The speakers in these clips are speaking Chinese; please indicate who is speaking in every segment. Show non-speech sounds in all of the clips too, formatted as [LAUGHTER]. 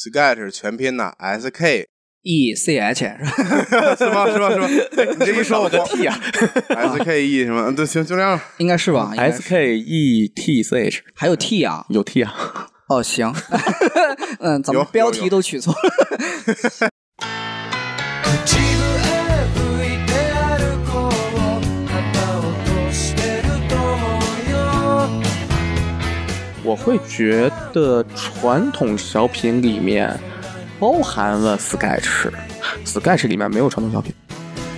Speaker 1: sketch 全拼呐，S K [LAUGHS]
Speaker 2: E C H [LAUGHS] 是吧？
Speaker 1: 是吗？是吗？是吗？哎你这一说
Speaker 3: 我的
Speaker 1: 屁
Speaker 3: 屁啊
Speaker 1: ，S
Speaker 3: [LAUGHS]
Speaker 1: K E 什么？嗯，对，行，就这样。
Speaker 2: 应该是吧应该是
Speaker 3: ，S K E T C H
Speaker 2: 还有 T 啊？
Speaker 3: 有 T 啊，
Speaker 2: 哦，行， [LAUGHS] 嗯，咱
Speaker 1: 有有
Speaker 2: 们标
Speaker 1: 有
Speaker 2: 题都取错了。 [LAUGHS]
Speaker 4: 口笛吹いて歩こう旗を落としてると思うよ
Speaker 3: 我会觉得传统小品里面包含了 Sketch，Sketch 里面没有传统小品。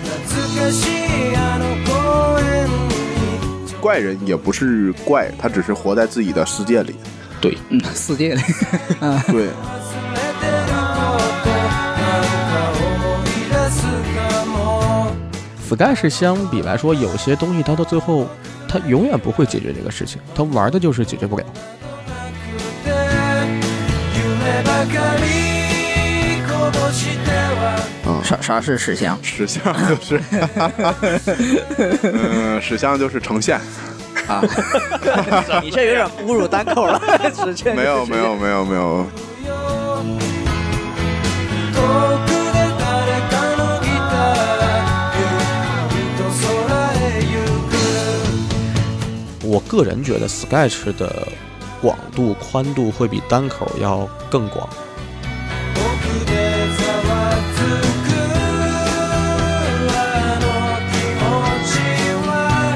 Speaker 4: 懐かしいあの公園に
Speaker 1: 怪人也不是怪，他只是活在自己的世界里。
Speaker 3: 对，
Speaker 2: 嗯，世界里，嗯，
Speaker 1: 对，
Speaker 4: 忘れてることなんか思い出すかも
Speaker 5: Sketch 相比来说，有些东西它到最后，它永远不会解决这个事情，它玩的就是解决不了。
Speaker 4: で夢ばかりこぼしては
Speaker 2: 啥啥是实像？
Speaker 1: 史相就是，嗯，史相就是呈现。
Speaker 2: [LAUGHS] 你这有点侮辱单
Speaker 1: [LAUGHS]
Speaker 2: 口了，实现
Speaker 1: 啊没有，没有，没有，没有。
Speaker 4: よ遠くで誰かのギターゆっくりと空へ行く
Speaker 5: 我个人觉得 Sketch 的广度、宽度会比单口要更广。
Speaker 4: 奥でざわつくあの気持ちは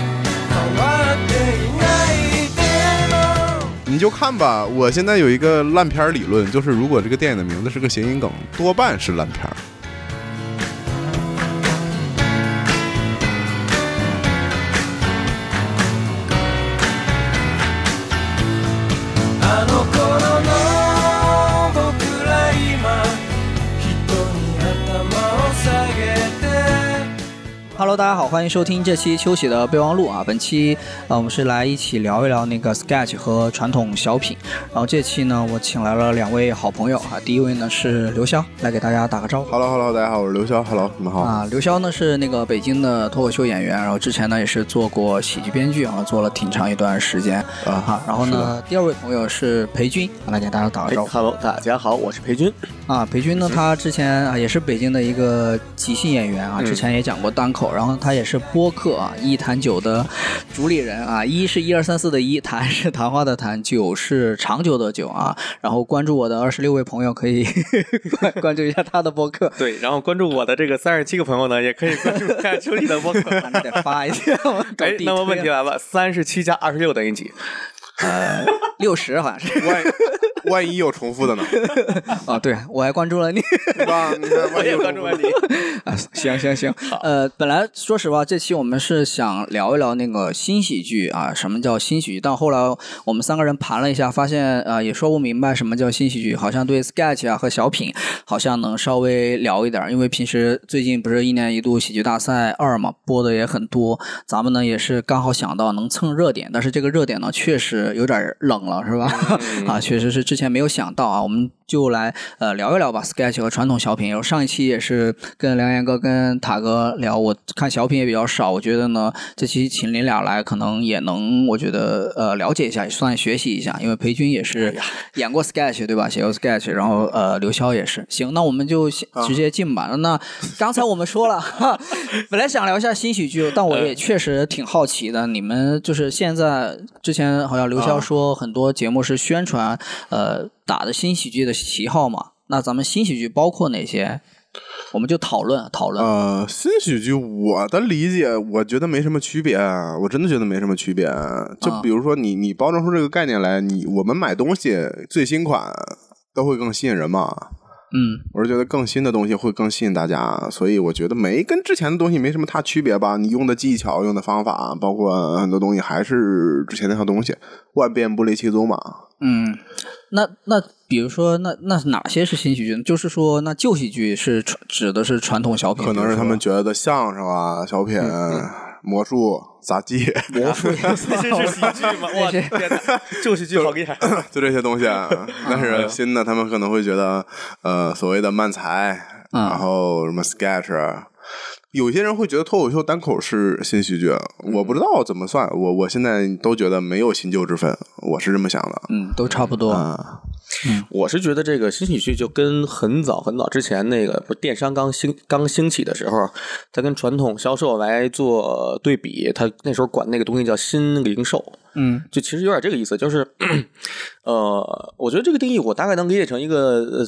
Speaker 4: 変わっていないでも
Speaker 1: 你就看吧，我现在有一个烂片儿理论，就是如果这个电影的名字是个谐音梗，多半是烂片儿。
Speaker 4: あの頃の僕ら今人に頭を下げて
Speaker 2: Hello，大家好，欢迎收听这期秋喜的备忘录啊。本期呃，我们是来一起聊一聊那个 sketch 和传统小品。然后这期呢，我请来了两位好朋友啊。第一位呢是刘潇，来给大家打个招呼。
Speaker 1: Hello Hello，大家好，我是刘潇。Hello，你们好。
Speaker 3: 哦
Speaker 2: 啊，刘潇呢是那个北京的脱口秀演员，然后之前呢也是做过喜剧编剧，然后做了挺长一段时间
Speaker 1: 啊
Speaker 2: 哈。然后呢，第二位朋友是裴军，来给大家打个招呼。
Speaker 3: 哎 Hello，大家好，我是裴军。
Speaker 2: 啊，裴军呢，他之前啊也是北京的一个即兴演员啊，
Speaker 3: 嗯
Speaker 2: 之前也讲过单口，然后他也是播客啊一坛酒的主理人啊，一是一二三四的一，谈是谈话的谈，酒是长久的久啊。然后关注我的二十六位朋友可以 [LAUGHS] 关关注一下他的播客，
Speaker 3: 对，然后关注我的这个三十七个朋友呢，也可以关注一下 [LAUGHS] 秋丽
Speaker 2: [LAUGHS]
Speaker 3: 的播客。
Speaker 2: 那得发一下，我 [LAUGHS] 搞
Speaker 3: 哎
Speaker 2: 地，
Speaker 3: 那
Speaker 2: 推
Speaker 3: 么
Speaker 2: 啊
Speaker 3: 问题来了，三十七加二十六等于 [LAUGHS] 几？
Speaker 2: 六十好像是
Speaker 1: 万一万一有重复的呢？
Speaker 2: 啊，对我还关注了你。
Speaker 1: 是吧？你看，
Speaker 3: 哎
Speaker 1: 万一有重复的。
Speaker 3: 你。
Speaker 2: [LAUGHS] 啊，行行行，呃，本来说实话，这期我们是想聊一聊那个新喜剧啊，什么叫新喜剧？但后来我们三个人盘了一下，发现呃也说不明白什么叫新喜剧，好像对 sketch 啊和小品好像能稍微聊一点儿，因为平时最近不是一年一度喜剧大赛二嘛，播的也很多，咱们呢也是刚好想到能蹭热点，但是这个热点呢确实有点儿冷了，是吧？ [LAUGHS] 啊，确实是之前没有想到啊，我们就来呃聊一聊吧，sketch 和传统小品。然后上一期也是跟梁岩哥、跟塔哥聊，我看小品也比较少，我觉得呢，这期请你俩来，可能也能我觉得呃了解一下，也算学习一下，因为裴军也是演过 sketch 对吧？写过 sketch，然后呃刘潇也是。行，那我们就先直接进吧。那刚才我们说了， [LAUGHS] 哈，本来想聊一下新喜剧，但我也确实挺好奇的，你们就是现在之前好像刘潇说很多节目是宣传呃打的新喜剧的旗号嘛，那咱们新喜剧包括哪些？我们就讨论啊讨论。
Speaker 1: 呃，新喜剧，我的理解，我觉得没什么区别，啊我真的觉得没什么区别。啊就比如说你，你包装出这个概念来，你我们买东西最新款都会更吸引人嘛。
Speaker 2: 嗯，
Speaker 1: 我是觉得更新的东西会更吸引大家，所以我觉得没跟之前的东西没什么太区别吧。你用的技巧、用的方法，包括很多东西还是之前那套东西，万变不离其宗嘛。
Speaker 2: 嗯，那那比如说，那那哪些是新喜剧呢？就是说，那旧喜剧是传指的是传统小品，
Speaker 1: 可能是他们觉得相声啊、小品、魔术、杂技，
Speaker 2: 魔术，
Speaker 3: [LAUGHS] 这是喜剧吗？我
Speaker 2: 那
Speaker 3: 天哪，旧喜剧好厉害！
Speaker 1: 就这些东西。啊 [LAUGHS] 但是新的，他们可能会觉得，呃，所谓的慢才，
Speaker 2: [LAUGHS] 嗯
Speaker 1: 然后什么 sketch。有啊些人会觉得脱口秀单口是新喜剧，啊我不知道怎么算，我我现在都觉得没有新旧之分，我是这么想的。
Speaker 2: 嗯，都差不多。
Speaker 1: 啊，
Speaker 2: 嗯
Speaker 3: [LAUGHS] 我是觉得这个新喜剧就跟很早很早之前那个不是电商刚兴刚兴起的时候，它跟传统销售来做对比，它那时候管那个东西叫新零售，
Speaker 2: 嗯
Speaker 3: 就其实有点这个意思，就是， [CLEARS THROAT] 呃，我觉得这个定义我大概能理解成一个呃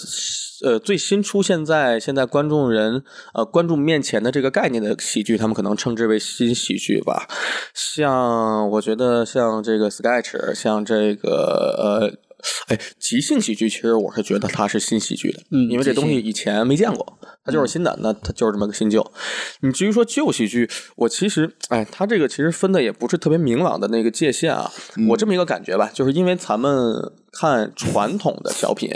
Speaker 3: 呃最新出现在现在观众人呃观众面前的这个概念的喜剧，他们可能称之为新喜剧吧。像我觉得像这个 sketch，像这个呃。哎，即兴喜剧其实我是觉得它是新喜剧的，
Speaker 2: 嗯
Speaker 3: 因为
Speaker 2: 即兴
Speaker 3: 这东西以前没见过，它就是新的，那它就是这么个新旧。你至于说旧喜剧，我其实，哎，它这个其实分的也不是特别明朗的那个界限啊。
Speaker 2: 嗯
Speaker 3: 我这么一个感觉吧，就是因为咱们看传统的小品，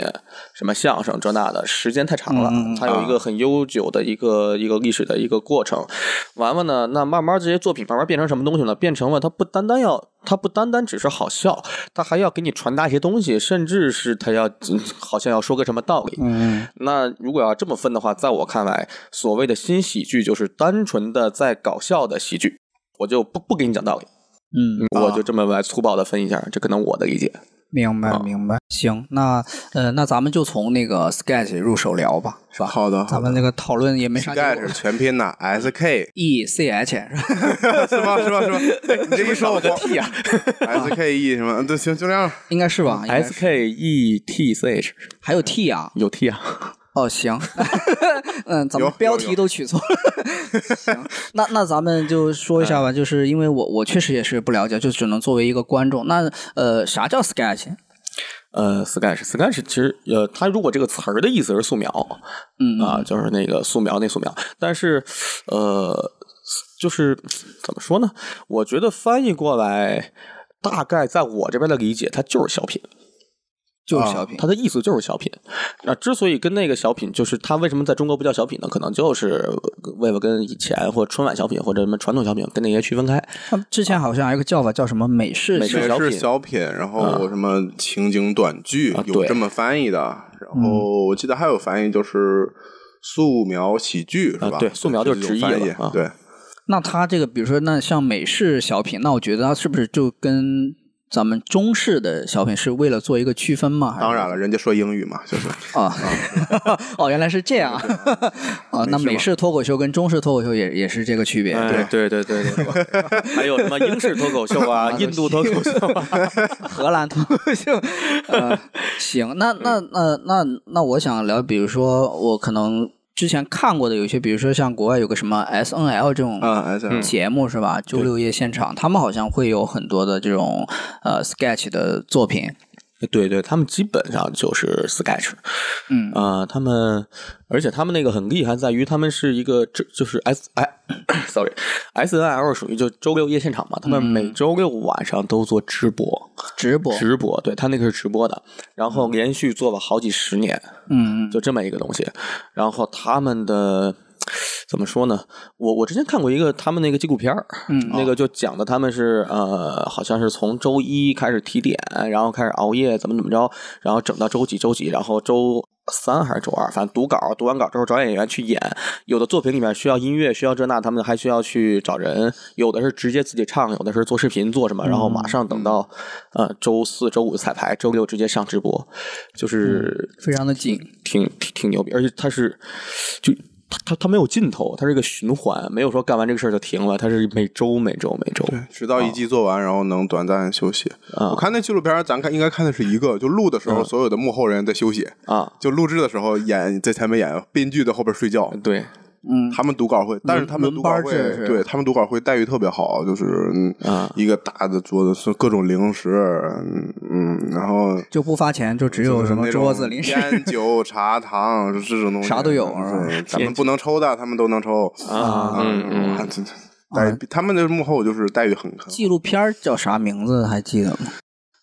Speaker 3: 什么相声这那的，时间太长了，
Speaker 2: 嗯嗯嗯
Speaker 3: 它有一个很悠久的一个一个历史的一个过程。完了呢，那慢慢这些作品慢慢变成什么东西呢？变成了它不单单要，它不单单只是好笑，它还要给你传达一些东西，甚至是它要、嗯好像要说个什么道理。
Speaker 2: 嗯
Speaker 3: 那如果要这么分的话，在我看来，所谓的新喜剧就是单纯的在搞笑的喜剧。我就不不给你讲道理，
Speaker 2: 嗯，
Speaker 3: 我就这么来粗暴的分一下，这可能我的理解。
Speaker 2: 明白
Speaker 3: 啊
Speaker 2: 明白。行，那呃，那咱们就从那个 Sketch 入手聊吧，是吧？
Speaker 1: 好的，
Speaker 2: 咱们那个讨论也没啥结果
Speaker 1: ，sketch 全拼呐，S [LAUGHS] K
Speaker 2: ，E C H 是
Speaker 1: [LAUGHS]
Speaker 2: 吧？
Speaker 1: 是吧？是吧？是吧？你 [LAUGHS] 这一说我
Speaker 3: T 啊
Speaker 1: [LAUGHS] S K E 什么？嗯对，行，就这样了。
Speaker 2: 应该是啊吧应该
Speaker 3: ，S
Speaker 2: 是
Speaker 3: K E T C H
Speaker 2: 还有 T 啊，
Speaker 3: 有 T 啊，
Speaker 2: 哦，行， [LAUGHS] 嗯，咱
Speaker 1: 有有
Speaker 2: 们标题
Speaker 1: 有
Speaker 2: 都取错了。 [LAUGHS] 行，那那咱们就说一下吧，就是因为我我确实也是不了解，就只能作为一个观众。那呃，啥叫 sketch？
Speaker 3: 呃，sketch sketch 其实呃，它如果这个词儿的意思是素描
Speaker 2: 嗯
Speaker 3: 啊，就是那个素描那素描，但是呃，就是怎么说呢？我觉得翻译过来，大概在我这边的理解，它就是小品。
Speaker 2: 就是小品。
Speaker 3: 它的意思就是小品。那之所以跟那个小品，就是它为什么在中国不叫小品呢？可能就是为了跟以前或春晚小品或者什么传统小品跟那些区分开。
Speaker 2: 他们之前好像还有个叫法叫什么美式
Speaker 3: 美
Speaker 2: 小
Speaker 3: 式
Speaker 1: 美
Speaker 3: 小
Speaker 1: 式
Speaker 3: 品
Speaker 1: 小品，然后什么情景短剧
Speaker 3: 啊
Speaker 1: 有
Speaker 3: 对嗯
Speaker 1: 这么翻译的，然后我记得还有翻译就是素描喜剧是吧
Speaker 3: 啊？对素描就是直译
Speaker 1: 这种翻译
Speaker 3: 了啊
Speaker 1: 对，
Speaker 2: 那它这个，比如说那像美式小品，那我觉得它是不是就跟咱们中式的小品是为了做一个区分吗？还是
Speaker 1: 当然了，人家说英语嘛，就是
Speaker 3: [LAUGHS]
Speaker 2: 啊， [LAUGHS] 哦，原来是这样 [LAUGHS] 啊！哦，那美式脱口秀跟中式脱口秀也也是这个区别。
Speaker 3: 哎对对对对， [LAUGHS] 还有什么英式脱口秀 [LAUGHS] 啊、印度脱口秀啊，
Speaker 2: 荷兰脱口秀。呃，
Speaker 1: [LAUGHS]
Speaker 2: 行，那那
Speaker 1: 嗯
Speaker 2: 那那那，我想聊，比如说我可能之前看过的有一些，比如说像国外有个什么 S N L 这
Speaker 3: 嗯
Speaker 2: 种
Speaker 1: 啊，S
Speaker 2: 节目是吧？周六夜现场，他们好像会有很多的这种呃 sketch 的作品。
Speaker 3: 对对，他们基本上就是 sketch
Speaker 2: 嗯
Speaker 3: 啊、他们而且他们那个很厉害在于他们是一个这就是 S 哎，sorry S N L 属于就周六夜现场嘛，他们每周六晚上都做直播。
Speaker 2: 嗯直播，嗯
Speaker 3: 直播，对他那个是直播的，然后连续做了好几十年，
Speaker 2: 嗯嗯
Speaker 3: 就这么一个东西。然后他们的怎么说呢？我我之前看过一个他们那个纪录片儿，
Speaker 1: 哦
Speaker 2: 嗯
Speaker 3: 那个就讲的他们是呃，好像是从周一开始提点，然后开始熬夜，怎么怎么着，然后整到周几周几，然后周。三还是周二，反正读稿，读完稿之后找演员去演。有的作品里面需要音乐，需要这那，他们还需要去找人。有的是直接自己唱，有的是做视频做什么，然后马上等到、呃周四周五彩排，周六直接上直播，就是
Speaker 2: 非常的紧。
Speaker 3: 挺挺挺牛逼，而且它是就它它它没有尽头，它是一个循环，没有说干完这个事儿就停了，它是每周每周每周。
Speaker 1: 直到一季做完，然后能短暂休息。
Speaker 3: 啊嗯
Speaker 1: 我看那纪录片儿，咱看应该看的是一个，就录的时候所有的幕后人在休息，
Speaker 3: 啊，
Speaker 1: 就录制的时候演在前面演，编剧在后边睡觉。
Speaker 3: 对
Speaker 2: 嗯，
Speaker 1: 他们读稿会，但是他们读稿
Speaker 2: 轮
Speaker 1: 会
Speaker 2: 班制是，
Speaker 1: 对他们读稿会待遇特别好，就是嗯
Speaker 3: 啊
Speaker 1: 一个大的桌子，是各种零食，嗯嗯，然后
Speaker 2: 就不发钱，就只有什么桌子零食。
Speaker 1: 烟酒、茶糖就这种东西，
Speaker 2: 啥都有啊
Speaker 1: 对，咱们不能抽的，他们都能抽
Speaker 3: 啊嗯嗯
Speaker 1: 啊这这待遇他们的幕后就是待遇很很
Speaker 2: 纪录片儿叫啥名字还记得吗？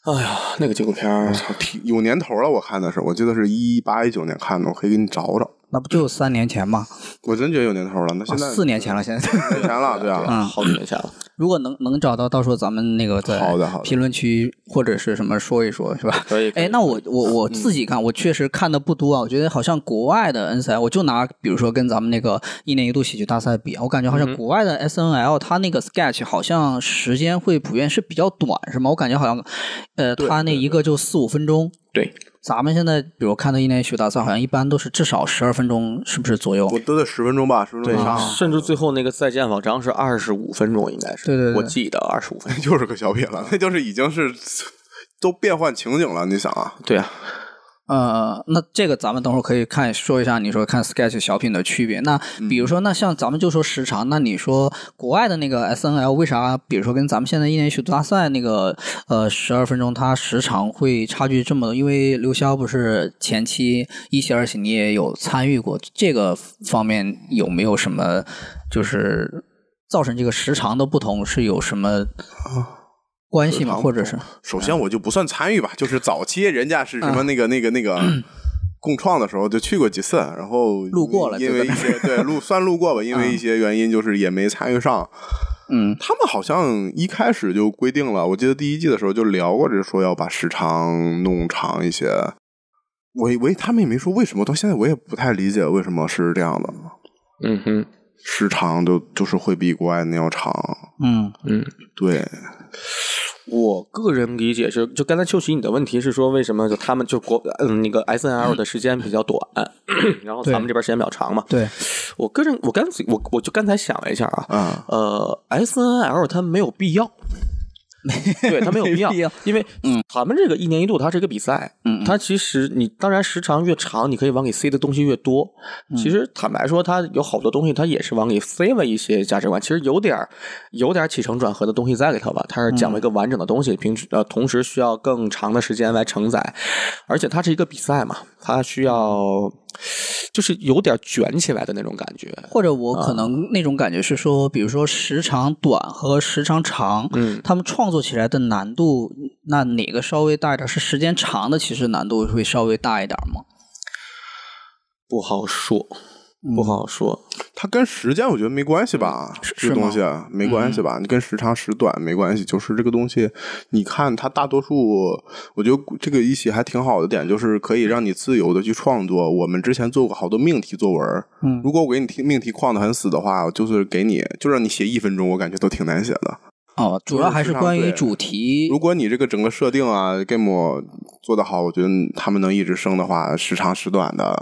Speaker 3: 哎呀，那个纪录片儿，
Speaker 1: 好，挺有年头了。我看的是，我记得是一八一九年看的，我可以给你找找。
Speaker 2: 那不就三年前吗？
Speaker 1: 我真觉得有年头了，那现在
Speaker 2: 啊四年前了，现在。
Speaker 1: 四年前了，对啊，
Speaker 2: 嗯
Speaker 3: 好几年前了。
Speaker 2: 如果能能找到，到时候咱们那个在
Speaker 1: 好的好的
Speaker 2: 评论区或者是什么说一说，是吧？
Speaker 3: 可以可以
Speaker 2: 哎，那我我
Speaker 1: 嗯
Speaker 2: 我自己看，我确实看的不多啊。我觉得好像国外的 N C L，我就拿比如说跟咱们那个一年一度喜剧大赛比啊，我感觉
Speaker 1: 嗯
Speaker 2: 好像国外的 S N L 它那个 sketch 好像时间会普遍是比较短，是吗？我感觉好像，呃，它那一个就四五分钟，
Speaker 3: 对，
Speaker 2: 咱们现在比如看到一年一曲大赛，好像一般都是至少十二分钟，是不是左右
Speaker 1: 我？都得十分钟吧，十分钟以上，
Speaker 3: 啊
Speaker 2: 啊
Speaker 3: 甚至最后那个再见网章是二十五分钟，应该是，
Speaker 2: 对对对
Speaker 3: 我记得二十五分
Speaker 1: [LAUGHS]
Speaker 3: 钟。
Speaker 1: 就是个小品了，那就是已经是都变换情景了。你想啊，
Speaker 3: 对啊，
Speaker 2: 呃，那这个咱们等会儿可以看说一下，你说看 Sketch 小品的区别。那比如说，那像咱们就说时长，那你说国外的那个 S N L 为啥，比如说跟咱们现在一年一度大赛那个呃十二分钟，它时长会差距这么多？因为刘潇不是前期一期、二期你也有参与过，这个方面有没有什么就是造成这个时长的不同是有什么关系吗？或者是
Speaker 1: 首先我就不算参与吧，就是早期人家是什
Speaker 2: 嗯
Speaker 1: 么那个那个那
Speaker 2: [CLEARS THROAT]
Speaker 1: 个。共创的时候就去过几次，然后
Speaker 2: 路过了
Speaker 1: 因为
Speaker 2: 就
Speaker 1: 一些对路算路过吧，因为一些原因就是也没参与上。
Speaker 2: 嗯
Speaker 1: 他们好像一开始就规定了，我记得第一季的时候就聊过，这说要把时长弄长一些。我我他们也没说为什么，到现在我也不太理解为什么是这样的，
Speaker 3: 嗯哼，
Speaker 1: 时长就就是会比国外那要长。
Speaker 2: 嗯
Speaker 3: 嗯，
Speaker 1: 对，
Speaker 3: 我个人理解是，就刚才秋琪你的问题是说为什么就他们就国嗯那个 S N L 的时间比较短， [COUGHS] 然后咱们这边时间比较长嘛。
Speaker 2: 对，
Speaker 3: 我个人我刚我我就刚才想了一下啊，
Speaker 1: 嗯，
Speaker 3: 呃，S N L 它没有必要，对它没有必要，
Speaker 2: 没必要
Speaker 3: 因为咱们这个一年一度它是一个比赛，
Speaker 2: 嗯嗯
Speaker 3: 它其实你当然时长越长，你可以往里塞的东西越多。其实坦白说，它有好多东西它也是往里塞了一些价值观，其实有点儿有点儿起承转合的东西在里头吧。它是讲了一个完整的东西，平时呃同时需要更长的时间来承载，而且它是一个比赛嘛，它需要。就是有点卷起来的那种感觉，
Speaker 2: 或者我
Speaker 1: 啊
Speaker 2: 可能那种感觉是说，比如说时长短和时长长，
Speaker 3: 嗯
Speaker 2: 他们创作起来的难度，那哪个稍微大一点？是时间长的，其实难度会稍微大一点吗？
Speaker 3: 不好说，不好说。
Speaker 1: 它跟时间我觉得没关系吧，
Speaker 2: 是嗯
Speaker 1: 这东西啊没关系吧，你跟时长时短没关系，就是这个东西，你看它大多数，我觉得这个一起还挺好的点就是可以让你自由的去创作。我们之前做过好多命题作文，
Speaker 2: 嗯
Speaker 1: 如果我给你题命题框的很死的话，就是给你就让你写一分钟，我感觉都挺难写的。啊
Speaker 2: 哦，主要还是关于主题
Speaker 1: 如。果你这个整个设定啊，game 做得好，我觉得他们能一直升的话，时长时短的，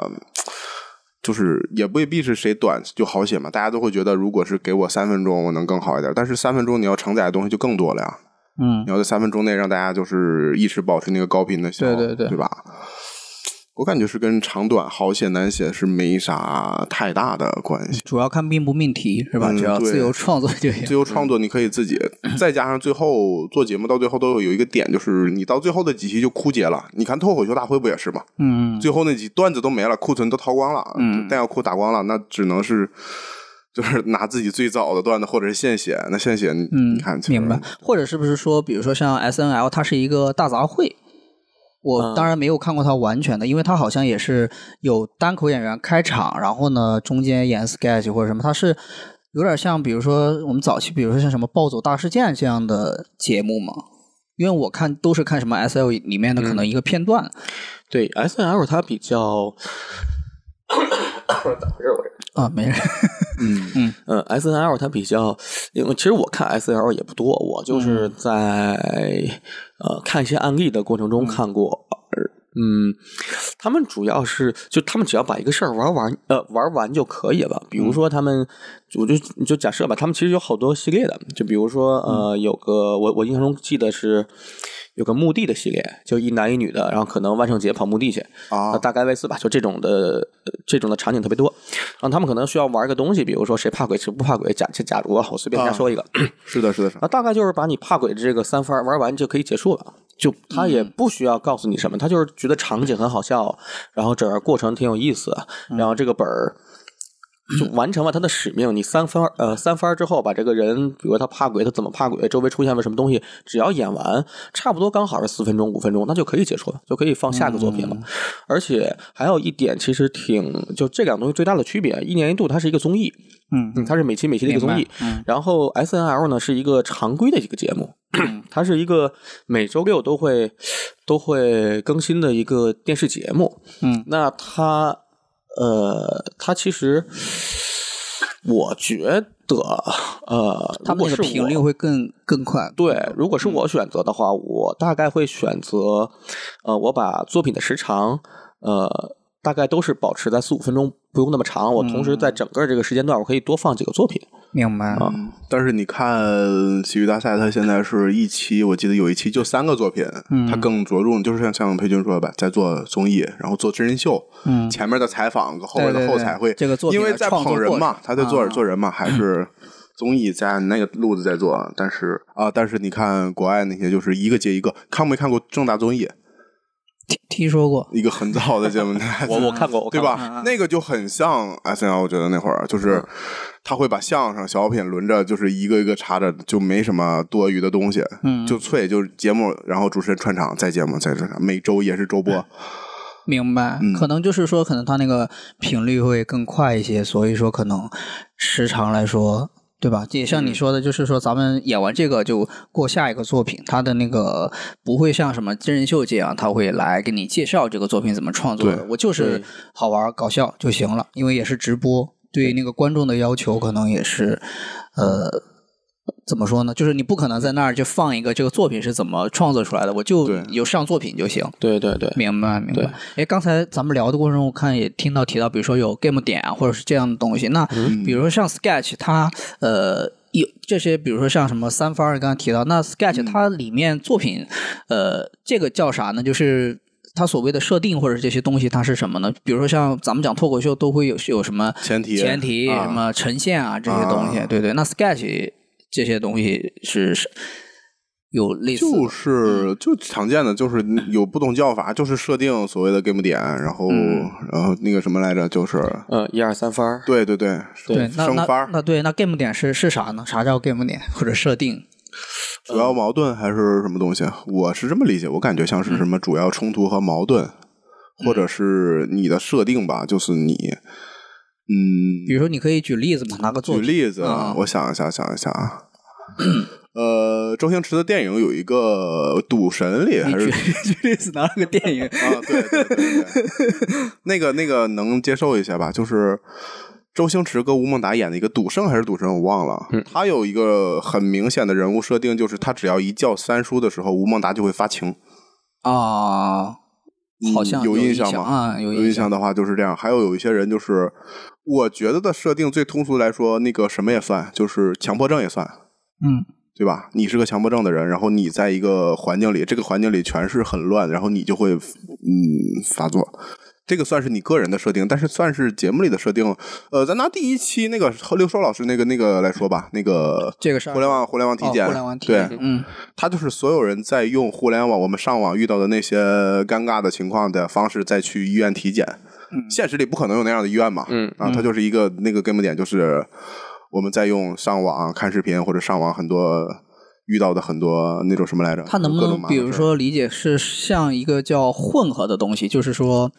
Speaker 1: 就是也未必是谁短就好写嘛。大家都会觉得，如果是给我三分钟，我能更好一点。但是三分钟你要承载的东西就更多了呀。
Speaker 2: 嗯
Speaker 1: 你要在三分钟内让大家就是一直保持那个高频的笑，
Speaker 2: 对对对
Speaker 1: 对吧？我感觉是跟长短好写难写是没啥太大的关系。
Speaker 2: 主要看命不命题是吧？
Speaker 1: 嗯
Speaker 2: 只要
Speaker 1: 对
Speaker 2: 自由创作就行
Speaker 1: 自。由创作你可以自己，
Speaker 2: 嗯
Speaker 1: 再加上最后做节目到最后都有一个点，就是你到最后的几期就枯竭了。你看脱口秀大会不也是吗？
Speaker 2: 嗯，
Speaker 1: 最后那几段子都没了，库存都掏光了，
Speaker 2: 嗯
Speaker 1: 弹药库打光了，那只能是就是拿自己最早的段子或者是现写。那现写，你
Speaker 2: 嗯
Speaker 1: 你看，其实
Speaker 2: 明白。或者是不是说，比如说像 S N L，它是一个大杂烩。我
Speaker 3: 嗯
Speaker 2: 当然没有看过它完全的，因为它好像也是有单口演员开场，然后呢中间演 sketch 或者什么，它是有点像，比如说我们早期，比如说像什么暴走大事件这样的节目嘛。因为我看都是看什么 S L 里面的可
Speaker 3: 嗯
Speaker 2: 能一个片段，
Speaker 3: 对，S N L 它比较，
Speaker 2: 啊，没人，
Speaker 3: 嗯，S N L 它比较，因为其实我看 S N L 也不多，我就是在、呃看一些案例的过程中看过。呃嗯，他们主要是就他们只要把一个事儿玩完，呃，玩完就可以了。比如说他们，我就就假设吧，他们其实有好多系列的，就比如说呃，有个我我印象中记得是有个墓地的系列，就一男一女的，然后可能万圣节跑墓地去，
Speaker 1: 啊
Speaker 3: 那，大概类似吧，就这种的、呃这种的场景特别多。然后他们可能需要玩一个东西，比如说谁怕鬼谁不怕鬼，假假假如啊，我随便瞎说一个，
Speaker 1: 是的，是的，是的。
Speaker 2: 啊
Speaker 3: 那大概就是把你怕鬼的这个三番玩完就可以结束了。就他也
Speaker 2: 嗯
Speaker 3: 不需要告诉你什么，他就是觉得场景很好笑，然后整个过程挺有意思，
Speaker 2: 嗯
Speaker 3: 然后这个本儿就完成了他的使命。你三番呃三番之后，把这个人，比如他怕鬼，他怎么怕鬼，周围出现了什么东西，只要演完，差不多刚好是四分钟五分钟，那就可以结束了，就可以放下一个作品
Speaker 2: 嗯
Speaker 3: 了。而且还有一点，其实挺就这两个东西最大的区别，一年一度它是一个综艺，
Speaker 2: 嗯，
Speaker 3: 嗯，它是每期每期的一个综艺
Speaker 2: 明。白嗯
Speaker 3: 然后 S N L 呢是一个常规的一个节目，它是一个每周六都会都会更新的一个电视节目。
Speaker 2: 嗯，
Speaker 3: 那它呃，它其实我觉得，呃，
Speaker 2: 他们那个
Speaker 3: 如果是
Speaker 2: 频
Speaker 3: 我
Speaker 2: 率嗯会更更快。
Speaker 3: 对，如果是我选择的话，我大概会选择，呃，我把作品的时长，呃，大概都是保持在四五分钟，不用那么长。我同
Speaker 2: 嗯
Speaker 3: 时在整个这个时间段，我可以多放几个作品。
Speaker 2: 明白。
Speaker 3: 啊
Speaker 1: 但是你看喜剧大赛，它现在是一期，我记得有一期就三个作品，
Speaker 2: 嗯
Speaker 1: 它更着重就是像像裴军说的吧，在做综艺，然后做真人秀，
Speaker 2: 嗯
Speaker 1: 前面的采访和后边
Speaker 2: 对
Speaker 1: 的
Speaker 2: 对
Speaker 1: 后采会，
Speaker 2: 对这个作品
Speaker 1: 因
Speaker 2: 的
Speaker 1: 为在捧人嘛，他
Speaker 2: 创作过程
Speaker 1: 在做
Speaker 2: 啊
Speaker 1: 做人嘛，还是综艺在按那个路子在做，但是啊，但是你看国外那些就是一个接一个，看没看过正大综艺？
Speaker 2: 听听说过，
Speaker 1: 一个很早的节目， [LAUGHS]
Speaker 3: 我我看过，我
Speaker 1: 对
Speaker 3: 看过？
Speaker 1: 吧？那个就很像 S N L，我觉得那会儿就是
Speaker 2: 嗯
Speaker 1: 他会把相声小品轮着，就是一个一个插着，就没什么多余的东西，
Speaker 2: 嗯
Speaker 1: 就脆，就是节目，然后主持人串场，再节目，再串场，每周也是周播，
Speaker 2: 明白。
Speaker 1: 嗯
Speaker 2: 可能就是说，可能它那个频率会更快一些，所以说可能时长来说。对吧？也
Speaker 1: 嗯
Speaker 2: 像你说的，就是说咱们演完这个就过下一个作品，它的那个不会像什么真人秀这样，他会来给你介绍这个作品怎么创作的
Speaker 1: 对。
Speaker 2: 我就是
Speaker 3: 对
Speaker 2: 好玩搞笑就行了，因为也是直播，对那个观众的要求可能也是，呃，怎么说呢？就是你不可能在那儿就放一个这个作品是怎么创作出来的，我就
Speaker 1: 对
Speaker 2: 有上作品就行。
Speaker 3: 对对对，
Speaker 2: 明白，明
Speaker 3: 对
Speaker 2: 白。哎，刚才咱们聊的过程中，我看也听到提到，比如说有 game 点啊，或者是这样的东西。那
Speaker 1: 嗯
Speaker 2: 比如说像 Sketch，它呃有这些，比如说像什么三方儿，刚才提到，那
Speaker 1: 嗯
Speaker 2: Sketch 它里面作品，呃，这个叫啥呢？就是。它所谓的设定或者这些东西，它是什么呢？比如说像咱们讲脱口秀，都会有有什么
Speaker 1: 前提
Speaker 2: 前提、
Speaker 1: 啊
Speaker 2: 什么呈现啊这些东西，
Speaker 1: 啊
Speaker 2: 对对。那 Sketch 这些东西是是有类似的嗯
Speaker 1: 就是就常见的，
Speaker 2: [LAUGHS]
Speaker 1: 就是有不同叫法，就是设定所谓的 game 点，然后
Speaker 2: 嗯
Speaker 1: 然后那个什么来着，就是
Speaker 3: 嗯，一二三番儿，
Speaker 1: 对对对，
Speaker 2: 对，那
Speaker 1: 升
Speaker 2: 那
Speaker 1: 番
Speaker 2: 那对，那 game 点是是啥呢？啥叫 game 点或者设定？
Speaker 1: 主
Speaker 2: 嗯
Speaker 1: 要矛盾还是什么东西？我是这么理解，我感觉像
Speaker 2: 嗯
Speaker 1: 是什么主要冲突和矛盾，或者是你的设定吧，就是你，嗯，
Speaker 2: 比如说，你可以举例子嘛，拿个作
Speaker 1: 举
Speaker 2: 品。
Speaker 1: 例子啊，
Speaker 2: 嗯
Speaker 1: 我想一下，想一下啊。 [COUGHS] 呃，周星驰的电影有一个《赌神》里还是
Speaker 2: 举举 [LAUGHS] 例子拿了个电
Speaker 1: [LAUGHS]
Speaker 2: 影，
Speaker 1: 啊，对对对
Speaker 2: [LAUGHS]
Speaker 1: 对，那个那个能接受一下吧？就是周星驰跟吴孟达演的一个赌圣还是赌神，我忘了。
Speaker 2: 嗯
Speaker 1: 他有一个很明显的人物设定，就是他只要一叫三叔的时候，吴孟达就会发情。
Speaker 2: 啊，好像
Speaker 1: 嗯有
Speaker 2: 印
Speaker 1: 象吗？
Speaker 2: 啊，有
Speaker 1: 有
Speaker 2: 印
Speaker 1: 印。象的话就是这样。还有有一些人就是，我觉得的设定最通俗来说，那个什么也算，就是强迫症也算。
Speaker 2: 嗯，
Speaker 1: 对吧？你是个强迫症的人，然后你在一个环境里，这个环境里全是很乱，然后你就会嗯发作。这个算是你个人的设定，但是算是节目里的设定。呃，咱拿第一期那个刘硕老师那个那个来说吧，那个
Speaker 2: 这个是
Speaker 1: 互联网互联网体检，
Speaker 2: 哦互联网体
Speaker 1: 对
Speaker 2: 检，，嗯，
Speaker 1: 他就是所有人在用互联网我们上网遇到的那些尴尬的情况的方式再去医院体检。现实里不可能有那样的医院嘛，
Speaker 3: 嗯
Speaker 1: 啊，它就是一个那个根本点，就是我们在用上网看视频或者上网很多遇到的很多那种什么来着？
Speaker 2: 它能不
Speaker 1: 各种
Speaker 2: 能
Speaker 1: 麻烦
Speaker 2: 比
Speaker 1: 事儿
Speaker 2: 如说理解是像一个叫混合的东西，就是说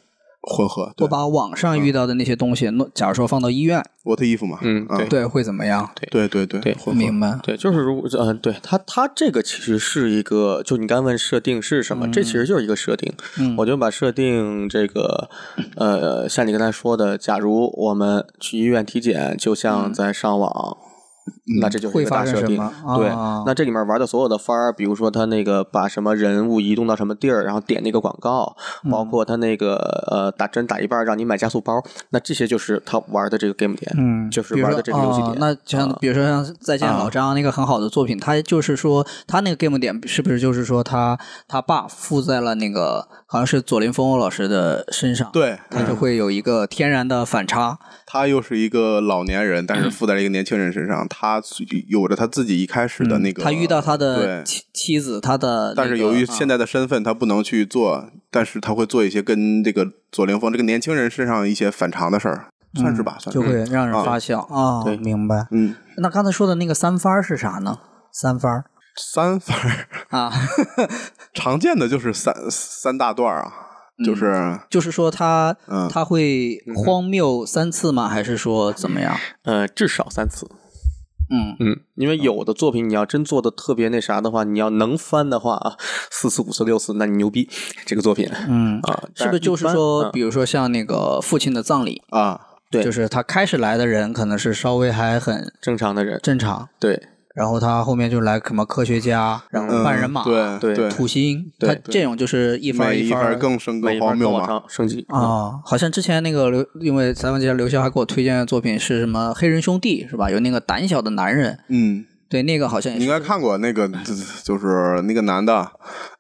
Speaker 1: 混合？对嗯
Speaker 2: 我把网上遇到的那些东西，弄假如说放到医院，
Speaker 1: 我的衣服嘛，
Speaker 3: 嗯
Speaker 1: 啊
Speaker 3: 对
Speaker 2: 对，会怎么样？
Speaker 1: 对对对
Speaker 3: 对
Speaker 1: 混合。
Speaker 2: 明白。
Speaker 3: 对，就是如果嗯，对它它这个其实是一个，就你刚问设定是什么，这其实就是一个设定。
Speaker 2: 嗯
Speaker 3: 我就把设定这个，呃，像你刚才说的，假如我们去医院体检，就像在上网。那这就是一
Speaker 2: 嗯会
Speaker 3: 个
Speaker 2: 发
Speaker 3: 大
Speaker 2: 生
Speaker 3: 设
Speaker 2: 什
Speaker 3: 定，
Speaker 2: 么
Speaker 3: 对
Speaker 2: 啊。
Speaker 3: 那这里面玩的所有的番儿，比如说他那个把什么人物移动到什么地儿，然后点那个广告，包
Speaker 2: 嗯
Speaker 3: 括他那个呃打针打一半儿让你买加速包，那这些就是他玩的这个 game 点，
Speaker 2: 嗯，
Speaker 3: 就是
Speaker 2: 比如
Speaker 3: 玩
Speaker 2: 说
Speaker 3: 的这个游戏点。
Speaker 2: 哦那像
Speaker 1: 啊
Speaker 2: 比如说像《再见老张》那个很好的作品，他就是说他那个 game 点是不是就是说他他爸附在了那个好像是左林峰欧老师的身上，，
Speaker 1: 对，
Speaker 2: 他
Speaker 3: 嗯
Speaker 2: 就会有一个天然的反差。
Speaker 1: 他又是一个老年人，但是附在了一个年轻人身上，他有着他自己一开始
Speaker 3: 嗯
Speaker 1: 的那个。
Speaker 2: 他遇到他
Speaker 1: 对
Speaker 2: 的妻妻子，他的那个、啊
Speaker 1: 但是由于现
Speaker 2: 在
Speaker 1: 在的身份，他不能去做，但是他会做一些跟这个左凌峰这个年轻人身上一些反常的事儿，算是吧，算。
Speaker 2: 嗯就是会让人
Speaker 1: 啊
Speaker 2: 发笑啊、
Speaker 3: 对
Speaker 2: 明白。
Speaker 1: 嗯，
Speaker 2: 那刚才说的那个三番儿是啥呢？三番儿
Speaker 1: 三番儿
Speaker 2: 啊， [LAUGHS]
Speaker 1: 常见的就是三三大段儿啊，就是、
Speaker 3: 嗯
Speaker 2: 就是说他、
Speaker 1: 嗯
Speaker 2: 他会荒谬三次吗？还是说怎么样？
Speaker 3: 呃，至少三次。
Speaker 2: 嗯，
Speaker 3: 嗯，因为有的作品你要真做的特别那啥的话，你要能翻的话啊，四次、五次、六次，那你牛逼这个作品。
Speaker 2: 嗯
Speaker 3: 啊，
Speaker 2: 是不是就是
Speaker 3: 但一般
Speaker 2: 说，
Speaker 3: 嗯
Speaker 2: 比如说像那个父亲的葬礼，
Speaker 1: 啊，
Speaker 3: 对
Speaker 2: 就是他开始来的人可能是稍微还很
Speaker 3: 正常的人，
Speaker 2: 正常，
Speaker 3: 对
Speaker 2: 然后他后面就来什么科学家，然后半人马，
Speaker 1: 嗯对
Speaker 3: 对
Speaker 1: 对，
Speaker 2: 土星，
Speaker 3: 对
Speaker 2: 他这种就是一番
Speaker 1: 每一
Speaker 2: 番
Speaker 1: 番
Speaker 2: 儿
Speaker 1: 更生
Speaker 3: 每
Speaker 1: 更
Speaker 3: 一盘
Speaker 1: 荒谬
Speaker 3: 更
Speaker 1: 嘛。
Speaker 3: 往上升级
Speaker 2: 啊、，好像之前那个刘，因为采访节刘潇还给我推荐的作品是什么《黑人兄弟》是吧？有那个胆小的男人，
Speaker 1: 嗯，
Speaker 2: 对，那个好像也
Speaker 1: 你应
Speaker 2: 是
Speaker 1: 该看过那个，就是那个男的，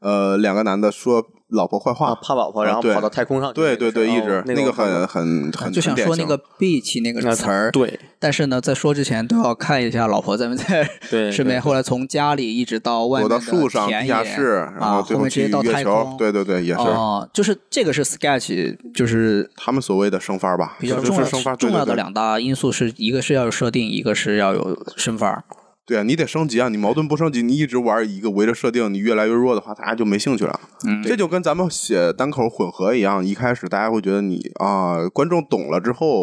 Speaker 1: 呃，两个男的说老婆坏话，
Speaker 3: 啊，怕老婆，然后
Speaker 1: 对
Speaker 3: 跑到太空上去，
Speaker 1: 对对对，一
Speaker 3: 哦
Speaker 1: 直
Speaker 3: 那
Speaker 1: 个
Speaker 3: 我看
Speaker 1: 很
Speaker 3: 过
Speaker 1: 很很
Speaker 2: 啊就想
Speaker 1: 很典
Speaker 2: 说那
Speaker 1: 型
Speaker 2: 个 bitch 那个
Speaker 3: 那
Speaker 2: 词儿，
Speaker 3: 对
Speaker 2: 但是呢，在说之前都要看一下老婆在不在
Speaker 3: 对
Speaker 2: 身边。
Speaker 3: 对
Speaker 2: 后来从家里一直到外
Speaker 1: 躲
Speaker 2: 面的
Speaker 1: 到树上、
Speaker 2: 田
Speaker 1: 地
Speaker 2: 野
Speaker 1: 下室，然
Speaker 2: 啊，
Speaker 1: 后最
Speaker 2: 后
Speaker 1: 后
Speaker 2: 面直
Speaker 1: 去
Speaker 2: 接到
Speaker 1: 月
Speaker 2: 太
Speaker 1: 球
Speaker 2: 空，，
Speaker 1: 对对对，也是
Speaker 2: 哦，就是这个是 Sketch，就是
Speaker 1: 他们所谓的生番吧，
Speaker 2: 比较
Speaker 1: 就是
Speaker 2: 重要
Speaker 1: 生番
Speaker 2: 重要的。
Speaker 1: 对对对
Speaker 2: 两大因素是一个是要有设定，一个是要有身份儿。
Speaker 1: 对啊，你得升级啊！你矛盾不升级，你一直玩一个围着设定，你越来越弱的话，大家就没兴趣了。
Speaker 2: 嗯
Speaker 1: 这就跟咱们写单口混合一样，一开始大家会觉得你啊，观众懂了之后，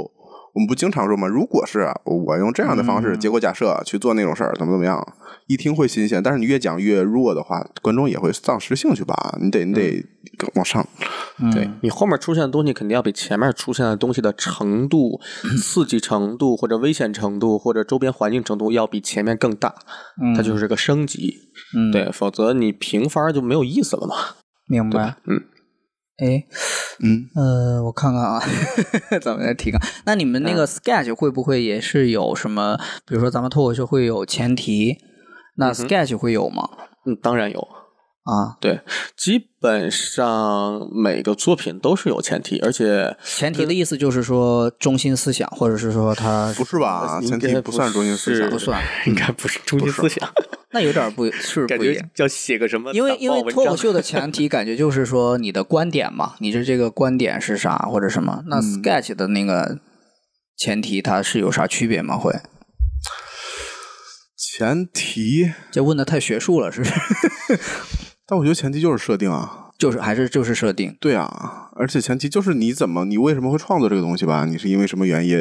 Speaker 1: 我们不经常说吗？如果是啊我用这样的方
Speaker 2: 嗯
Speaker 1: 式，结果假设去做那种事儿，怎么怎么样，一听会新鲜，但是你越讲越弱的话，观众也会丧失兴趣吧？你得你得
Speaker 2: 嗯
Speaker 1: 往上，嗯
Speaker 3: 对你后面出现的东西，肯定要比前面出现的东西的程度、刺激程度、或者危险程度、或者周边环境程度，要比前面更大。
Speaker 1: 嗯
Speaker 3: 它就是个升级，
Speaker 2: 嗯，
Speaker 3: 对，否则你平番儿就没有意思了嘛。
Speaker 2: 明白。
Speaker 3: 嗯，
Speaker 2: 哎，
Speaker 1: 嗯，
Speaker 2: 呃，我看看 [LAUGHS] 啊，咱们再提纲。那你们那个 sketch 会不会也是有什么？比如说咱们脱口秀会有前提，那 sketch 会有吗？
Speaker 3: 嗯，当然有，
Speaker 2: 啊，
Speaker 3: 对，基本上每个作品都是有前提，而且
Speaker 2: 前提的意思就是说中心思想，或者是说他
Speaker 1: 不是吧？
Speaker 3: 呃应
Speaker 1: 啊前
Speaker 3: 该
Speaker 1: 提不算中心思想
Speaker 3: 是
Speaker 2: 不，算，
Speaker 3: 应该不是中心思想，
Speaker 2: 那有点
Speaker 3: [LAUGHS]
Speaker 2: 不是
Speaker 3: 感
Speaker 2: 不一
Speaker 3: 觉
Speaker 2: 样。
Speaker 3: 要写个什么
Speaker 2: 因为
Speaker 3: 党
Speaker 2: 因
Speaker 3: 报
Speaker 2: 为
Speaker 3: 文
Speaker 2: 脱口
Speaker 3: 章
Speaker 2: 秀的 [LAUGHS] 前提感觉就是说你的观点嘛，你的这个观点是啥或者什么？那
Speaker 3: 嗯
Speaker 2: sketch 的那个前提它是有啥区别吗？会
Speaker 1: 前提，
Speaker 2: 这问的太学术了，是不 [LAUGHS] 是？
Speaker 1: 但我觉得前提就是设定啊。
Speaker 2: 就是还是就是设定，
Speaker 1: 对啊，而且前提就是你怎么，你为什么会创作这个东西吧？你是因为什么原因？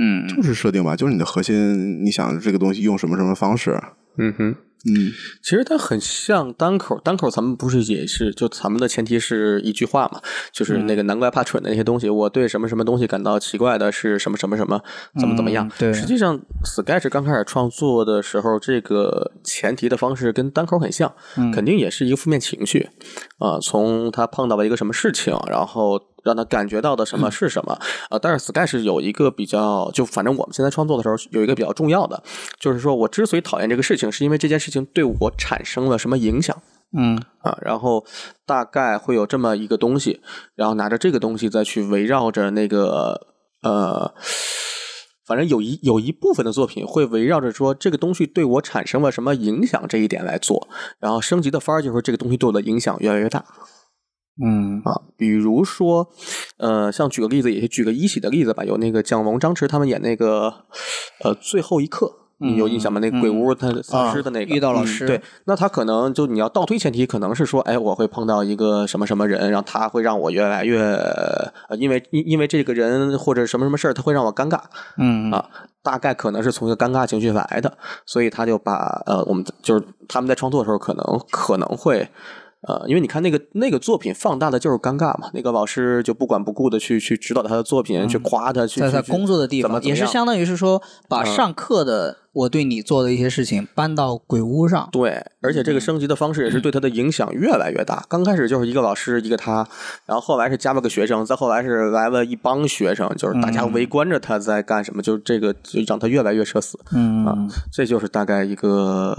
Speaker 2: 嗯，
Speaker 1: 就是设定吧，就是你的核心，你想这个东西用什么什么方式？
Speaker 3: 嗯哼，
Speaker 1: 嗯，
Speaker 3: 其实它很像单口，单口咱们不是也是就咱们的前提是一句话嘛，就是
Speaker 2: 嗯
Speaker 3: 那个难怪怕蠢的那些东西，我对什么什么东西感到奇怪的是什么什么什么怎么怎么样。
Speaker 2: 嗯对
Speaker 3: 实际上 Sketch 刚开始创作的时候，这个前提的方式跟单口很像，肯定也是一个负面情绪啊、从他碰到了一个什么事情，然后。让他感觉到的什么是什么啊、但是 Sketch 有一个比较，就反正我们现在创作的时候有一个比较重要的，就是说我之所以讨厌这个事情，是因为这件事情对我产生了什么影响
Speaker 2: 嗯
Speaker 3: 啊，然后大概会有这么一个东西，然后拿着这个东西再去围绕着那个呃，反正有一有一部分的作品会围绕着说这个东西对我产生了什么影响这一点来做，然后升级的番儿就是说这个东西对我的影响越来越大，
Speaker 2: 嗯
Speaker 3: 啊，比如说，呃，像举个例子，也举个一喜的例子吧，有那个蒋龙、张弛他们演那个，呃，最后一刻，你有印象吗？那个鬼屋他丧尸的那个，
Speaker 2: 嗯啊
Speaker 3: 嗯
Speaker 2: 遇到老师
Speaker 3: 对，那他可能就你要倒推前提，可能是说，哎，我会碰到一个什么什么人，然后他会让我越来越，呃、因为因因为这个人或者什么什么事儿，他会让我尴尬，
Speaker 2: 嗯
Speaker 3: 啊，大概可能是从一个尴尬情绪来的，所以他就把呃，我们就是他们在创作的时候，可能可能会呃，因为你看那个那个作品放大的就是尴尬嘛，那个老师就不管不顾的去去指导他的作品，去夸他，去
Speaker 2: 嗯在
Speaker 3: 去
Speaker 2: 他
Speaker 3: 去
Speaker 2: 工作的地
Speaker 3: 怎么
Speaker 2: 方，
Speaker 3: 怎么
Speaker 2: 也是
Speaker 3: 样嗯
Speaker 2: 相当于是说把上课的我对你做的一些事情搬到鬼屋上，
Speaker 3: 对，而且这
Speaker 2: 嗯
Speaker 3: 个升级的方式也是对他的影响越来越大。刚开始就是一个老师，一个他，然后后来是加了个学生，再后来是来了一帮学生，就是大家
Speaker 2: 嗯
Speaker 3: 围观着他在干什么，就是这个就让他越来越社死。
Speaker 2: 嗯，
Speaker 3: 啊这就是大概一个，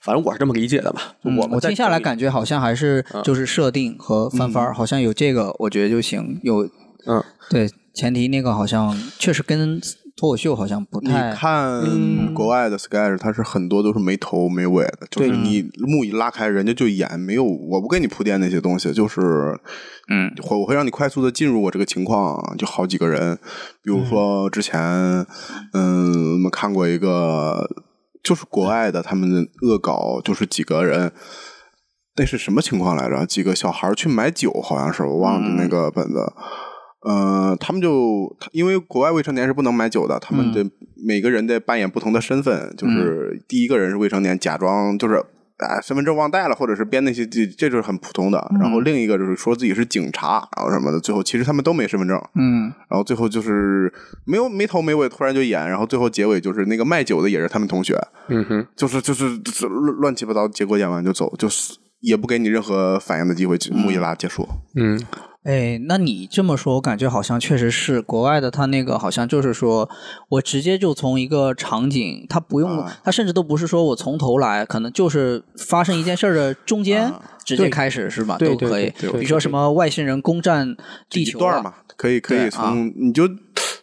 Speaker 3: 反正我是这么理解的吧。就
Speaker 2: 嗯我
Speaker 3: 我们
Speaker 2: 听下来感觉好像还是就是设定和翻番儿，好像有这个我觉得就行，有
Speaker 3: 嗯，
Speaker 2: 对前提那个好像确实跟脱口秀好像不
Speaker 1: 你
Speaker 2: 太嗯
Speaker 1: 看国外的 sketch，它是很多都是没头没尾的，就是你幕一拉开，人家就演，没有我不给你铺垫那些东西，就是
Speaker 2: 嗯
Speaker 1: 我我会让你快速的进入我这个情况，就好几个人，比如说之前，嗯，我们看过一个就是国外的，他们恶搞就是几个人。那是什么情况来着？几个小孩儿去买酒，好像是我忘了那个本子。呃，他们就他因为国外未成年是不能买酒的，他
Speaker 5: 嗯
Speaker 1: 们的每个人得扮演不同的身份，就是第一个人是未成年，假装就是啊身份证忘带了，或者是编那些这这就是很普通的。然
Speaker 5: 嗯
Speaker 1: 后另一个就是说自己是警察，然后什么的，最后其实他们都没身份证，
Speaker 2: 嗯，
Speaker 1: 然后最后就是没有没头没尾，突然就演，然后最后结尾就是那个卖酒的也是他们同学，
Speaker 5: 嗯哼，
Speaker 1: 就是就是就是乱乱七八糟，结果演完就走，就是也不给你任何反应的机会，就木一拉结束。
Speaker 5: 嗯，
Speaker 2: 哎，那你这么说，我感觉好像确实是国外的，他那个好像就是说我直接就从一个场景，他不用，
Speaker 1: 啊
Speaker 2: 他甚至都不是说我从头来，可能就是发生一件事儿的中间、直接开始是吧？
Speaker 5: 对
Speaker 2: 都
Speaker 5: 对
Speaker 2: 可以，
Speaker 5: 对对
Speaker 2: 比如说什么外星人攻占地
Speaker 1: 一
Speaker 2: 球
Speaker 1: 段
Speaker 2: 啊
Speaker 1: 儿嘛，可以可以
Speaker 2: 对啊
Speaker 1: 从、你就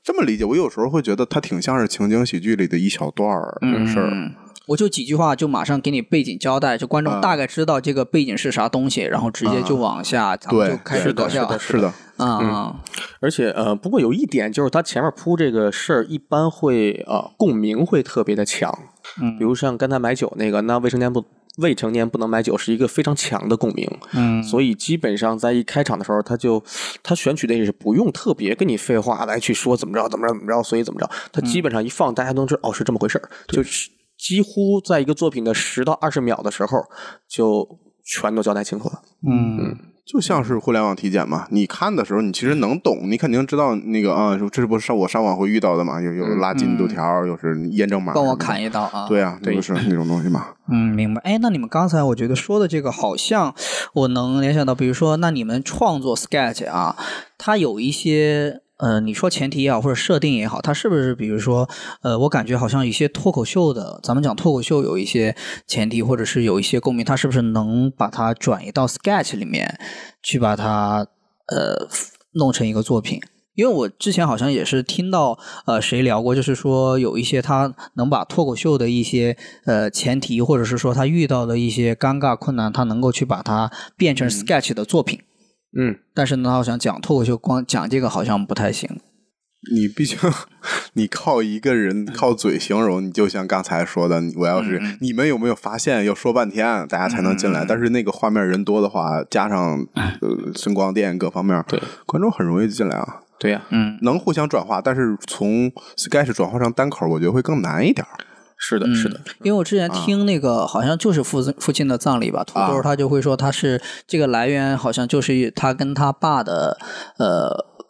Speaker 1: 这么理解。我有时候会觉得它挺像是情景喜剧里的一小段儿事儿。
Speaker 2: 嗯我就几句话就马上给你背景交代，就观众
Speaker 1: 啊
Speaker 2: 大概知道这个背景是啥东西，然后直接就往下，咱们
Speaker 1: 对
Speaker 2: 就开始
Speaker 1: 是
Speaker 2: 搞
Speaker 1: 的
Speaker 2: 笑
Speaker 1: 是的是的，
Speaker 2: 啊啊！
Speaker 3: 而且呃，不过有一点就是他前面铺这个事儿，一般会呃共鸣会特别的强。
Speaker 2: 嗯
Speaker 3: 比如像刚才买酒那个，那未成年不未成年不能买酒是一个非常强的共鸣。
Speaker 2: 嗯
Speaker 3: 所以基本上在一开场的时候，他就他选取的也是不用特别跟你废话来去说怎么着怎么着怎么着，所以怎么着，他基本上一放，大家都知道哦是这么回事儿，就是几乎在一个作品的十到二十秒的时候就。全都交代清楚了，
Speaker 2: 嗯
Speaker 1: 就像是互联网体检嘛，你看的时候，你其实能懂，你肯定知道那个啊，这是不是上我上网会遇到的嘛？有有拉进度条，有是验证码，
Speaker 2: 嗯帮我砍。一刀啊！
Speaker 1: 对啊，那
Speaker 3: 对
Speaker 1: 就是那种东西嘛。
Speaker 2: 嗯，明白。哎，那你们刚才我觉得说的这个，好像我能联想到，比如说，那你们创作 sketch 啊，它有一些呃，你说前提也好，或者设定也好，它是不是比如说，呃，我感觉好像有一些脱口秀的，咱们讲脱口秀有一些前提，或者是有一些共鸣，它是不是能把它转移到 sketch 里面去，把它呃弄成一个作品？因为我之前好像也是听到呃谁聊过，就是说有一些他能把脱口秀的一些呃前提，或者是说他遇到的一些尴尬困难，他能够去把它变
Speaker 1: 嗯
Speaker 2: 成 sketch 的作品。
Speaker 3: 嗯，
Speaker 2: 但是呢，他好像讲脱口秀光讲这个好像不太行。
Speaker 1: 你毕竟，你靠一个人靠嘴形容，你就像刚才说的，你我要是、你们有没有发现，要说半天大家才能进来，但是那个画面人多的话，加上呃声光电各方面，
Speaker 3: 对，
Speaker 1: 观众很容易进来啊，
Speaker 3: 对呀、
Speaker 2: 嗯
Speaker 1: 能互相转化，但是从 sketch 转化成单口，我觉得会更难一点儿。
Speaker 3: 是的，
Speaker 2: 嗯
Speaker 3: 是的，
Speaker 2: 因为我之前听那个、好像就是父父亲的葬礼吧，土豆
Speaker 1: 啊
Speaker 2: 他就会说他是这个来源好像就是他跟他爸的呃，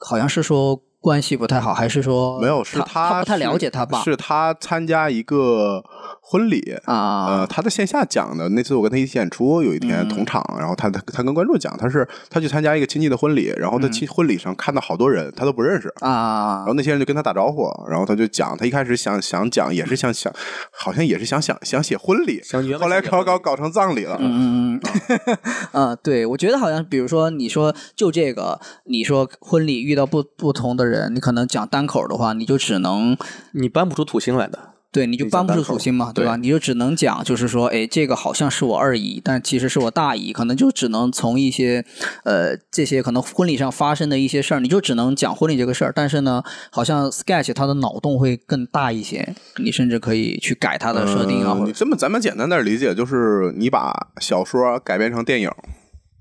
Speaker 2: 好像是说关系不太好，还是说
Speaker 1: 没有，是
Speaker 2: 他不太
Speaker 1: 是
Speaker 2: 了解他爸
Speaker 1: 是他参加一个婚礼。
Speaker 2: 啊。嗯
Speaker 1: 呃，他在线下讲的那次，我跟他一起演出，有一天同场，然后他他他跟观众讲，他是他去参加一个亲戚的婚礼，然后
Speaker 2: 嗯
Speaker 1: 他亲婚礼上看到好多人，他都不认识，
Speaker 2: 啊
Speaker 1: 然后，那些人就跟他打招呼，然后他就讲，他一开始想想讲，也是想想，好像也是想想想写婚礼，
Speaker 3: 想原
Speaker 1: 后
Speaker 3: 本
Speaker 1: 来
Speaker 3: 想写婚
Speaker 1: 搞
Speaker 3: 礼
Speaker 1: 搞搞成葬礼了，
Speaker 2: 嗯嗯嗯， [LAUGHS] 啊，对，我觉得好像，比如说你说就这个，你说婚礼遇到不不同的人，你可能讲单口的话，你就只能
Speaker 3: 你搬不出土星来的。
Speaker 2: 对，你就
Speaker 3: 你
Speaker 2: 搬不
Speaker 3: 讲单
Speaker 2: 出
Speaker 3: 口
Speaker 2: 土星嘛，对
Speaker 3: 对
Speaker 2: 吧？你就只能讲，就是说，哎，这个好像是我二姨，但其实是我大姨，可能就只能从一些呃这些可能婚礼上发生的一些事儿，你就只能讲婚礼这个事儿。但是呢，好像 sketch 它的脑洞会更大一些，你甚至可以去改它的设定啊，
Speaker 1: 嗯
Speaker 2: 或
Speaker 1: 你
Speaker 2: 者
Speaker 1: 这么咱们简单点理解，就是你把小说改编成电影，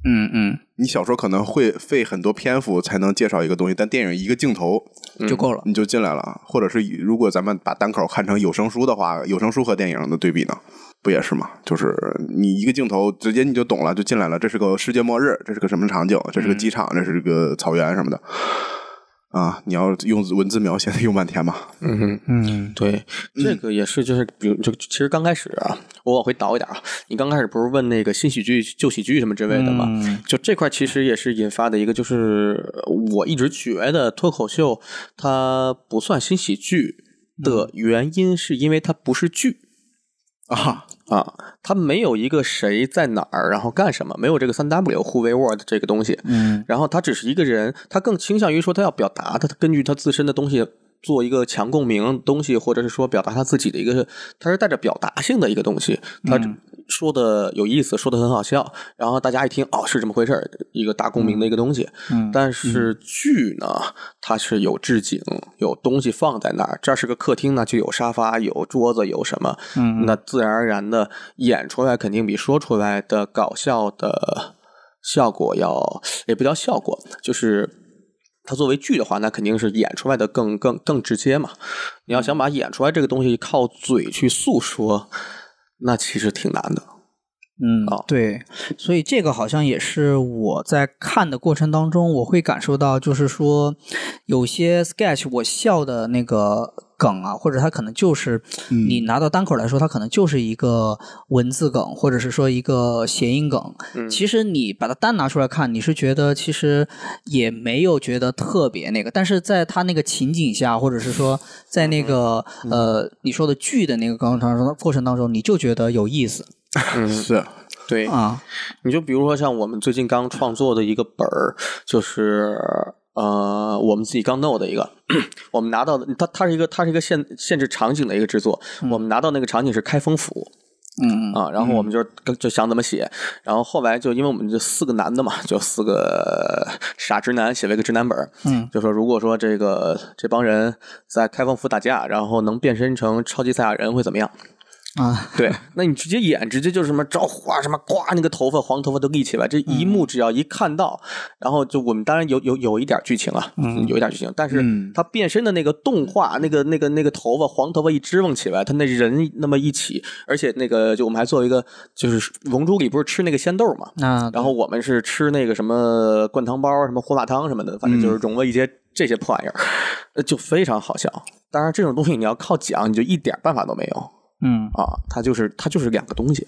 Speaker 2: 嗯嗯
Speaker 1: 你小说可能会费很多篇幅才能介绍一个东西，但电影一个镜头
Speaker 2: 就够了。
Speaker 1: 你就进来了。啊或者是以如果咱们把单口看成有声书的话，有声书和电影的对比呢，不也是吗？就是你一个镜头直接你就懂了，就进来了。这是个世界末日，这是个什么场景？这是个机场，这是个草原什么的。啊，你要用文字描写得用半天嘛？
Speaker 3: 嗯哼，嗯，对，这个也是，就是比如就其实刚开始啊，我往回倒一点啊，你刚开始不是问那个新喜剧、旧喜剧什么之类的吗？就这块其实也是引发的一个，就是呃我一直觉得脱口秀它不算新喜剧的原因，是因为它不是剧。
Speaker 1: 啊，
Speaker 3: 啊，它没有一个谁在哪儿，然后干什么，没有这个三 W Who w e Word 这个东西。嗯，然后他只是一个人，他更倾向于说他要表达的，他根据他自身的东西做一个强共鸣的东西，或者是说表达他自己的一个，他是带着表达性的一个东西。
Speaker 2: 嗯
Speaker 3: 他说的有意思，说的很好笑，然后大家一听哦是这么回事儿，一个大共鸣的一个东西。
Speaker 2: 嗯
Speaker 3: 但是剧呢，它是有置景，有东西放在那儿。这是个客厅呢，就有沙发，有桌子，有什么？
Speaker 2: 嗯
Speaker 3: 那自然而然的演出来肯定比说出来的搞笑的效果要，也不叫效果，就是它作为剧的话，那肯定是演出来的更更更直接嘛。你要
Speaker 2: 嗯
Speaker 3: 想把演出来这个东西靠嘴去诉说，那其实挺难的。
Speaker 2: 嗯
Speaker 3: 哦，
Speaker 2: 对，所以这个好像也是我在看的过程当中，我会感受到，就是说有些 sketch 我笑的那个梗啊，或者它可能就是、你拿到单口来说，它可能就是一个文字梗，或者是说一个谐音梗。其实你把它单拿出来看，你是觉得其实也没有觉得特别那个，但是在它那个情景下，或者是说在那个、呃你说的剧的那个过程当中过程当中，你就觉得有意思
Speaker 1: 是
Speaker 3: 对，
Speaker 2: 啊。
Speaker 3: 你就比如说像我们最近刚创作的一个本儿，就是呃，我们自己刚弄的一个，我们拿到的，它它是一个它是一个限限制场景的一个制作，我们拿到那个场景是开封府
Speaker 2: 嗯
Speaker 3: 啊，然后我们就就想怎么写，然后后来就因为我们这四个男的嘛，就四个傻直男写了一个直男本儿，
Speaker 2: 嗯
Speaker 3: 就说如果说这个这帮人在开封府打架，然后能变身成超级赛亚人会怎么样？
Speaker 2: 啊，
Speaker 3: [LAUGHS] 对，那你直接演，直接就是什么着火啊，什么呱，那个头发黄头发都立起来，这一幕只要一看到，然后就我们当然有有有一点剧情啊，有一点剧情，但是
Speaker 1: 嗯
Speaker 3: 他变身的那个动画，那个那个那个头发黄头发一支棱起来，他那人那么一起，而且那个就我们还做一个，就是龙珠里不是吃那个仙豆嘛，
Speaker 2: 那
Speaker 3: 然后我们是吃那个什么灌汤包、什么胡辣汤什么的，反正就是融了一些这些破玩意儿，呃就非常好笑。当然，这种东西你要靠讲，你就一点办法都没有。
Speaker 2: 嗯
Speaker 3: 啊，它就是它就是两个东西。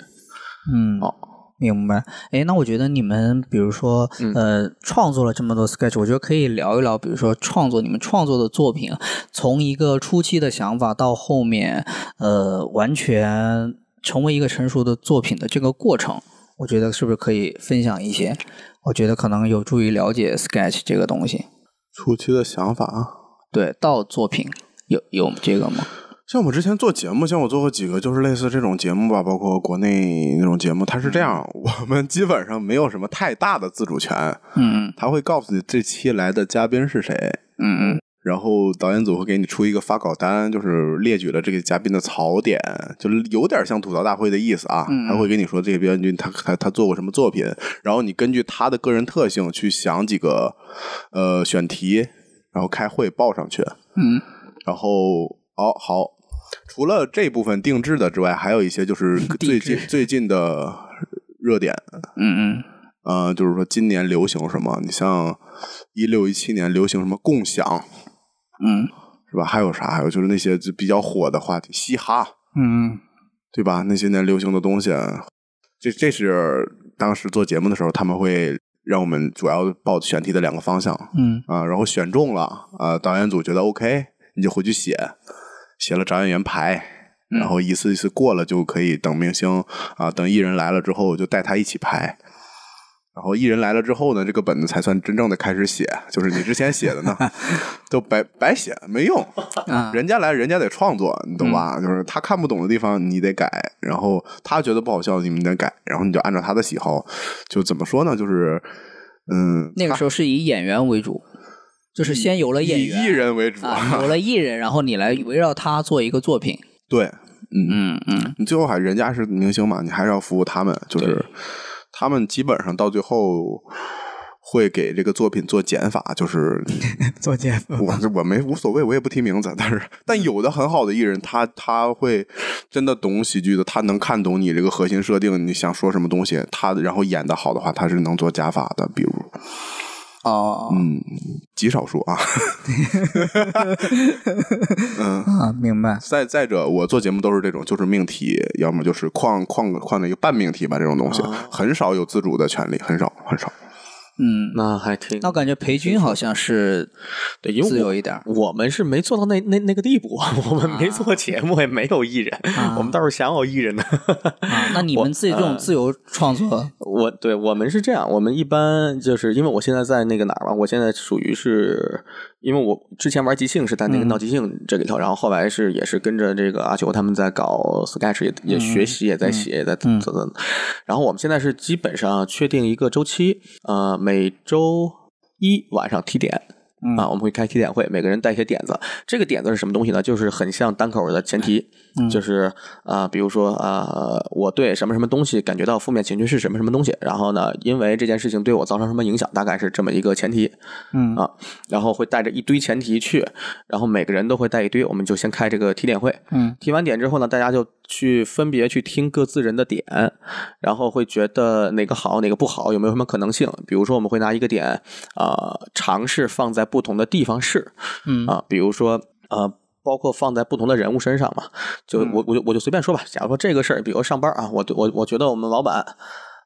Speaker 2: 嗯
Speaker 3: 哦
Speaker 2: 明白。哎，那我觉得你们比如说
Speaker 3: 嗯
Speaker 2: 呃，创作了这么多 sketch，我觉得可以聊一聊，比如说创作你们创作的作品，从一个初期的想法到后面呃，完全成为一个成熟的作品的这个过程，我觉得是不是可以分享一些？我觉得可能有助于了解 sketch 这个东西。
Speaker 1: 初期的想法啊。
Speaker 2: 对，到作品有有这个吗？
Speaker 1: 像我之前做节目，像我做过几个，就是类似这种节目吧，包括国内那种节目，它是这样， [LAUGHS] 我们基本上没有什么太大的自主权，
Speaker 2: 嗯
Speaker 1: 他会告诉你这期来的嘉宾是谁，
Speaker 2: 嗯嗯
Speaker 1: 然后导演组会给你出一个发稿单，就是列举了这个嘉宾的槽点，就是有点像吐槽大会的意思啊。
Speaker 2: 嗯
Speaker 1: 他会跟你说这个编剧他他他做过什么作品，然后你根据他的个人特性去想几个呃选题，然后开会报上去。
Speaker 2: 嗯
Speaker 1: 然后哦好，除了这部分定制的之外，还有一些
Speaker 2: [LAUGHS]
Speaker 1: 就是最近最近的热点，
Speaker 2: 嗯嗯
Speaker 1: 呃，就是说今年流行什么？你像一六一七年流行什么共享
Speaker 2: 嗯
Speaker 1: 是吧？还有啥？还有就是那些就比较火的话题，嘻哈
Speaker 2: 嗯
Speaker 1: 对吧？那些年流行的东西，啊这这是当时做节目的时候他们会让我们主要报选题的两个方向。
Speaker 2: 嗯
Speaker 1: 啊，然后选中了啊，导演组觉得 OK，你就回去写，写了找演员排，然后一次一次过了就可以等明星啊，等艺人来了之后就带他一起排。然后艺人来了之后呢，这个本子才算真正的开始写，就是你之前写的呢，都白白写没用。
Speaker 2: 啊
Speaker 1: 人家来，人家得创作，你
Speaker 2: 嗯
Speaker 1: 懂吧？就是他看不懂的地方你得改，然后他觉得不好笑你们得改，然后你就按照他的喜好，就怎么说呢？就是嗯，
Speaker 2: 那个时候是以演员为主，就是先有了
Speaker 1: 以
Speaker 2: 演员，
Speaker 1: 艺人为主
Speaker 2: 啊，有了艺人，然后你来围绕他做一个作品。
Speaker 1: 对，嗯，
Speaker 2: 嗯嗯
Speaker 1: 你最后还人家是明星嘛，你还是要服务他们，就是
Speaker 3: 对
Speaker 1: 他们基本上到最后。会给这个作品做减法，就是
Speaker 2: 做减法
Speaker 1: [LAUGHS] 我我没无所谓，我也不提名字，但是但有的很好的艺人，他他会真的懂喜剧的，他能看懂你这个核心设定，你想说什么东西，他然后演的好的话，他是能做加法的，比如
Speaker 2: 哦
Speaker 1: 嗯，极少数啊， [LAUGHS] 嗯，
Speaker 2: 啊，明白。
Speaker 1: 再再者，我做节目都是这种，就是命题，要么就是框框框的一个半命题吧，这种东西、很少有自主的权利，很少很少。
Speaker 2: 嗯，
Speaker 3: 那还挺
Speaker 2: 那我感觉裴军好像是
Speaker 3: 对，因
Speaker 2: 自
Speaker 3: 为
Speaker 2: 由
Speaker 3: 我
Speaker 2: 一点儿
Speaker 3: 我们是没做到那那那个地步， [LAUGHS] 我们没做节目，也没有艺人，我们倒是想有艺人呢。
Speaker 2: 啊。那你们自己这种自由创作，
Speaker 3: 我对我们是这样，我们一般就是因为我现在在那个哪儿嘛，我现在属于是因为我之前玩即兴是在那个闹即兴这里头，然后后来是也是跟着这个阿球他们在搞 Sketch，也也学习，也在写，也在等等等。然后我们现在是基本上确定一个周期，呃，每周一晚上提点。啊，我们会开提点会，每个人带一些点子。这个点子是什么东西呢？就是很像单口的前提，就是啊、比如说啊、我对什么什么东西感觉到负面情绪是什么什么东西，然后呢，因为这件事情对我造成什么影响，大概是这么一个前提。
Speaker 2: 嗯
Speaker 3: 啊，然后会带着一堆前提去，然后每个人都会带一堆，我们就先开这个提点会。
Speaker 2: 嗯
Speaker 3: 提完点之后呢，大家就去分别去听各自人的点，然后会觉得哪个好，哪个不好，有没有什么可能性？比如说，我们会拿一个点啊、呃尝试放在不同的地方试，
Speaker 2: 嗯
Speaker 3: 啊，比如说呃，包括放在不同的人物身上嘛，就
Speaker 2: 嗯
Speaker 3: 我我就我就随便说吧。假如说这个事儿，比如上班啊，我对我我觉得我们老板，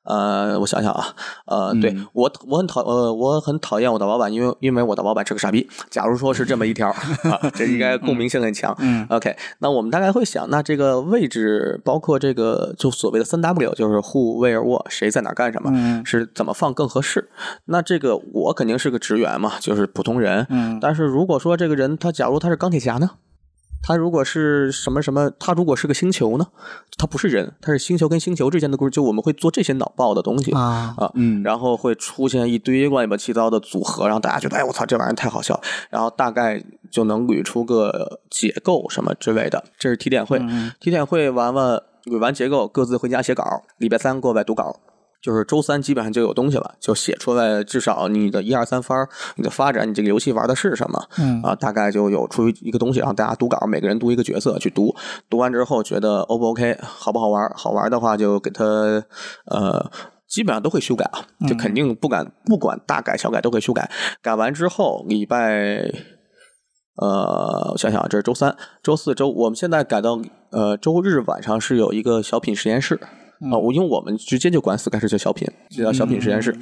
Speaker 3: 呃，我想想啊，呃，对
Speaker 2: 嗯
Speaker 3: 我我很讨呃我很讨厌我的老板，因为因为我的老板是个傻逼。假如说是这么一
Speaker 2: [LAUGHS]
Speaker 3: 条，啊、这应该共鸣性很强。
Speaker 2: 嗯
Speaker 3: OK，那我们大概会想，那这个位置包括这个就所谓的三 W，就是 Who、Where、What，谁在哪儿干什么，
Speaker 2: 嗯
Speaker 3: 是怎么放更合适？那这个我肯定是个职员嘛，就是普通人。
Speaker 2: 嗯
Speaker 3: 但是如果说这个人他假如他是钢铁侠呢？他如果是什么什么，他如果是个星球呢？他不是人，他是星球跟星球之间的故事，就我们会做这些脑爆的东西
Speaker 2: 啊，
Speaker 3: 啊
Speaker 1: 嗯
Speaker 3: 然后会出现一堆乱七八糟的组合，然后大家觉得哎我操这玩意儿太好笑，然后大概就能捋出个结构什么之类的。这是提点会，提点会完了捋完结构，各自回家写稿，礼拜三过来读稿。就是周三基本上就有东西了，就写出来，至少你的一二三番儿，你的发展，你这个游戏玩的是什么，
Speaker 2: 嗯
Speaker 3: 啊，大概就有出一个东西，然后大家读稿，每个人读一个角色去读，读完之后觉得 O 不 OK，好不好玩儿？好玩儿的话就给他呃。基本上都会修改啊，就肯定不敢不管大改小改都会修改。改完之后，礼拜呃，我想想啊，这是周三、周四周，我们现在改到呃周日晚上是有一个小品实验室啊，我、因为我们直接就管 Sky 是叫小品，就叫小品实验室。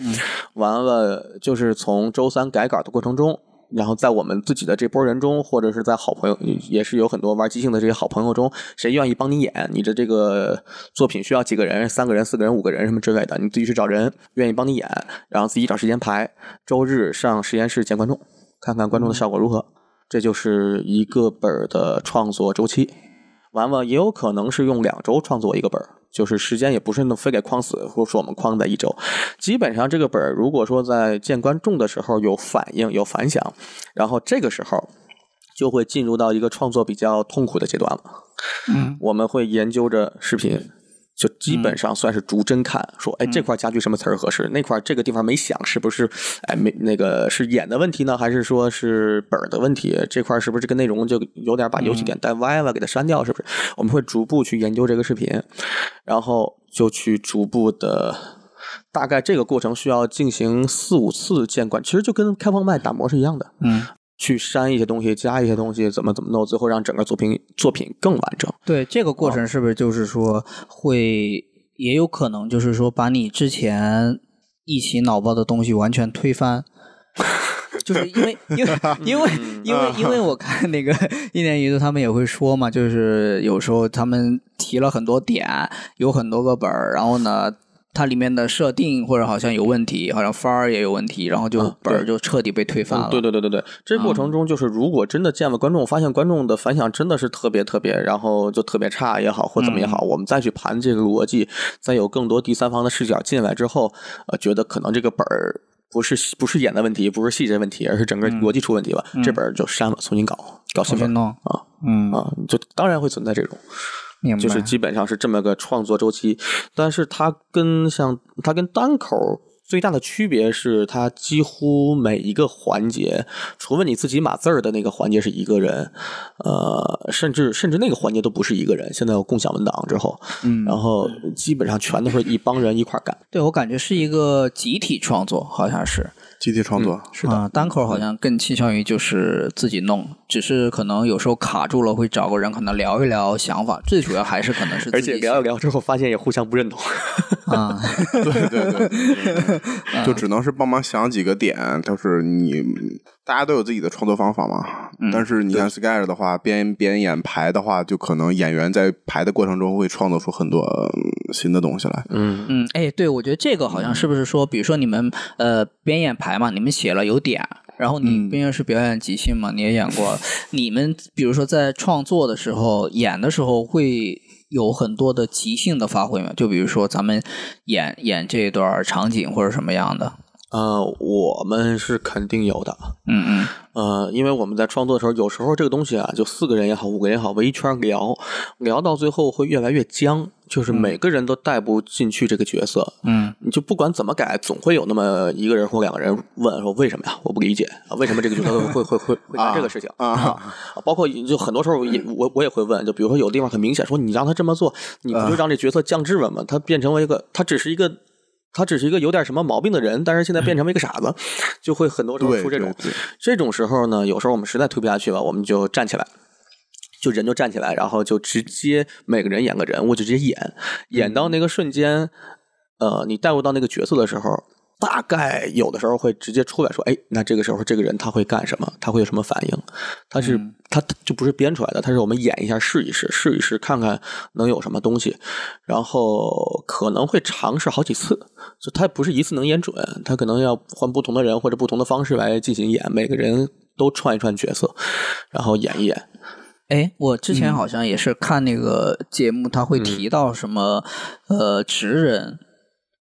Speaker 3: 完了，就是从周三改稿的过程中。然后在我们自己的这波人中，或者是在好朋友，也是有很多玩即兴的这些好朋友中，谁愿意帮你演？你的这个作品需要几个人？三个人、四个人、五个人什么之类的，你自己去找人愿意帮你演，然后自己找时间排。周日上实验室见观众，看看观众的效果如何。这就是一个本儿的创作周期。完了，也有可能是用两周创作一个本儿，就是时间也不是那么非给框死，或者说我们框在一周。基本上这个本儿，如果说在见观众的时候有反应、有反响，然后这个时候就会进入到一个创作比较痛苦的阶段了。
Speaker 2: 嗯，
Speaker 3: 我们会研究着视频。就基本上算是逐帧看，说哎这块加句什么词儿合适，那块这个地方没想，是不是哎没那个是演的问题呢，还是说是本儿的问题？这块是不是这个内容就有点把游戏点带歪了，给它删掉，是不是？我们会逐步去研究这个视频，然后就去逐步的，大概这个过程需要进行四五次监管，其实就跟开放麦打磨是一样的，
Speaker 2: 嗯，
Speaker 3: 去删一些东西，加一些东西，怎么怎么弄，最后让整个作品作品更完整。
Speaker 2: 对，这个
Speaker 3: 啊
Speaker 2: 过程是不是就是说会也有可能就是说把你之前一起脑爆的东西完全推翻？ [LAUGHS] 就是因为因
Speaker 3: [LAUGHS]
Speaker 2: 为因为
Speaker 3: 嗯
Speaker 2: 因为因为我看那个一年一度他们也会说嘛，就是有时候他们提了很多点，有很多个本儿，然后呢。它里面的设定或者好像有问题，好像番儿也有问题，然后就
Speaker 3: 嗯
Speaker 2: 本儿
Speaker 3: 对
Speaker 2: 就彻底被推翻了。
Speaker 3: 嗯对对对对对，这过程中就是，如果真的见了观众，发现观众的反响真的是特别特别，然后就特别差也好，或怎么也好，我们再去盘这个逻辑，再有更多第三方的视角进来之后，呃，觉得可能这个本儿。不是不是演的问题，不是细节问题，而是整个逻辑出问题了。这本儿就删了，嗯重新搞，搞
Speaker 2: 重
Speaker 3: 新本
Speaker 2: 新
Speaker 3: 儿
Speaker 2: 弄
Speaker 3: 啊
Speaker 2: 嗯，
Speaker 3: 啊，就当然会存在这种。
Speaker 2: 明白。
Speaker 3: 就是基本上是这么个创作周期。但是它跟像它跟单口最大的区别是，它几乎每一个环节，除了你自己码字儿的那个环节是一个人，呃，甚至甚至那个环节都不是一个人。现在有共享文档之后，嗯，然后基本上全都是一帮人一块儿干。
Speaker 2: 对我感觉是一个集体创作，好像是。
Speaker 1: 集体创作，
Speaker 3: 是
Speaker 2: 啊，单口好像更倾向于就是自己弄，只是可能有时候卡住了，会找个人可能聊一聊想法，最主要还是可能是
Speaker 3: 而
Speaker 2: 自己
Speaker 3: 且聊一聊之后，发现也互相
Speaker 2: [LAUGHS]
Speaker 3: 不认同。
Speaker 2: 啊，
Speaker 3: [LAUGHS]
Speaker 1: 对对对对对，就只能是帮忙想几个点，就是你大家都有自己的创作方法嘛。
Speaker 3: 嗯
Speaker 1: 但是你看 Sky 的话，边边演排的话，就可能演员在排的过程中会创作出很多、嗯新的东西来。
Speaker 3: 嗯，
Speaker 2: 嗯，哎，对，我觉得这个好像是不是说，比如说你们呃编演排嘛，你们写了有点，然后你毕竟是表演即兴嘛，你也演过，你们比如说在创作的时候，演的时候会有很多的即兴的发挥嘛，就比如说咱们演演这一段场景或者什么样的，
Speaker 3: 呃，我们是肯定有的。
Speaker 2: 嗯嗯
Speaker 3: 呃，因为我们在创作的时候，有时候这个东西啊，就四个人也好，五个人也好，围一圈聊，聊到最后会越来越僵，就是每
Speaker 1: 嗯
Speaker 3: 个人都带不进去这个角色。
Speaker 2: 嗯，
Speaker 3: 你就不管怎么改，总会有那么一个人或两个人问说为什么呀？我不理解啊，为什么这个角色会会会会会干这个事情
Speaker 1: 啊？
Speaker 3: 啊包括就很多时候也我我也会问，就比如说有地方很明显说你让他这么做，你
Speaker 1: 啊
Speaker 3: 不就让这角色降智了吗？他变成为一个，他只是一个。他只是一个有点什么毛病的人，但是现在变成了一个傻子，就会很多时候
Speaker 1: 对
Speaker 3: 出这种啊
Speaker 1: 对对
Speaker 3: 这种时候呢，有时候我们实在推不下去了，我们就站起来，就人就站起来，然后就直接每个人演个人物，就直接演，演到那个瞬间，呃，你带入到那个角色的时候。大概有的时候会直接出来说，哎，那这个时候这个人他会干什么？他会有什么反应？他是、他他就不是编出来的，他是我们演一下试一试，试一试看看能有什么东西，然后可能会尝试好几次，就他不是一次能演准，他可能要换不同的人或者不同的方式来进行演，每个人都串一串角色，然后演一演。
Speaker 2: 哎，我之
Speaker 3: 嗯
Speaker 2: 前好像也是看那个节目，他会提到什么、呃，直人、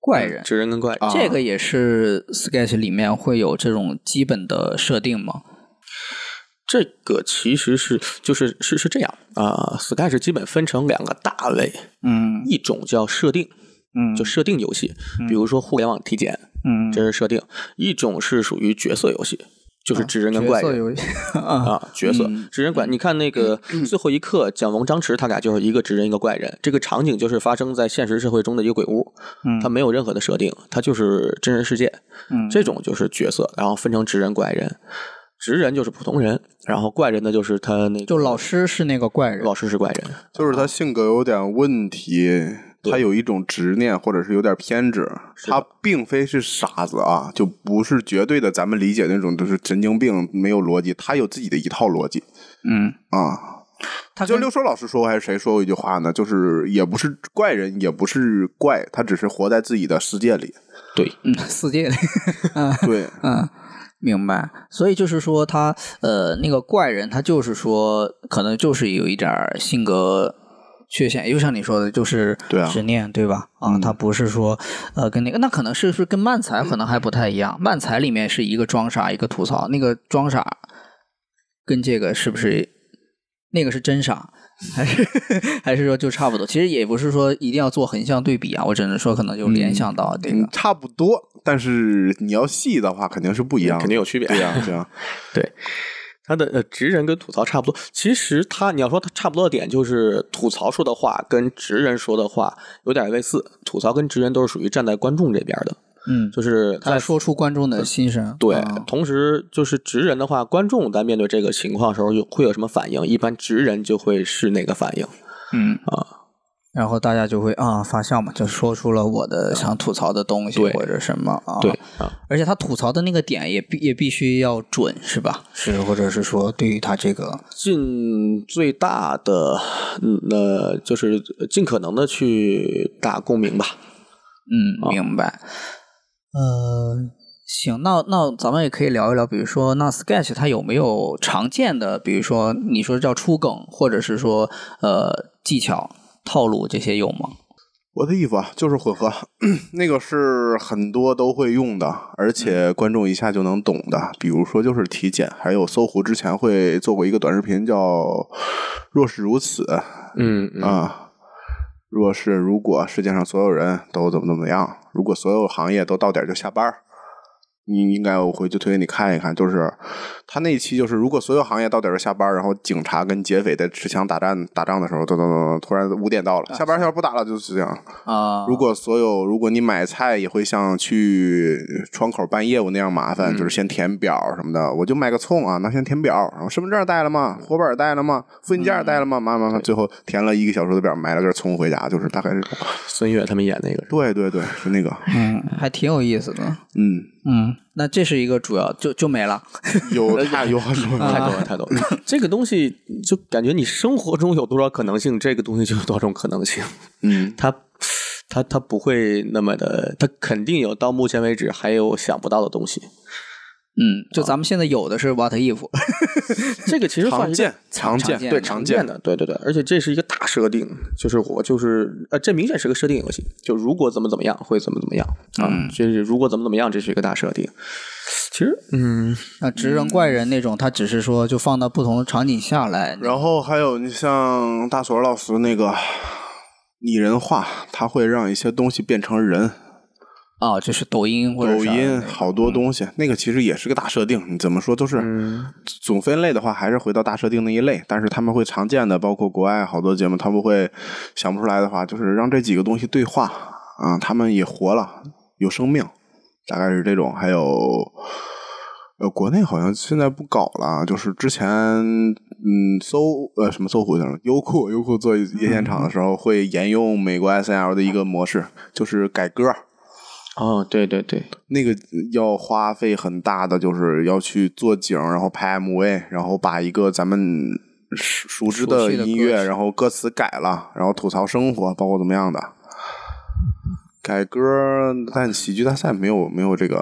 Speaker 2: 怪人，
Speaker 3: 嗯
Speaker 2: 啊
Speaker 3: 纸人跟怪人，
Speaker 2: 这个也是 Sketch 里面会有这种基本的设定吗？
Speaker 3: 这个其实是就是是是这样啊、s k y 是基本分成两个大类，
Speaker 2: 嗯
Speaker 3: 一种叫设定，
Speaker 2: 嗯
Speaker 3: 就设定游戏，比如说互联网体检，
Speaker 2: 嗯
Speaker 3: 这是设定；一种是属于角色游戏，就是纸人跟怪人。
Speaker 2: 游戏
Speaker 3: 啊，角色
Speaker 2: 嗯
Speaker 3: 纸人怪，你看那个最后一刻，蒋龙、张弛他俩就是一个纸人一个怪人，这个场景就是发生在现实社会中的一个鬼屋，
Speaker 2: 嗯
Speaker 3: 它没有任何的设定，它就是真人世界，这种就是角色，然后分成纸人、怪人，纸人就是普通人，然后怪人呢就是他那
Speaker 2: [LAUGHS]
Speaker 3: 个
Speaker 2: 就老师是那个怪人，
Speaker 3: 老师是怪人，
Speaker 1: 就是他性格有点问题，他有一种执念，或者是有点偏执。他并非是傻子啊，就不是绝对的咱们理解那种就是神经病没有逻辑，他有自己的一套逻辑
Speaker 2: 嗯，
Speaker 1: 啊。
Speaker 2: 他
Speaker 1: 就
Speaker 2: 跟
Speaker 1: 六叔老师说过还是谁说过一句话呢？就是也不是怪人，也不是怪，他只是活在自己的世界里。
Speaker 3: 对，
Speaker 2: 嗯世界里，
Speaker 1: [LAUGHS] 对，
Speaker 2: 嗯，明白。所以就是说他呃那个怪人，他就是说可能就是有一点儿性格。缺陷，又像你说的，就是
Speaker 1: 对啊嗯
Speaker 2: 执念，对吧？啊，他不是说，呃，跟那个，那可能是不是跟漫才可能还不太一样？漫才里面是一个装傻，一个吐槽，那个装傻跟这个是不是那个是真傻， [LAUGHS] 还是还是说就差不多？其实也不是说一定要做横向对比啊，我只能说可能就联想到这个
Speaker 1: 嗯，，差不多。但是你要细的话，肯定是不一样的，
Speaker 3: 肯定有区别。
Speaker 1: 对呀、 [LAUGHS] 对呀、
Speaker 3: 对，他的呃直人跟吐槽差不多。其实他你要说他差不多的点，就是吐槽说的话跟直人说的话有点类似。吐槽跟直人都是属于站在观众这边的，
Speaker 2: 嗯，
Speaker 3: 就是
Speaker 2: 他
Speaker 3: 在
Speaker 2: 说出观众
Speaker 1: 呃
Speaker 2: 的心声，
Speaker 3: 对，
Speaker 2: 啊
Speaker 3: 同时就是直人的话，观众在面对这个情况的时候有会有什么反应？一般直人就会是那个反应。
Speaker 2: 嗯啊，然后大家就会啊发笑嘛，就说出了我的想吐槽的东西
Speaker 3: 对
Speaker 2: 或者什么啊，
Speaker 3: 对，啊，
Speaker 2: 而且他吐槽的那个点也必也必须要准是吧？是，或者是说对于他这个，
Speaker 3: 尽最大的，嗯，呃，就是尽可能的去打共鸣吧。
Speaker 2: 嗯，明白，呃。行，那那咱们也可以聊一聊，比如说那 Sketch 它有没有常见的，比如说你说叫出梗，或者是说呃技巧、套路这些有吗？
Speaker 1: 我的衣服啊，就是混合， [CLEARS THROAT] 那个是很多都会用的，而且观众一下就能懂的。比如说就是体检，还有搜狐之前会做过一个短视频叫《若是如此》
Speaker 3: 嗯嗯
Speaker 1: 啊，若是如果世界上所有人都怎么怎么样，如果所有行业都到点儿就下班儿你应该我回去推荐你看一看，就是他那一期就是，如果所有行业到点儿就下班儿然后警察跟劫匪在持枪打战打仗的时候，咚咚咚咚，突然五点到
Speaker 3: 啊
Speaker 1: 了，下班儿下班儿不打了，就是这样。
Speaker 2: 啊、
Speaker 1: 如果所有，如果你买菜也会像去窗口办业务那样麻烦，就是先填表什么的。我就买个葱啊，那先填表，然后身份证带了吗？活本带了吗？复印件带了吗？麻烦麻烦，最后填了一个小时的表，买了根葱回家，就是大概是这种。
Speaker 3: 孙悦他们演那个，
Speaker 1: 对对对，是那个，
Speaker 2: 嗯，还挺有意思的。
Speaker 1: 嗯，
Speaker 2: 嗯，那这是一个主要，就就没了。
Speaker 1: 有太有很多
Speaker 3: 太
Speaker 1: 了。
Speaker 3: 多了，太多了。这个东西就感觉你生活中有多少可能性，这个东西就有多少种可能性。 [LAUGHS]
Speaker 1: 嗯，
Speaker 3: 它，它，它不会那么的，它肯定有到目前为止还有想不到的东西。
Speaker 2: 嗯，就咱们现在有的是 what if，
Speaker 3: 这个其实算
Speaker 1: 常
Speaker 3: 是一个
Speaker 1: 见，常
Speaker 2: 常
Speaker 1: 见，
Speaker 2: 见
Speaker 1: 对，
Speaker 2: 的
Speaker 1: 常
Speaker 3: 常
Speaker 1: 见
Speaker 3: 见。的，对对对，而且这是一个大设定，就是我就是呃，这明显是个设定游戏，就如果怎么怎么样会怎么怎么样啊，这、是如果怎么怎么样，这是一个大设定。其实，嗯，
Speaker 2: 那直人怪人那种，他只是说就放到不同的场景下来，
Speaker 1: 然后还有你像大锁老师那个拟人化，它会让一些东西变成人。
Speaker 2: 啊，就是抖音或者
Speaker 1: 抖
Speaker 2: 啥的嗯
Speaker 1: 音好多东西，那个其实也是个大设定，你怎么说都是。总分类的话，还是回到大设定那一类，但是他们会常见的，包括国外好多节目，他们会想不出来的话，就是让这几个东西对话啊，他们也活了，有生命，大概是这种。还有，呃，国内好像现在不搞了，就是之前嗯，搜呃什么搜狐那种，优酷优酷做夜现场的时候，会沿用美国 S N L 的一个模式，就是改歌。
Speaker 3: 哦，对对对，
Speaker 1: 那个要花费很大的，就是要去做景，然后拍 MV，然后把一个咱们熟熟知
Speaker 2: 熟
Speaker 1: 的
Speaker 2: 悉的
Speaker 1: 音
Speaker 2: 歌
Speaker 1: 乐，
Speaker 2: 曲
Speaker 1: 然后歌词改了，然后吐槽生活，包括怎么样的改歌，但喜剧大赛没有没有这个。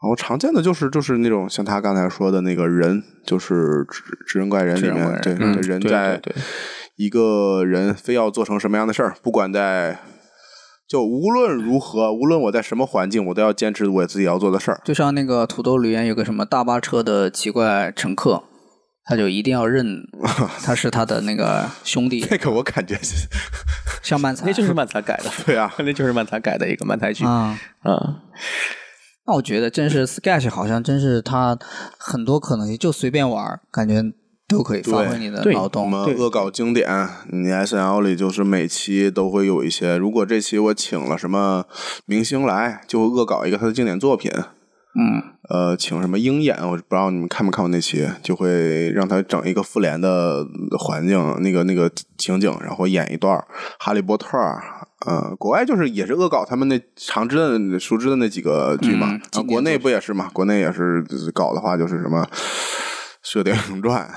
Speaker 1: 然后常见的就是就是那种像他刚才说的那个人，就是指指人怪人里
Speaker 2: 指人怪
Speaker 1: 面
Speaker 2: 人，
Speaker 1: 对、
Speaker 3: 嗯
Speaker 1: 人
Speaker 3: 对
Speaker 1: 在
Speaker 3: 对对
Speaker 1: 一个人非要做成什么样的事儿，不管在就无论如何，无论我在什么环境，我都要坚持我自己要做的事
Speaker 2: [LAUGHS]
Speaker 1: 儿。
Speaker 2: 就像那个土豆里面有个什么大巴车的奇怪乘客，他就一定要
Speaker 3: [LAUGHS]
Speaker 2: 认他是他的那个兄弟
Speaker 1: 这个我感觉，
Speaker 2: 像漫才，
Speaker 3: 那就是漫才改的，
Speaker 1: 对啊，
Speaker 3: [LAUGHS] 那就是漫才改的一个漫才剧啊、
Speaker 2: 啊。那我觉得真是 Sketch 好像真是他很多可能性，就随便玩儿，感觉都可以发挥你的
Speaker 3: 对
Speaker 2: 脑
Speaker 1: 我
Speaker 2: 洞。
Speaker 1: 们恶搞经典，你 S L 里就是每期都会有一些。如果这期我请了什么明星来，就会恶搞一个他的经典作品。
Speaker 2: 嗯，
Speaker 1: 呃，请什么鹰眼，我不知道你们看没看过那期，就会让他整一个复联的环境，那个那个情景，然后演一段儿哈利波特儿》。呃，国外就是也是恶搞他们那常知的、熟知的那几个剧嘛，
Speaker 2: 嗯
Speaker 1: 啊，
Speaker 2: 经典
Speaker 1: 国内不也是嘛？国内也是就是搞的话就是什么《射雕英雄传》，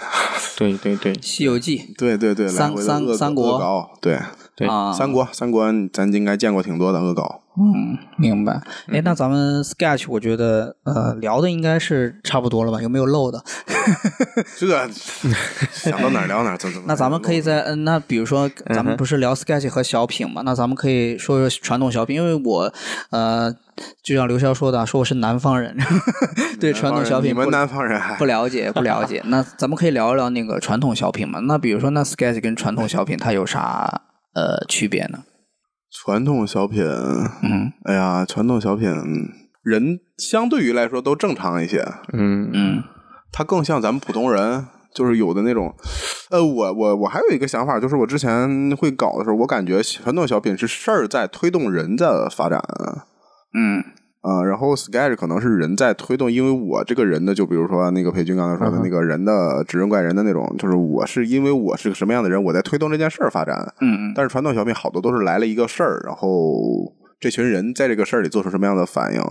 Speaker 3: 对对对
Speaker 2: 《西游记
Speaker 1: 对对对，来
Speaker 2: 三
Speaker 1: 回的
Speaker 2: 三
Speaker 1: 恶
Speaker 2: 三国
Speaker 1: 恶搞，对，》
Speaker 3: 对
Speaker 2: 啊，
Speaker 1: 三国三国咱应该见过挺多的恶搞，
Speaker 2: 嗯，明白。
Speaker 1: 嗯
Speaker 2: 哎，那咱们 Sketch 我觉得呃聊的应该是差不多了吧？有没有漏的？
Speaker 1: 这
Speaker 2: [LAUGHS]
Speaker 1: 个想到哪儿聊哪儿，怎怎么
Speaker 2: 那咱们可以在嗯，那比如说咱们不是聊 Sketch 和小品嘛？那咱们可以说说传统小品，因为我呃，就像刘潇说的啊，说我是南方人， [LAUGHS] 对传统小品
Speaker 1: 你们
Speaker 2: 不
Speaker 1: 南方人还
Speaker 2: 不了解，不了解。那咱们可以聊一聊那个传统小品嘛？那比如说，那 Sketch 跟传统小品它有啥呃区别呢？
Speaker 1: 传统小品，
Speaker 2: 嗯
Speaker 1: 哎呀，传统小品人相对于来说都正常一些，
Speaker 3: 嗯
Speaker 2: 嗯
Speaker 1: 他更像咱们普通人，就是有的那种，呃，我我我还有一个想法，就是我之前会搞的时候，我感觉传统小品是事儿在推动人的发展，
Speaker 2: 嗯
Speaker 1: 啊，然后 Sketch 可能是人在推动，因为我这个人的，就比如说那个裴军刚才说
Speaker 2: 嗯
Speaker 1: 的那个人的指人怪人的那种，就是我是因为我是个什么样的人，我在推动这件事儿发展。
Speaker 2: 嗯嗯
Speaker 1: 但是传统小品好多都是来了一个事儿，然后这群人在这个事儿里做出什么样的反应，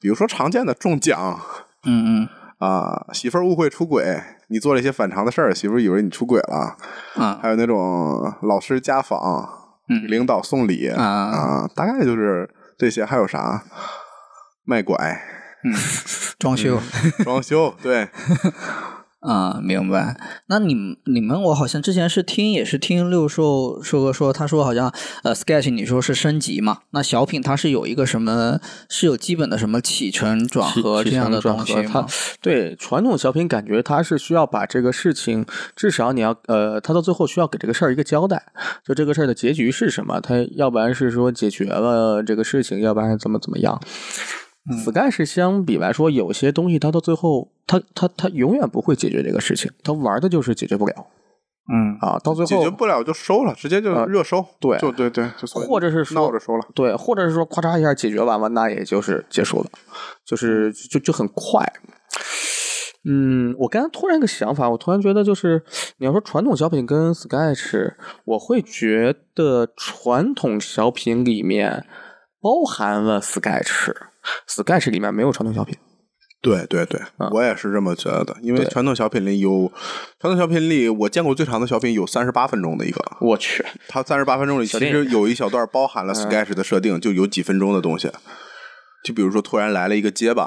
Speaker 1: 比如说常见的中奖
Speaker 2: 嗯
Speaker 1: 啊，媳妇儿误会出轨，你做了一些反常的事儿，媳妇儿以为你出轨了，
Speaker 2: 嗯啊
Speaker 1: 还有那种老师家访，
Speaker 2: 嗯
Speaker 1: 领导送礼
Speaker 2: 啊
Speaker 1: 啊，大概就是这些，还有啥？卖拐、
Speaker 2: 装修。
Speaker 1: 嗯装修，对，
Speaker 2: 啊，明白。那你们你们，我好像之前是听也是听六兽说哥说，他说好像呃，sketch 你说是升级嘛？那小品它是有一个什么是有基本的什么起承转
Speaker 3: 起
Speaker 2: 合
Speaker 3: 起
Speaker 2: 这样
Speaker 3: 承
Speaker 2: 的
Speaker 3: 转
Speaker 2: 东西
Speaker 3: 合它
Speaker 2: 吗？
Speaker 3: 对传统小品，感觉它是需要把这个事情，至少你要呃，它到最后需要给这个事儿一个交代，就这个事儿的结局是什么？它要不然是说解决了这个事情，要不然怎么怎么样。Sky
Speaker 2: 嗯
Speaker 3: 是相比来说，有些东西它到最后，它它它永远不会解决这个事情，它玩的就是解决不了
Speaker 2: 嗯
Speaker 3: 啊，到最
Speaker 1: 解决
Speaker 3: 后
Speaker 1: 不了就收了，直接就
Speaker 3: 啊
Speaker 1: 热收，
Speaker 3: 对
Speaker 1: 就对对，就所以
Speaker 3: 或者是说
Speaker 1: 闹着收了。
Speaker 3: 对，或者是说咔嚓一下解决完了，那也就是结束了，就是就就很快。嗯，我刚才突然一个想法，我突然觉得就是你要说传统小品跟 sketch，我会觉得传统小品里面包含了 sketch，sketch 里面没有传统小品。
Speaker 1: 对对对，
Speaker 3: 啊
Speaker 1: 我也是这么觉得，因为传统小品里有，传统小品里我见过最长的小品有三十八分钟的一个，
Speaker 3: 我去，
Speaker 1: 它三十八分钟里其
Speaker 3: 电影哎
Speaker 1: 实有一小段包含了 sketch 的设定，就有几分钟的东西。就比如说，突然来了一个结巴，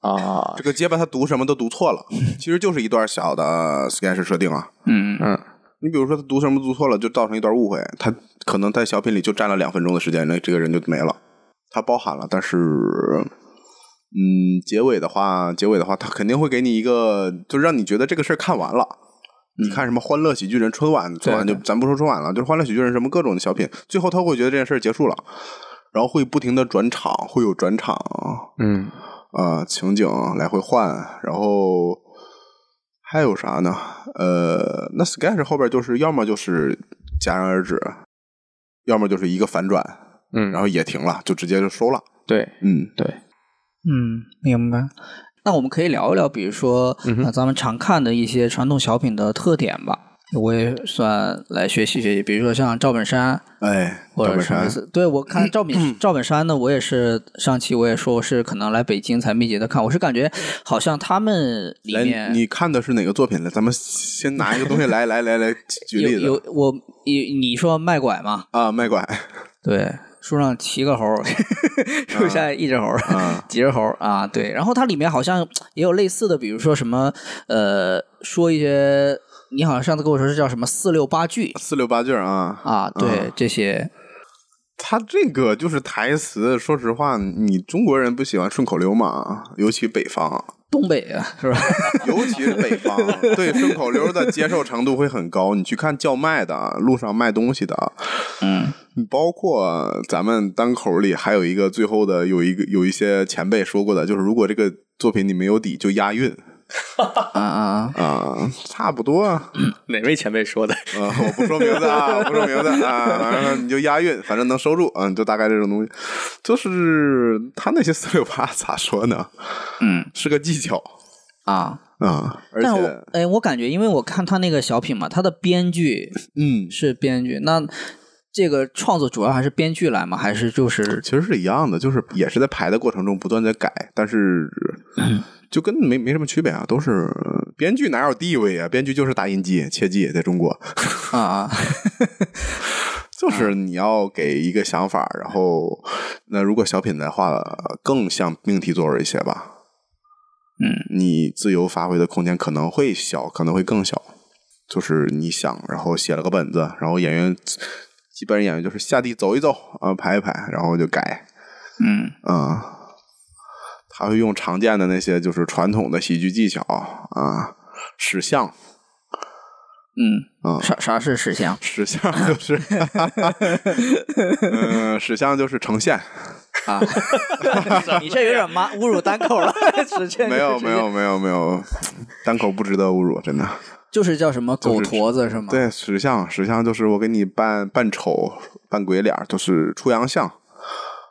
Speaker 3: 啊
Speaker 1: 这个结巴他读什么都读错了，其实就是一段小的 sketch 设定啊。
Speaker 2: 嗯，
Speaker 3: 嗯
Speaker 1: 你比如说，他读什么读错了，就造成一段误会，他可能在小品里就占了两分钟的时间，那这个人就没了。他包含了，但是，嗯，结尾的话，结尾的话，他肯定会给你一个，就让你觉得这个事儿看完了。你看什么《欢乐喜剧人》春晚，春晚就咱不说春晚了，就是《欢乐喜剧人》什么各种的小品，最后他会觉得这件事儿结束了，然后会不停的转场，会有转场，
Speaker 5: 嗯，
Speaker 1: 啊、情景来回换，然后还有啥呢？呃，那 sketch 后边就是要么就是戛然而止，要么就是一个反转，
Speaker 5: 嗯
Speaker 1: 然后也停了，就直接就收了。
Speaker 3: 对
Speaker 1: 嗯，
Speaker 3: 对，
Speaker 2: 嗯，明白。那我们可以聊一聊，比如说、
Speaker 3: 嗯
Speaker 2: 呃咱们常看的一些传统小品的特点吧。我也算来学习学习，比如说像赵本山，
Speaker 1: 哎，
Speaker 2: 或
Speaker 1: 赵
Speaker 2: 者
Speaker 1: 本
Speaker 2: 什么
Speaker 1: 山
Speaker 2: 意，思？对我看赵本
Speaker 1: [CLEARS THROAT]
Speaker 2: 赵本山呢，我也是上期我也说，我是可能来北京才密集的看，我是感觉好像他们里
Speaker 1: 来，
Speaker 2: 面
Speaker 1: 你看的是哪个作品呢？咱们先拿一个东西来 [LAUGHS] 来来来举
Speaker 2: 有
Speaker 1: 例子
Speaker 2: 有我你你说卖拐嘛？
Speaker 1: 啊，卖拐
Speaker 2: 对，树上骑个猴儿， [LAUGHS] 树下一只猴儿，
Speaker 1: 啊
Speaker 2: 几只猴儿啊？对，然后它里面好像也有类似的，比如说什么呃，说一些你好像上次跟我说是叫什么四六八句
Speaker 1: 四六八句儿啊，
Speaker 2: 啊？对，这些
Speaker 1: 他这个就是台词，说实话，你中国人不喜欢顺口溜嘛，尤其北方。
Speaker 2: 东北啊，是吧？
Speaker 1: 尤其是北方，对顺口溜的接受程度会很高。你去看叫卖的，啊路上卖东西的，啊
Speaker 2: 嗯，
Speaker 1: 你包括咱们单口里还有一个最后的有一个有一些前辈说过的，就是如果这个作品你没有底，就押韵
Speaker 2: 啊啊啊！
Speaker 1: 啊、差不多啊、
Speaker 3: 哪位前辈说的？
Speaker 1: 呃我不说名字啊，我不说名字啊，反正你就押韵，反正能收住啊，你就大概这种东西。就是他那些四六八咋说呢？
Speaker 2: 嗯
Speaker 1: 是个技巧
Speaker 2: 啊，
Speaker 1: 啊、而
Speaker 2: 但
Speaker 1: 且
Speaker 2: 我哎，我感觉，因为我看他那个小品嘛，他的编剧
Speaker 1: 嗯，
Speaker 2: 是编剧，那这个创作主要还是编剧来吗？还是就是
Speaker 1: 其实是一样的，就是也是在排的过程中不断在改，但是就跟没没什么区别啊，都是呃编剧哪有地位啊？编剧就是打印机，切记在中国，
Speaker 2: 啊啊，
Speaker 1: 就是
Speaker 2: 嗯
Speaker 1: 你要给一个想法，然后那如果小品的话，更像命题作文一些吧。
Speaker 2: 嗯
Speaker 1: 你自由发挥的空间可能会小，可能会更小。就是你想，然后写了个本子，然后演员基本上演员就是下地走一走啊、排一排，然后就改。
Speaker 2: 嗯
Speaker 1: 啊，他会用常见的那些就是传统的喜剧技巧啊，史相
Speaker 2: 嗯，
Speaker 1: 啊，
Speaker 2: 啥啥是实相？
Speaker 1: 史相就是，嗯，史相就是呈现，
Speaker 2: 啊， [LAUGHS] 你这有点妈侮辱单口了， [LAUGHS] 直接
Speaker 1: 没有没，有没有没有，单口不值得侮辱，真的。
Speaker 2: 就是叫什么狗
Speaker 1: 就是
Speaker 2: 驼子是吗？，
Speaker 1: 对，史相史相就是我给你扮扮丑、扮鬼脸儿，就是出洋相。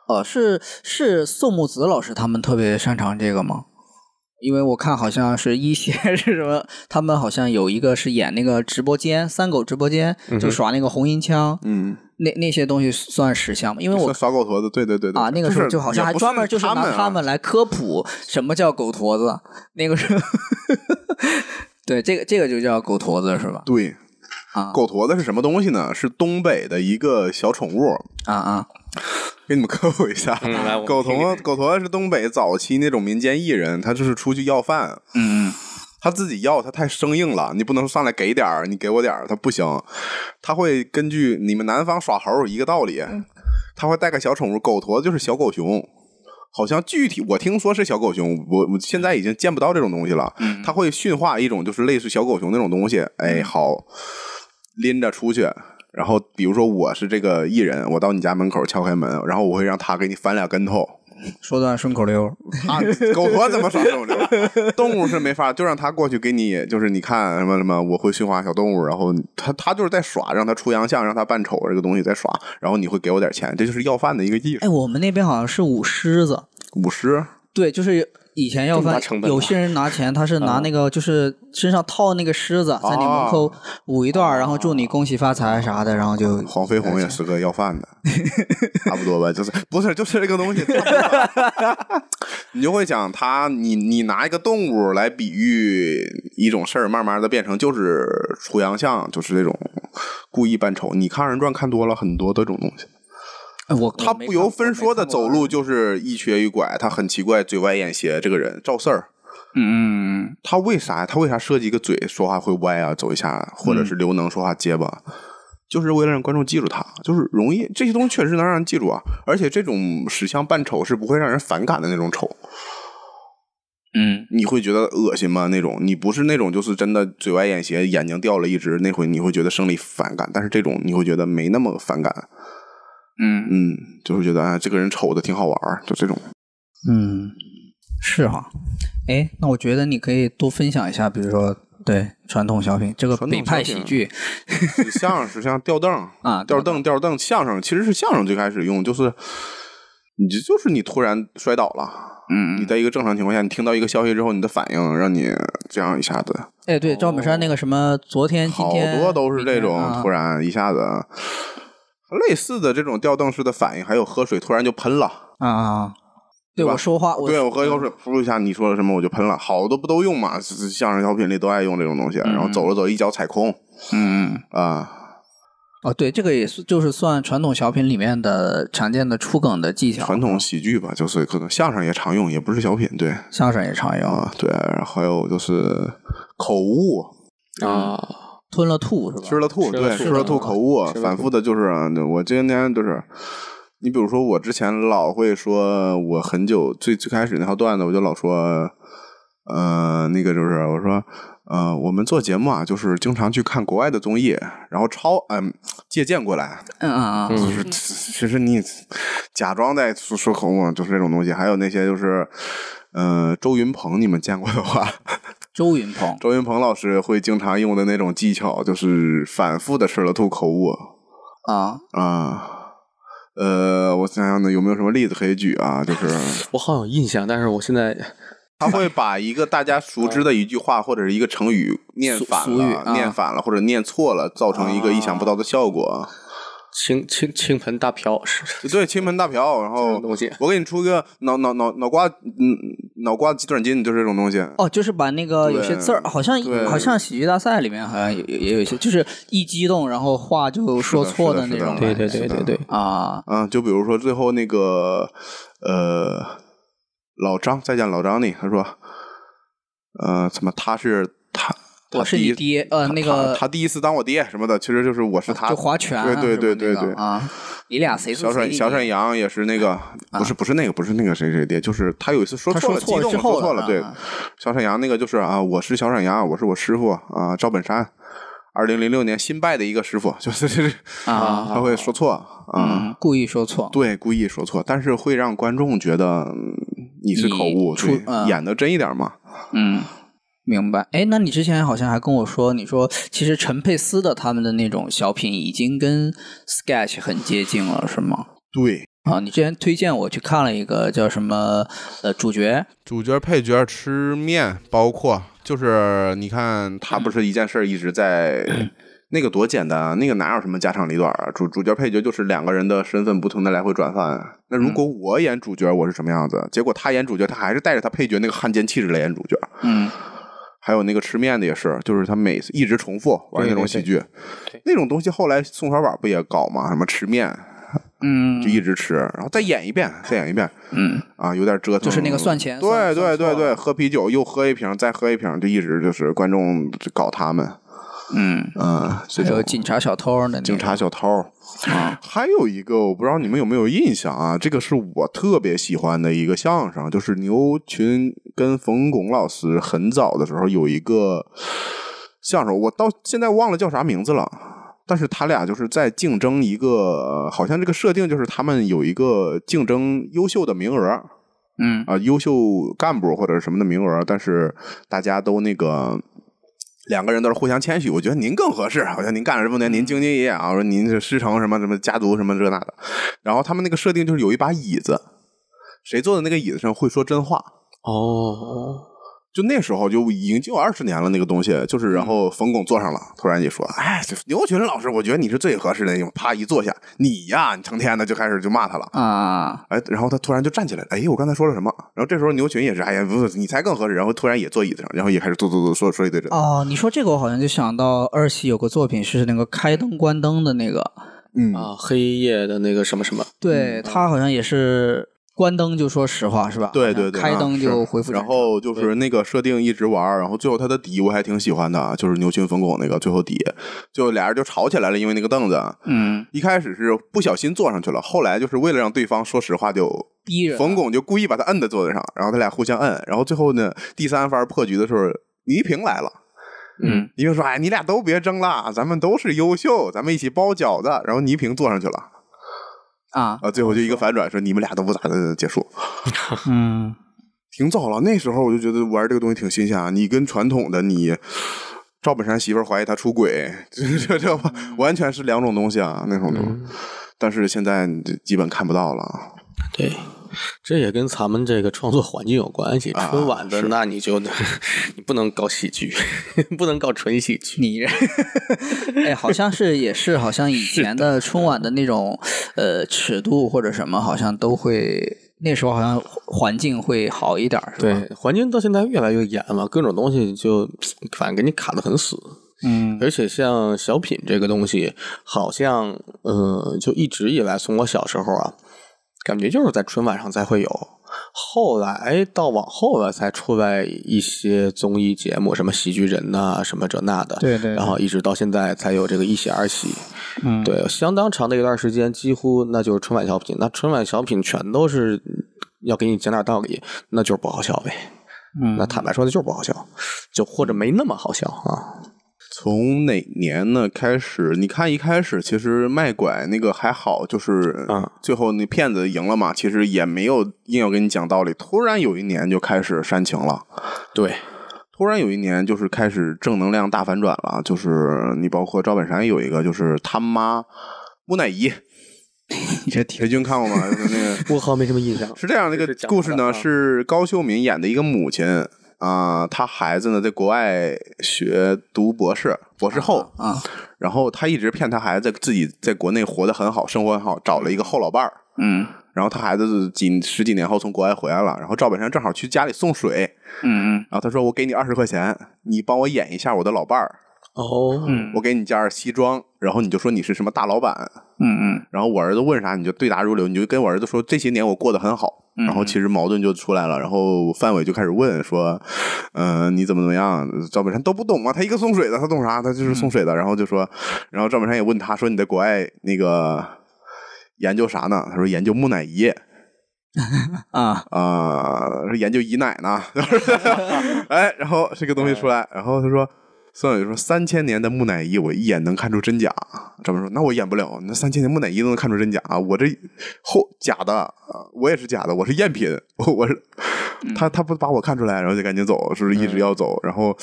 Speaker 2: 哦，是是宋木子老师他们特别擅长这个吗？因为我看好像是一些是什么，他们好像有一个是演那个直播间三狗直播间，就耍那个红缨枪，
Speaker 1: 嗯，
Speaker 2: 那那些东西算实相吗？因为我
Speaker 1: 算耍狗驼子，对对对对
Speaker 2: 啊，那个时候
Speaker 1: 是
Speaker 2: 就好
Speaker 1: 也
Speaker 2: 像还
Speaker 1: 不
Speaker 2: 专门就是
Speaker 1: 他
Speaker 2: 拿
Speaker 1: 啊
Speaker 2: 他们来科普什么叫狗驼子，那个时候， [LAUGHS] 对，这个这个就叫狗驼子是吧？
Speaker 1: 对
Speaker 2: 啊
Speaker 1: 狗驼子是什么东西呢？是东北的一个小宠物，
Speaker 2: 啊啊，
Speaker 1: 给你们科普一下，
Speaker 3: 嗯来我们
Speaker 1: 狗
Speaker 3: 听
Speaker 1: 头狗头是东北早期那种民间艺人，他就是出去要饭，
Speaker 2: 嗯嗯
Speaker 1: 他自己要，他太生硬了，你不能上来给点儿，你给我点儿，他不行，他会根据你们南方耍猴一个道理，
Speaker 2: 嗯
Speaker 1: 他会带个小宠物，狗驼就是小狗熊。好像具体我听说是小狗熊，我我现在已经见不到这种东西了。
Speaker 2: 嗯
Speaker 1: 他会驯化一种就是类似小狗熊那种东西，哎，好拎着出去。然后比如说我是这个艺人，我到你家门口敲开门，然后我会让他给你翻俩跟头，
Speaker 2: 说段顺口溜，
Speaker 1: 啊，狗驼怎么耍手溜？ [LAUGHS] 动物是没法，就让它过去给你，就是你看什么什么，我会驯化小动物，然后它它就是在耍，让它出洋相，让它扮丑这个东西在耍，然后你会给我点钱，这就是要饭的一个技
Speaker 2: 哎，
Speaker 1: 术。
Speaker 2: 我们那边好像是舞狮子，
Speaker 1: 舞狮
Speaker 2: 对，就是以前要
Speaker 3: 这么大
Speaker 2: 饭
Speaker 3: 成，本
Speaker 2: 有
Speaker 3: 吗
Speaker 2: 些人拿钱，他是拿那个就是身上套那个狮子，在你门口舞一段儿，然后祝你恭喜发财啥的，然后就
Speaker 1: 黄飞鸿也是个要饭的， [LAUGHS] 差不多吧，就是不是就是这个东西，差不多吧你就会想他，你你拿一个动物来比喻一种事儿，慢慢的变成就是出洋相，就是这种故意扮丑。你看二人转看多了很多的这种东西。
Speaker 2: 哎我
Speaker 1: 他不由分说的走路，
Speaker 2: 我没看过啊
Speaker 1: 就是一瘸一拐，他很奇怪，嘴歪眼斜。这个人赵四儿，
Speaker 2: 嗯嗯嗯，
Speaker 1: 他为啥他为啥设计一个嘴说话会歪啊，走一下，或者是
Speaker 2: 嗯
Speaker 1: 刘能说话结巴，就是为了让观众记住他，就是容易这些东西确实能让人记住啊，而且这种使相扮丑是不会让人反感的那种丑，
Speaker 2: 嗯，
Speaker 1: 你会觉得恶心吗？那种你不是那种就是真的嘴歪眼斜，眼睛掉了一直那会你会觉得生理反感，但是这种你会觉得没那么反感，
Speaker 2: 嗯
Speaker 1: 嗯，就是觉得啊、这个人丑的挺好玩儿，就这
Speaker 2: [LAUGHS]
Speaker 1: 种。
Speaker 2: 嗯，是哈。哎，那我觉得你可以多分享一下，比如说对传统小品，这个
Speaker 1: 传统
Speaker 2: 北派
Speaker 1: 小
Speaker 2: 喜
Speaker 1: 品
Speaker 2: 剧
Speaker 1: 相声是像吊凳
Speaker 2: [LAUGHS] 啊
Speaker 1: 吊凳吊凳，相声其实是相声最开始用，就是你这就是你突然摔倒了，
Speaker 2: 嗯
Speaker 1: 你在一个正常情况下，你听到一个消息之后，你的反应让你这样一下子，
Speaker 2: 哎，对，赵本山那个什么，昨天、今
Speaker 1: 好
Speaker 2: 天，
Speaker 1: 多都是
Speaker 2: 明天
Speaker 1: 这种
Speaker 2: 啊
Speaker 1: 突然一下子类似的这种吊凳式的反应，还有喝水突然就喷了，
Speaker 2: 啊啊！对
Speaker 1: 对吧
Speaker 2: 我说话，我嗯
Speaker 1: 对我喝一口水噗一下，你说了什么我就喷了，好多不都用嘛，相声小品里都爱用这种东西，然后走着走一脚踩空
Speaker 2: 嗯嗯，
Speaker 1: 啊，
Speaker 2: 哦，对，这个也是就是算传统小品里面的常见的出梗的技巧，
Speaker 1: 传统喜剧吧，就是可能相声也常用，也不是小品，对。
Speaker 2: 相声也常用，
Speaker 1: 啊，对，然后还有就是口误，
Speaker 3: [LAUGHS] 啊，
Speaker 2: 吞了吐是吧？
Speaker 1: 吃了吐，
Speaker 3: 吃了
Speaker 1: 对，
Speaker 3: 吐
Speaker 1: 吃了吐口误，
Speaker 3: 吃了
Speaker 1: 反
Speaker 3: 吐
Speaker 1: 复的就是啊，对我今天就是，你比如说我之前老会说，我很久最最开始那条段子，我就老说，呃，那个就是我说。呃，我们做节目啊，就是经常去看国外的综艺，然后抄嗯、借鉴过来，
Speaker 2: 嗯啊啊，
Speaker 1: 就是其实你假装在说说口误，就是这种东西。还有那些就是，呃，周云鹏，你们见过的话， [LAUGHS]
Speaker 2: 周云鹏，
Speaker 1: 周云鹏老师会经常用的那种技巧，就是反复的吃了吐口误
Speaker 2: 啊，
Speaker 1: 啊。呃，我想想呢，有没有什么例子可以举啊？就是
Speaker 3: 我好像有印象，但是我现在
Speaker 1: 他会把一个大家熟知的一句话或者是一个成语念
Speaker 2: 俗
Speaker 1: 反
Speaker 2: 俗语
Speaker 1: 了、
Speaker 2: 啊
Speaker 1: 念反了或者念错了，造成一个意想不到的效果。
Speaker 3: 倾倾倾盆大瓢是
Speaker 1: 对，倾盆大瓢，然
Speaker 3: 这
Speaker 1: 后
Speaker 3: 种东西
Speaker 1: 我给你出一个脑脑脑脑瓜，嗯，脑瓜鸡转筋，就是这种东西。
Speaker 2: 哦，就是把那个
Speaker 1: 对
Speaker 2: 有些字儿，好像
Speaker 1: 对
Speaker 2: 好像喜剧大赛里面好像也也有一些，就是一激动然后话就是说
Speaker 1: 的
Speaker 2: 错
Speaker 1: 是的
Speaker 2: 那
Speaker 1: 是的
Speaker 2: 种，
Speaker 3: 对
Speaker 1: 对
Speaker 3: 对
Speaker 1: 对
Speaker 3: 对
Speaker 1: 对
Speaker 3: 对
Speaker 1: 对
Speaker 3: 对
Speaker 1: 对，
Speaker 2: 啊，
Speaker 1: 啊，就比如说最后那个呃，老张再见老张你，他说，呃，怎么他是他，他
Speaker 2: 我是你
Speaker 1: 第一
Speaker 2: 爹，呃，
Speaker 1: 他
Speaker 2: 那个
Speaker 1: 他他第一次当我爹什么的，其实就是我是他。
Speaker 2: 就划拳啊什
Speaker 1: 对
Speaker 2: 么那
Speaker 1: 对
Speaker 2: 个，
Speaker 1: 对对对
Speaker 2: 啊，你俩谁是
Speaker 1: 小
Speaker 2: 谁
Speaker 1: 沈
Speaker 2: 的
Speaker 1: 小沈
Speaker 2: 爹
Speaker 1: 阳也是那个，不是不是那个不是那个谁谁爹，就是他有一次说
Speaker 2: 啊他
Speaker 1: 错
Speaker 2: 说
Speaker 1: 了，激
Speaker 2: 错了
Speaker 1: 动
Speaker 2: 之
Speaker 1: 了
Speaker 2: 后
Speaker 1: 说错了，
Speaker 2: 啊
Speaker 1: 对
Speaker 2: 啊，
Speaker 1: 小沈阳那个就是啊，我是小沈阳，我是我师傅啊，赵本山，二零零六年新拜的一个师傅， [LAUGHS] 就是这是
Speaker 2: 啊
Speaker 1: 他会说错啊，
Speaker 2: 嗯，故意说错，
Speaker 1: 对，故意说错，但是会让观众觉得嗯你是口误，
Speaker 2: 你出
Speaker 1: 对
Speaker 2: 嗯
Speaker 1: 演的真一点嘛。
Speaker 2: 嗯，明白。哎，那你之前好像还跟我说，你说其实陈佩斯的他们的那种小品已经跟 sketch 很接近了，是吗？
Speaker 1: 对，
Speaker 2: 啊，你之前推荐我去看了一个叫什么呃主角
Speaker 1: 主角配角吃面，包括就是你看他不是一件事儿一直在。那个多简单啊，那个哪有什么家长里短啊？主主角配角就是两个人的身份不同的来回转换。啊那如果我演主角，我是什么样子？结果他演主角，他还是带着他配角那个汉奸气质来演主角。
Speaker 2: 嗯，
Speaker 1: 还有那个吃面的也是，就是他每次一直重复玩那种喜剧，那种东西后来宋小宝不也搞嘛？什么吃面，
Speaker 2: 嗯
Speaker 1: 就一直吃，然后再演一遍，再演一遍
Speaker 2: 嗯，
Speaker 1: 啊，有点折腾。
Speaker 2: 就是那个算钱
Speaker 1: 对
Speaker 2: 算
Speaker 1: 对
Speaker 2: 算错
Speaker 1: 对
Speaker 2: 了
Speaker 1: 对，喝啤酒又喝一瓶，再喝一瓶，就一直就是观众就搞他们，
Speaker 2: 嗯，
Speaker 1: 嗯，这
Speaker 2: 还
Speaker 1: 种
Speaker 2: 有警察小偷的那个
Speaker 1: 警察小偷
Speaker 2: [LAUGHS]
Speaker 1: 啊，还有一个我不知道你们有没有印象啊，这个是我特别喜欢的一个相声，就是牛群跟冯巩老师很早的时候有一个相声，我到现在忘了叫啥名字了。但是他俩就是在竞争一个，呃好像这个设定就是他们有一个竞争优秀的名额啊、
Speaker 2: 嗯
Speaker 1: 优秀干部或者什么的名额，但是大家都那个两个人都是互相谦虚，我觉得您更合适。好像您干了这么多年，您兢兢业业啊，我说您是师承什么什么家族什么这那的。然后他们那个设定就是有一把椅子，谁坐在那个椅子上会说真话。
Speaker 3: 哦，
Speaker 1: 就那时候就已经就二十年了，那个东西就是，然后冯巩坐上了，突然也说：“哎，这牛群老师，我觉得你是最合适的。”啪一坐下，你呀，你成天的就开始就骂他了。
Speaker 2: 啊，
Speaker 1: 哎，然后他突然就站起来了，哎，我刚才说了什么？然后这时候牛群也是，哎呀，不是你才更合适。然后突然也坐椅子上，然后也开始坐坐坐说说
Speaker 2: 哦
Speaker 1: 一堆这。
Speaker 2: 哦，你说这个我好像就想到二喜有个作品是那个开灯关灯的那个，
Speaker 1: 嗯
Speaker 3: 啊，黑夜的那个什么什么，
Speaker 2: 对他好像也是关灯就说实话是吧？
Speaker 1: 对对对，
Speaker 2: 开
Speaker 1: 啊
Speaker 2: 灯
Speaker 1: 是
Speaker 2: 就恢复正
Speaker 1: 然
Speaker 2: 常。
Speaker 1: 后就是那个设定一直玩儿，然后最后他的底我还挺喜欢的啊，就是牛群冯巩那个最后底，就俩人就吵起来了，因为那个凳子。啊
Speaker 2: 嗯，
Speaker 1: 一开始是不小心坐上去了，后来就是为了让对方说实话就，
Speaker 2: 逼人啊
Speaker 1: 冯巩就故意把他摁在座位上，然后他俩互相摁，然后最后呢，第三番破局的时候，倪萍来了。
Speaker 2: 嗯，
Speaker 1: 倪萍说：“哎，你俩都别争啦，咱们都是优秀，咱们一起包饺子。”然后倪萍坐上去了，
Speaker 2: 啊，
Speaker 1: 啊，最后就一个反转，说你们俩都不咋的结束。
Speaker 2: 嗯，
Speaker 1: 挺早了，那时候我就觉得玩这个东西挺新鲜啊。你跟传统的你，赵本山媳妇儿怀疑他出轨，这这这完全是两种东西啊，那种东西。但是现在你就基本看不到了啊。
Speaker 3: 对，这也跟咱们这个创作环境有关系。
Speaker 1: 啊
Speaker 3: 春晚的，那你就 [LAUGHS] 你不能搞喜剧， [LAUGHS] 不能搞纯喜剧。
Speaker 2: 你这哎，好像是也是，好像以前的春晚的那种呃尺度或者什么，好像都会那时候好像环境会好一点儿，是吧？
Speaker 3: 对，环境到现在越来越严嘛，各种东西就反正给你卡的很死。
Speaker 2: 嗯
Speaker 3: 而且像小品这个东西，好像呃，就一直以来从我小时候啊，感觉就是在春晚上才会有。后来到往后了，才出来一些综艺节目，什么喜剧人呐、什么这那的。
Speaker 2: 对对对
Speaker 3: 然后一直到现在才有这个一喜二喜。
Speaker 2: 嗯，
Speaker 3: 对，相当长的一段时间，几乎那就是春晚小品。那春晚小品全都是要给你讲点道理，那就是不好笑呗。
Speaker 2: 嗯
Speaker 3: 那坦白说，那就是不好笑，就或者没那么好笑啊。
Speaker 1: 从哪年呢开始？你看一开始其实卖拐那个还好，就是
Speaker 3: 啊
Speaker 1: 最后那骗子赢了嘛，其实也没有硬要跟你讲道理。突然有一年就开始煽情了。
Speaker 3: 对，
Speaker 1: 突然有一年，就是开始正能量大反转了，就是你包括赵本山有一个，就是他妈木乃伊，
Speaker 2: 你这
Speaker 1: 裴军看过吗？就是那个
Speaker 3: 我好像没什么印象。
Speaker 1: 是这样，那个
Speaker 3: 这是讲
Speaker 1: 故事
Speaker 3: 啥的
Speaker 1: 呢
Speaker 3: 啊
Speaker 1: 是高秀敏演的一个母亲啊、她孩子呢在国外学读博士，博士后，
Speaker 2: 啊，
Speaker 1: 然后她一直骗她孩子自己在国内活得很好，生活很好，找了一个后老伴儿，
Speaker 2: 嗯
Speaker 1: 然后她孩子几十几年后从国外回来了，然后赵本山正好去家里送水，
Speaker 2: 嗯
Speaker 1: 然后他说我给你二十块钱，你帮我演一下我的老伴儿。
Speaker 3: 哦，
Speaker 2: 嗯
Speaker 1: 我给你件西装，然后你就说你是什么大老板，
Speaker 2: 嗯
Speaker 1: 然后我儿子问啥你就对答如流，你就跟我儿子说这些年我过得很好，然后其实矛盾就出来了，然后范伟就开始问说，嗯、你怎么怎么样？赵本山都不懂啊，他一个送水的，他懂啥？他就是送水的，然后就说，然后赵本山也问他说你在国外那个研究啥呢？他说研究木乃伊。
Speaker 2: 嗯啊，
Speaker 1: 啊、是研究乙奶呢， [LAUGHS] 哎，然后这个东西出来，然后他说，孙伟说三千年的木乃伊，我一眼能看出真假。赵本山说，那我演不了，那三千年木乃伊都能看出真假啊，我这后假的，啊我也是假的，我是赝品，我我是他他不把我看出来，然后就赶紧走，是不是一直要走？然后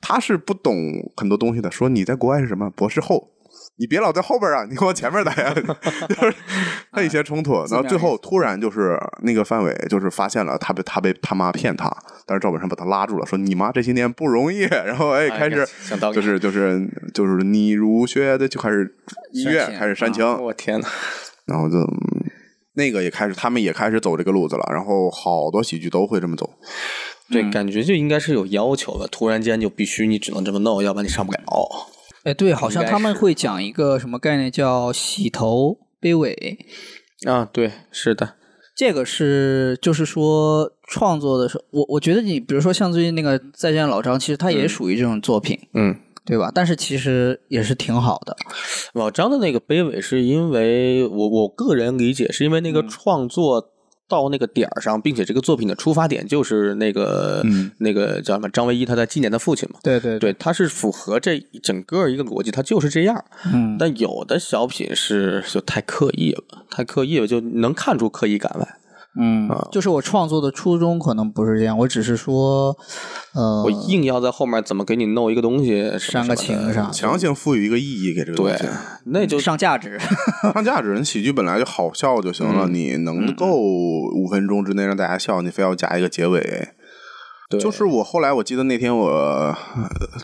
Speaker 1: 他是不懂很多东西的，说你在国外是什么博士后。你别老在后边啊，你往前面来啊！ [LAUGHS] 就是他以前冲突，啊然后最后突然就是那个范伟就是发现了他被他被他妈骗他，但是赵本山把他拉住了，说你妈这些年不容易，然后哎
Speaker 3: 哎
Speaker 1: 开始
Speaker 3: 想当
Speaker 1: 就是就是就是你如雪的就开始音乐
Speaker 2: 煽情
Speaker 1: 开始煽情，
Speaker 3: 我天哪！
Speaker 1: 然后就嗯那个也开始他们也开始走这个路子了，然后好多喜剧都会这么走，
Speaker 3: 对，
Speaker 1: 嗯
Speaker 3: 感觉就应该是有要求的，突然间就必须你只能这么弄，要不然你上不了。
Speaker 2: 哎，对，好像
Speaker 3: 应该
Speaker 2: 他们
Speaker 3: 是
Speaker 2: 会讲一个什么概念叫洗头卑微，
Speaker 3: 啊，对，是的，
Speaker 2: 这个是就是说创作的时候，我我觉得你比如说像最近那个《再见老张》，其实它也属于这种作品，
Speaker 3: 嗯，
Speaker 2: 对吧？但是其实也是挺好的，
Speaker 3: 老张的那个卑微是因为我我个人理解是因为那个创作到那个点儿上，并且这个作品的出发点就是那个、那个叫什么张唯一他在纪念他父亲嘛。
Speaker 2: 对对，
Speaker 3: 对，他是符合这整个一个逻辑，他就是这样。
Speaker 2: 嗯，
Speaker 3: 但有的小品是 [LAUGHS] 就太刻意了，太刻意了，就能看出刻意感来。
Speaker 2: 嗯，就是我创作的初衷可能不是这样，我只是说，呃，
Speaker 3: 我硬要在后面怎么给你弄一个东西，
Speaker 2: 煽个情嗯啥
Speaker 3: 上，
Speaker 2: 的，
Speaker 1: 强行赋予一个意义给这个东
Speaker 3: 对
Speaker 1: 西，，
Speaker 3: 那就
Speaker 2: 上价值，
Speaker 1: 上价值。人喜剧本来就好笑就行了，你能够五分钟之内让大家笑，你非要加一个结尾，
Speaker 3: 对
Speaker 1: 就是我后来我记得那天我呃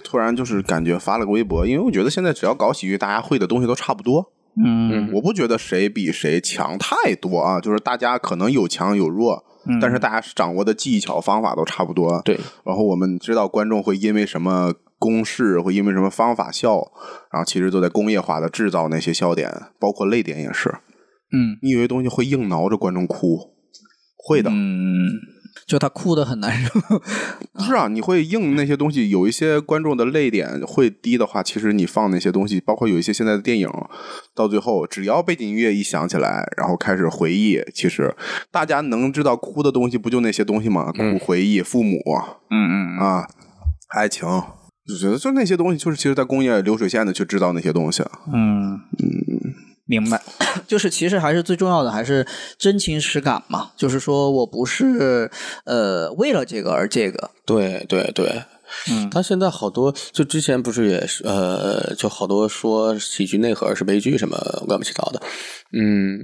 Speaker 1: 突然就是感觉发了个微博，因为我觉得现在只要搞喜剧，大家会的东西都差不多。
Speaker 2: 嗯
Speaker 1: 我不觉得谁比谁强太多啊，就是大家可能有强有弱，
Speaker 2: 嗯
Speaker 1: 但是大家掌握的技巧方法都差不多。
Speaker 3: 对
Speaker 1: 然后我们知道观众会因为什么公式或因为什么方法笑，然后其实都在工业化的制造那些笑点，包括泪点也是。
Speaker 2: 嗯
Speaker 1: 你以为东西会硬挠着观众哭？会的，
Speaker 2: 嗯，就他哭的很难受。
Speaker 1: 不是啊，你会硬那些东西，有一些观众的泪点会低的话，其实你放那些东西，包括有一些现在的电影，到最后只要背景音乐一响起来，然后开始回忆，其实大家能知道哭的东西不就那些东西吗？哭、回忆、父母
Speaker 2: 嗯嗯
Speaker 1: 啊，爱情。就觉得就那些东西，就是其实，在工业流水线的去制造那些东西。
Speaker 2: 嗯，明白。 [COUGHS] 就是其实还是最重要的，还是真情实感嘛。就是说我不是呃为了这个而这个。
Speaker 3: 对对对，
Speaker 2: 嗯
Speaker 3: 他现在好多，就之前不是也是呃，就好多说喜剧内核是悲剧什么乱七八糟的，嗯，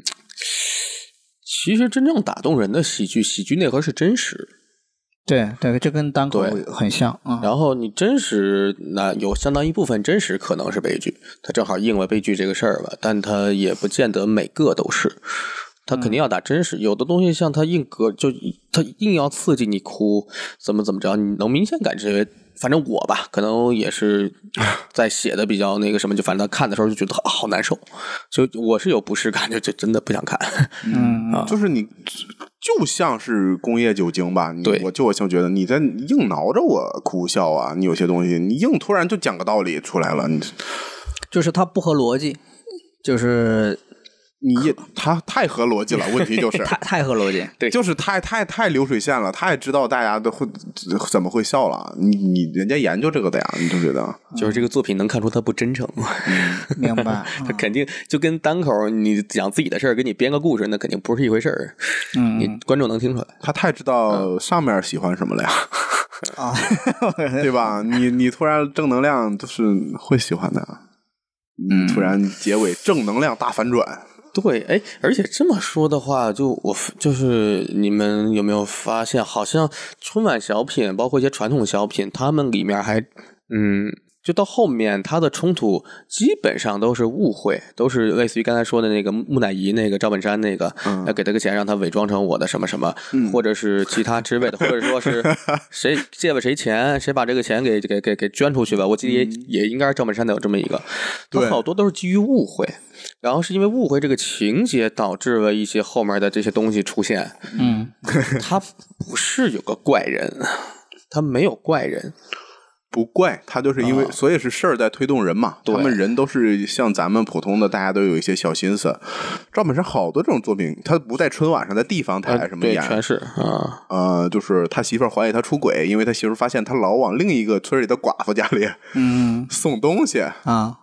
Speaker 3: 其实真正打动人的喜剧，喜剧内核是真实。
Speaker 2: 对对，这跟单口
Speaker 3: 对
Speaker 2: 很像啊。
Speaker 3: 然后你真实，那有相当一部分真实可能是悲剧，它正好应了悲剧这个事儿吧，但它也不见得每个都是，它肯定要打真实。有的东西像它硬格，就它硬要刺激你哭，怎么怎么着，你能明显感觉。反正我吧，可能也是在写的比较那个什么，就反正他看的时候就觉得啊好难受，就我是有不适感，就就真的不想看。 [LAUGHS]
Speaker 2: 嗯
Speaker 1: 就是你，就像是工业酒精吧。你
Speaker 3: 对
Speaker 1: 我就我就觉得你在硬挠着我哭笑啊，你有些东西你硬突然就讲个道理出来了，你
Speaker 2: 就是它不合逻辑，就是
Speaker 1: 你也他太合逻辑了，问题就是。
Speaker 2: 太太合逻辑。
Speaker 3: 对
Speaker 1: 就是太太太流水线了，太知道大家都会怎么会笑了。你你人家研究这个的呀，你就觉得
Speaker 3: 就是这个作品能看出他不真诚。
Speaker 2: 明白。
Speaker 3: 他肯定就跟单口儿你讲自己的事儿，给你编个故事，那肯定不是一回事儿。
Speaker 2: 嗯
Speaker 3: 你观众能听出来。
Speaker 1: 他太知道上面喜欢什么了呀，
Speaker 2: [LAUGHS]
Speaker 1: [LAUGHS]
Speaker 2: 啊，
Speaker 1: 对吧？你你突然正能量就是会喜欢的，嗯，突然结尾正能量大反转，
Speaker 3: 对，哎，而且这么说的话，就我就是你们有没有发现，好像春晚小品，包括一些传统小品，他们里面还嗯。就到后面，它的冲突基本上都是误会，都是类似于刚才说的那个木乃伊、那个赵本山那个，
Speaker 1: 嗯
Speaker 3: 要、给他个钱让他伪装成我的什么什么，或者是其他之类的，或者说
Speaker 1: [LAUGHS]
Speaker 3: 是谁借了谁钱，谁把这个钱给给给给捐出去吧。我记得也、也应该是赵本山的有这么一个，
Speaker 1: 嗯对
Speaker 3: 它好多都是基于误会，然后是因为误会这个情节导致了一些后面的这些东西出现。
Speaker 2: [LAUGHS]
Speaker 1: [LAUGHS]
Speaker 2: 嗯，
Speaker 3: 他不是有个怪人，他没有怪人，
Speaker 1: 不怪他，就是因为、所以是事儿在推动人嘛。他
Speaker 3: 对
Speaker 1: 们人都是像咱们普通的，大家都有一些小心思。赵本山好多这种作品，他不在春晚上，在地方台什么
Speaker 3: 呃对，
Speaker 1: 演，
Speaker 3: 全是啊，
Speaker 1: 呃，就是他媳妇儿怀疑他出轨，因为他媳妇儿发现他老往另一个村里的寡妇家里 [LAUGHS]
Speaker 2: 嗯
Speaker 1: 送东西，
Speaker 2: 啊，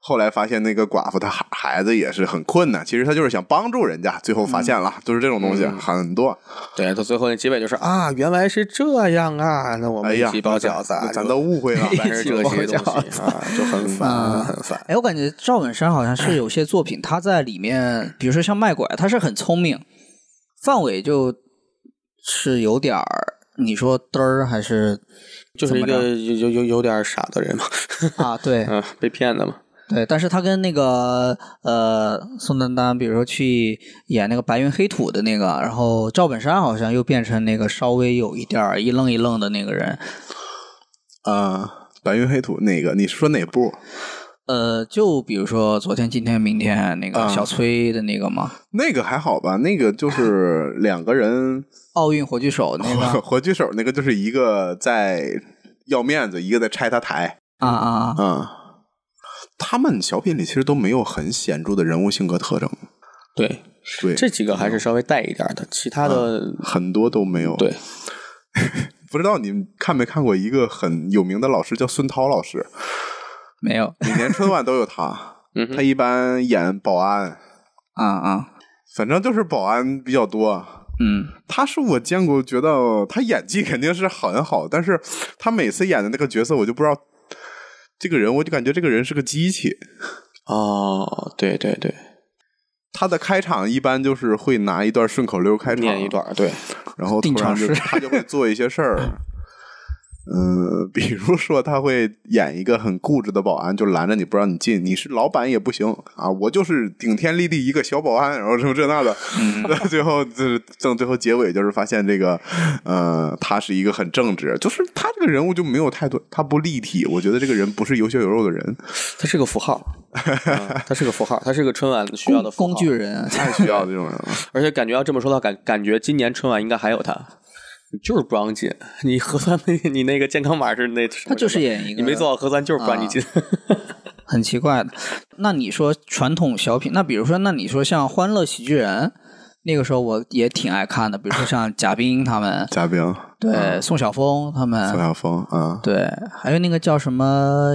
Speaker 1: 后来发现那个寡妇她孩孩子也是很困难，其实他就是想帮助人家，最后发现了，
Speaker 3: 嗯
Speaker 1: 就是这种东西、很多。
Speaker 3: 对，到最后那结尾就是啊，原来是这样啊，那我
Speaker 1: 哎
Speaker 3: 们一
Speaker 1: 呀，
Speaker 3: 起包饺子啊，
Speaker 1: 那咱
Speaker 3: 就。
Speaker 1: 都误会了
Speaker 3: [LAUGHS] 全是这些东西啊，就 [LAUGHS] 很
Speaker 2: 啊
Speaker 3: 烦，很烦。
Speaker 2: 哎，我感觉赵本山好像是有些作品，他在里面，比如说像卖拐，他是很聪明，范伟就是有点儿，你说嘚儿还是
Speaker 3: 就是
Speaker 2: 怎
Speaker 3: 一
Speaker 2: 么
Speaker 3: 个有有有有点傻的 [LAUGHS] 人嘛，
Speaker 2: 啊？对
Speaker 3: 嗯，被骗的嘛，
Speaker 2: 对，但是他跟那个呃宋丹丹，比如说去演那个白云黑土的那个，然后赵本山好像又变成那个稍微有一点儿一愣一愣的那个人，
Speaker 1: 呃，白云黑土哪个？你是说哪部？
Speaker 2: 呃，就比如说昨天、今天、明天那个
Speaker 1: 啊
Speaker 2: 小崔的那个嘛，
Speaker 1: 那个还好吧，那个
Speaker 3: [LAUGHS]
Speaker 1: 就是两个人
Speaker 2: 奥运火炬手那
Speaker 1: 火
Speaker 3: [LAUGHS]
Speaker 2: 个
Speaker 1: [LAUGHS] 火炬手那个就是一个在要面子，一个在拆他台
Speaker 2: 啊啊啊
Speaker 1: 啊、嗯他们小品里其实都没有很显著的人物性格特征，
Speaker 3: 对，嗯
Speaker 1: 对，
Speaker 3: 这几个还是稍微带一点的，其他的
Speaker 1: 很多都没有。
Speaker 3: 对，
Speaker 1: 不知道你们看没看过一个很有名的老师叫孙涛老
Speaker 3: [LAUGHS]
Speaker 1: 师，
Speaker 2: 没有
Speaker 1: 每年春晚都有他，
Speaker 3: 嗯哼
Speaker 1: 他一般演保安，
Speaker 2: 啊啊
Speaker 1: 反正就是保安比较多。
Speaker 2: 嗯。
Speaker 1: 他是我见过，觉得他演技肯定是很好，但是他每次演的那个角色，我就不知道这个人，我就感觉这个人是个机器。
Speaker 3: 哦，对对对，
Speaker 1: 他的开场一般就是会拿一段顺口溜开场，
Speaker 3: 念一段，对，
Speaker 1: 然后突
Speaker 2: 定场
Speaker 1: 然就 [LAUGHS]
Speaker 2: 诗
Speaker 1: 他就会做一些事儿。嗯，比如说他会演一个很固执的保安，就拦着你不让你进，你是老板也不行啊，我就是顶天立地一个小保安，然后什么这那的， [LAUGHS] 最后就是正最后结尾就是发现这个，呃，他是一个很正直，就是他这个人物就没有太多，他不立体，我觉得这个人不是有血有肉的人，
Speaker 3: 它是个 [LAUGHS] 符号，嗯它是个符号，它是个春晚需要的符号
Speaker 2: 工具，人，啊
Speaker 1: 太需要这种人了。
Speaker 3: 而且感觉要这么说的话，感感觉今年春晚应该还有它。你就是不让进，你核酸没，你那个健康码是那什么，
Speaker 2: 他就是演一个
Speaker 3: 你没做好核酸，就是不让你进。
Speaker 2: 很奇怪的。那你说传统小品，那比如说，那你说像《欢乐喜剧人》，那个时候我也挺爱看的，比如说像贾冰他们，
Speaker 1: [LAUGHS] 嘉宾
Speaker 2: 对，宋晓峰他
Speaker 1: 宋
Speaker 2: 们。
Speaker 1: 晓峰啊，
Speaker 2: 对，还有那个叫什么，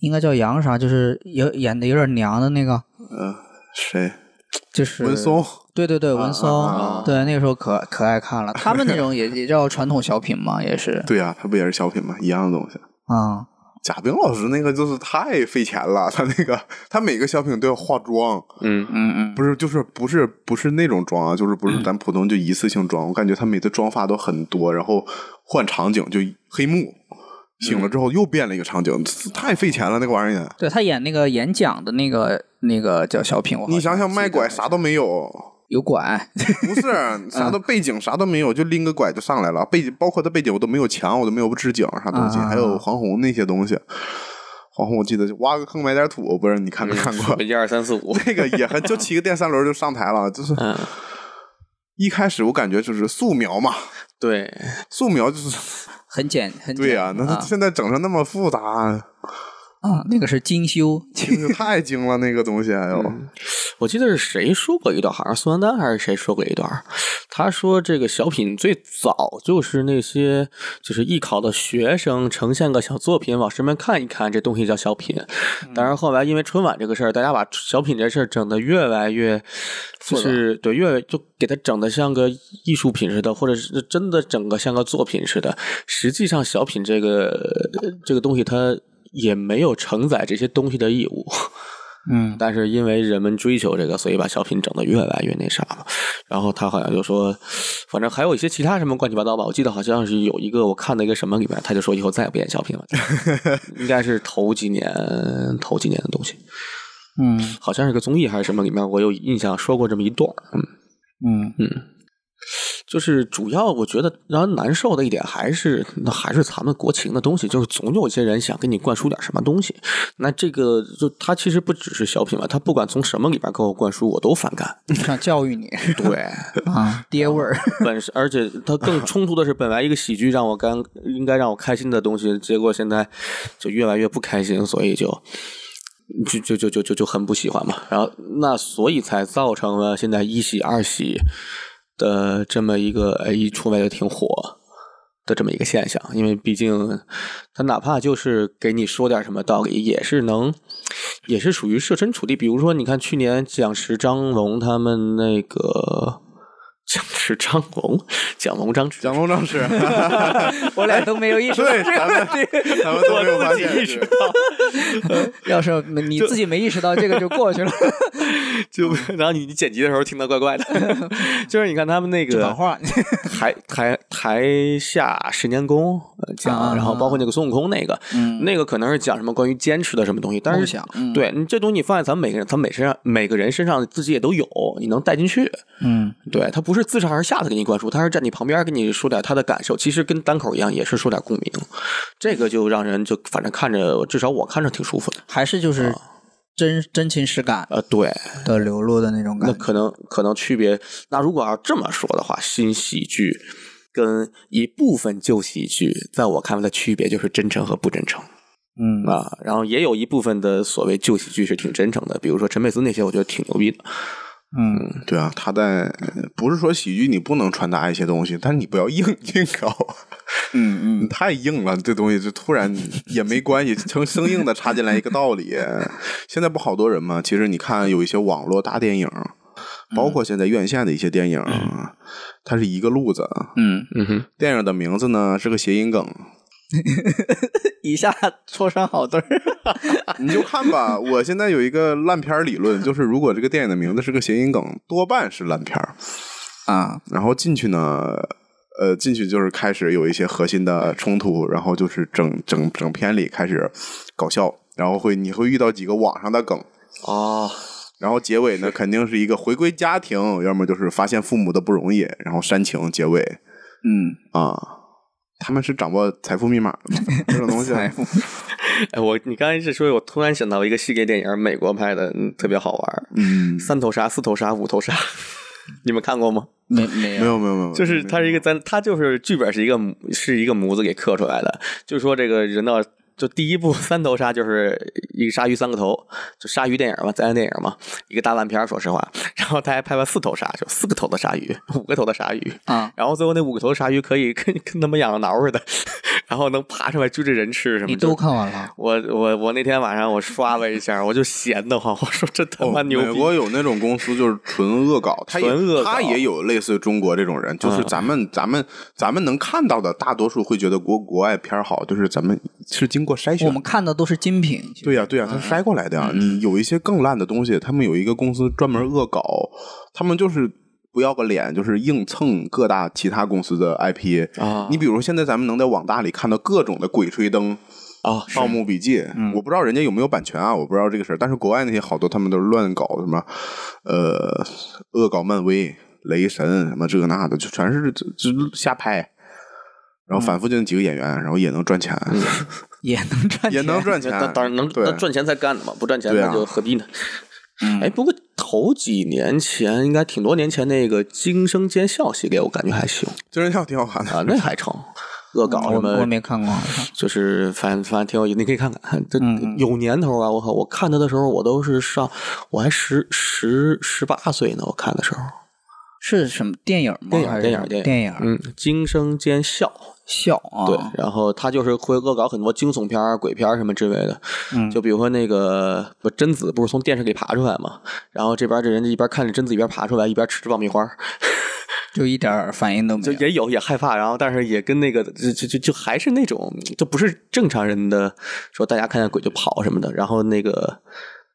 Speaker 2: 应该叫杨啥，就是有演的有点娘的那个，
Speaker 1: 呃谁？
Speaker 2: 就是
Speaker 1: 文松，
Speaker 2: 对对对，文松，
Speaker 1: 啊
Speaker 2: 对那个时候可可爱看了。他们那种也也叫传统小品嘛，
Speaker 1: [LAUGHS]
Speaker 2: 也是
Speaker 1: 对呀、他不也是小品吗？一样的东西。
Speaker 2: 啊、
Speaker 1: 贾冰老师那个就是太费钱了，他那个他每个小品都要化妆，
Speaker 3: 嗯，
Speaker 1: [LAUGHS]
Speaker 2: 嗯嗯，
Speaker 1: 不是就是不是不是那种妆啊，就是不是咱普通就一次性妆，我感觉他每次妆发都很多，然后换场景就黑幕，醒了之后又变了一个场景，太费钱了那个玩意儿也。
Speaker 2: 对他演那个演讲的那个那个叫小品，我好
Speaker 1: 你想
Speaker 2: 记
Speaker 1: 想
Speaker 2: 得
Speaker 1: 卖拐
Speaker 2: 了
Speaker 1: 啥都没有，
Speaker 2: 有拐，
Speaker 1: 不是啥都背景啥都没有，就拎个拐就上来了，背景包括他背景我都没有墙，我都没有置景啥东西，
Speaker 2: 啊啊啊
Speaker 1: 还有黄宏那些东西。黄宏我记得就挖个坑埋点土，不是你看没看过？
Speaker 3: [LAUGHS] 一二三四五，
Speaker 1: [LAUGHS] 那个也很就骑个电三轮就上台了，就是
Speaker 3: 嗯，
Speaker 1: 一开始我感觉就是素描嘛，
Speaker 3: 对，
Speaker 1: 素描就是
Speaker 2: [LAUGHS]
Speaker 1: [LAUGHS]
Speaker 2: 很简很
Speaker 1: 对呀、
Speaker 2: 啊，
Speaker 1: 那他现在整成那么复杂，
Speaker 2: 啊，那个是精修，
Speaker 1: 就是太精了那个东西，哎呦，
Speaker 3: 我记得是谁说过一段，好像是宋丹丹还是谁说过一段儿，他说这个小品最早就是那些就是艺考的学生呈现个小作品往身边看一看，这东西叫小品。当然后来因为春晚这个事儿，大家把小品这事儿整的越来越就是对越就给它整的像个艺术品似的，或者是真的整个像个作品似的。实际上小品这个呃这个东西它。也没有承载这些东西的义务，
Speaker 2: 嗯，
Speaker 3: 但是因为人们追求这个，所以把小品整得越来越那啥嘛。然后他好像就说，反正还有一些其他什么乱七八糟吧。我记得好像是有一个我看的一个什么里面，他就说以后再也不演
Speaker 2: [LAUGHS]
Speaker 3: 小品了，应该是头几年头几年的东西，
Speaker 2: 嗯
Speaker 3: 好像是个综艺还是什么里面，我有印象说过这么一段儿。嗯，
Speaker 2: 嗯
Speaker 3: 就是主要我觉得让人难受的一点还是那还是咱们国情的东西，就是总有一些人想给你灌输点什么东西。那这个就他其实不只是小品吧，他不管从什么里边给我灌输，我都反感。
Speaker 2: 想教
Speaker 1: [LAUGHS]
Speaker 2: 育你
Speaker 3: 对，
Speaker 2: 啊，爹味儿，
Speaker 3: 本身而且它更冲突的是，本来一个喜剧让我干应该让我开心的东西，结果现在就越来越不开心，所以就。就就就就就就很不喜欢嘛，然后那所以才造成了现在一喜二喜的这么一个哎一出来就挺火的这么一个现象，因为毕竟他哪怕就是给你说点什么道理，也是能也是属于设身处地。比如说，你看去年蒋石、张龙他们那个蒋石、张龙、蒋龙、张石
Speaker 1: 蒋，龙正是，
Speaker 2: 我俩都没有意识到
Speaker 1: 对，
Speaker 2: 这
Speaker 1: 咱
Speaker 2: 个
Speaker 1: 们
Speaker 2: 问题。
Speaker 1: 咱们都没有发现，是
Speaker 2: 要是你自己没意识到这个就过去了，
Speaker 3: [LAUGHS] 就
Speaker 2: 嗯
Speaker 3: 然后你你剪辑的时候听到怪怪的， [LAUGHS] 就是你看他们那
Speaker 2: 这
Speaker 3: 个
Speaker 1: [LAUGHS]
Speaker 2: 版画，
Speaker 3: 台台台下十年功呃讲，
Speaker 2: 啊
Speaker 3: 然后包括那个孙悟空那个，
Speaker 2: 嗯
Speaker 3: 那个可能是讲什么关于坚持的什么东西，但
Speaker 2: 梦
Speaker 3: 是
Speaker 2: 想嗯
Speaker 3: 对你这东西你放在咱们每个人，咱们每身上每个人身上自己也都有，你能带进去。
Speaker 2: 嗯
Speaker 3: 对，他不是自上而下的给你灌输，他是站你旁边给你说点他的感受，其实跟单口一样，也是说点共鸣，这个就让人就反正看着，至少我看着挺舒服的。
Speaker 2: 还是就是
Speaker 1: 哦
Speaker 2: 真真情实感
Speaker 3: 呃，对，
Speaker 2: 的流露的那种感
Speaker 3: 那
Speaker 2: 觉。
Speaker 3: 可能可能区别。那如果要这么说的话，新喜剧跟一部分旧喜剧，在我看来的区别就是真诚和不真诚
Speaker 2: 嗯
Speaker 3: 啊。然后也有一部分的所谓旧喜剧是挺真诚的，比如说陈佩斯那些，我觉得挺牛逼的。
Speaker 2: 嗯，
Speaker 1: 对啊，他在不是说喜剧你不能传达一些东西，但是你不要硬硬搞， [LAUGHS] 嗯嗯，太硬了，这东西就突然也没关系，生生硬的插进来一个道理。 [LAUGHS] 现在不好多人嘛，其实你看有一些网络大电影，包括现在院线的一些电影，它是一个路子，
Speaker 2: 嗯，
Speaker 3: 嗯哼，
Speaker 1: 电影的名字呢是个谐音 [LAUGHS] 梗，
Speaker 2: 一下戳伤
Speaker 1: [LAUGHS]
Speaker 2: 好字儿。
Speaker 1: 你就看吧。我现在有一个烂片儿理论，就是如果这个电影的名字是个谐音梗，多半是烂片儿。
Speaker 2: 啊，
Speaker 1: 然后进去呢，呃，进去就是开始有一些核心的冲突，然后就是整整整篇里开始搞笑，然后会你会遇到几个网上的梗，
Speaker 3: 哦，
Speaker 1: 然后结尾呢肯定是一个回归家庭，要么就是发现父母的不容易，然后煽情结尾
Speaker 2: 嗯，
Speaker 1: 啊。他们是掌握财富密码的吗这种东西，啊
Speaker 2: 财富
Speaker 3: 哎，我你刚才是说，我突然想到一个系列电影，美国拍的，嗯特别好玩儿，
Speaker 1: 嗯，
Speaker 3: 三头鲨、四头鲨、五头鲨， [LAUGHS] 你们看过吗？
Speaker 2: 没没
Speaker 1: 没有没有没有，
Speaker 3: 就是它是一个咱，它就是剧本是一个母是一个模子给刻出来的，就是说这个人到就第一部三头鲨就是一个鲨鱼三个头，就鲨鱼电影嘛，灾难电影嘛，一个大烂片儿，说实话。 [LAUGHS] 然后他还拍了四头鲨，就四个头的鲨鱼，五个头的鲨鱼，
Speaker 2: 啊，
Speaker 3: 然后最后那五个头鲨鱼可以 [LAUGHS] 跟跟他们养挠似的， [LAUGHS] 然后能爬上来追着人吃什么。
Speaker 2: 你
Speaker 3: 就
Speaker 2: 都看完了？
Speaker 3: 我我我那天晚上我刷了一下，我就闲得慌，我说这他
Speaker 1: 哦
Speaker 3: 妈牛
Speaker 1: 美
Speaker 3: 逼！
Speaker 1: 国有那种公司就是纯恶搞，他也
Speaker 3: 纯恶搞嗯
Speaker 1: 他也有类似中国这种人，就是咱们、咱们咱们能看到的，大多数会觉得国国外片儿好，就是咱们是经过筛
Speaker 2: 我
Speaker 1: 选
Speaker 2: 们。看的都是精品，
Speaker 1: 对呀、对呀、
Speaker 3: 嗯
Speaker 1: 他筛过来的呀、你有一些更烂的东西，他们有一个公司专门恶搞，他们就是不要个脸，就是硬蹭各大其他公司的 IP
Speaker 3: 啊
Speaker 1: 你比如现在咱们能在网大里看到各种的《鬼吹灯》
Speaker 3: 啊
Speaker 1: 《盗墓笔记》
Speaker 3: 嗯
Speaker 1: 我不知道人家有没有版权啊，我不知道这个事儿。但是国外那些好多他们都是乱搞什么，呃，恶搞漫威、雷神什么这个那的，就全是这这瞎拍，然后
Speaker 3: 嗯
Speaker 1: 反复就那几个演员，然后也能赚钱，
Speaker 2: 也能赚
Speaker 1: [LAUGHS]
Speaker 2: 钱，
Speaker 1: 也能赚钱
Speaker 3: 那，当然能
Speaker 1: 对
Speaker 3: 那赚钱才干的嘛，不赚钱
Speaker 1: 对啊嗯
Speaker 3: 那就何必呢？
Speaker 1: [LAUGHS]
Speaker 3: 哎，不过头几年前，应该挺多年前那个《惊声尖笑》系列，我感觉还行
Speaker 1: 真人秀挺好看的。
Speaker 3: 啊，那还成。恶搞什
Speaker 2: 我嗯我
Speaker 3: 么？
Speaker 2: 没
Speaker 3: [LAUGHS]
Speaker 2: 看过，
Speaker 3: 就是反正反正挺有意思，你可以看看，这
Speaker 2: 嗯嗯
Speaker 3: 有年头啊！我靠，我看他的时候，我都是上，我还十十十八岁呢，我看的时候。
Speaker 2: 是什么电影吗？
Speaker 3: 电影
Speaker 2: 还是
Speaker 3: 电
Speaker 2: 什么
Speaker 3: 影
Speaker 2: 电
Speaker 3: 电
Speaker 2: 影，
Speaker 3: 嗯，惊声尖笑，
Speaker 2: 笑啊，
Speaker 3: 对，然后他就是会恶搞很多惊悚片儿、鬼片儿什么之类的。
Speaker 2: 嗯
Speaker 3: 就比如说那个不贞子不是从电视里爬出来嘛，然后这边这人就一边看着贞子一边爬出来，一边吃着爆米花儿，
Speaker 2: 就一点儿反应都没
Speaker 3: 就
Speaker 2: 有。
Speaker 3: 也有也害怕，然后但是也跟那个就就就就还是那种就不是正常人的说大家看见鬼就跑什么的，然后那个。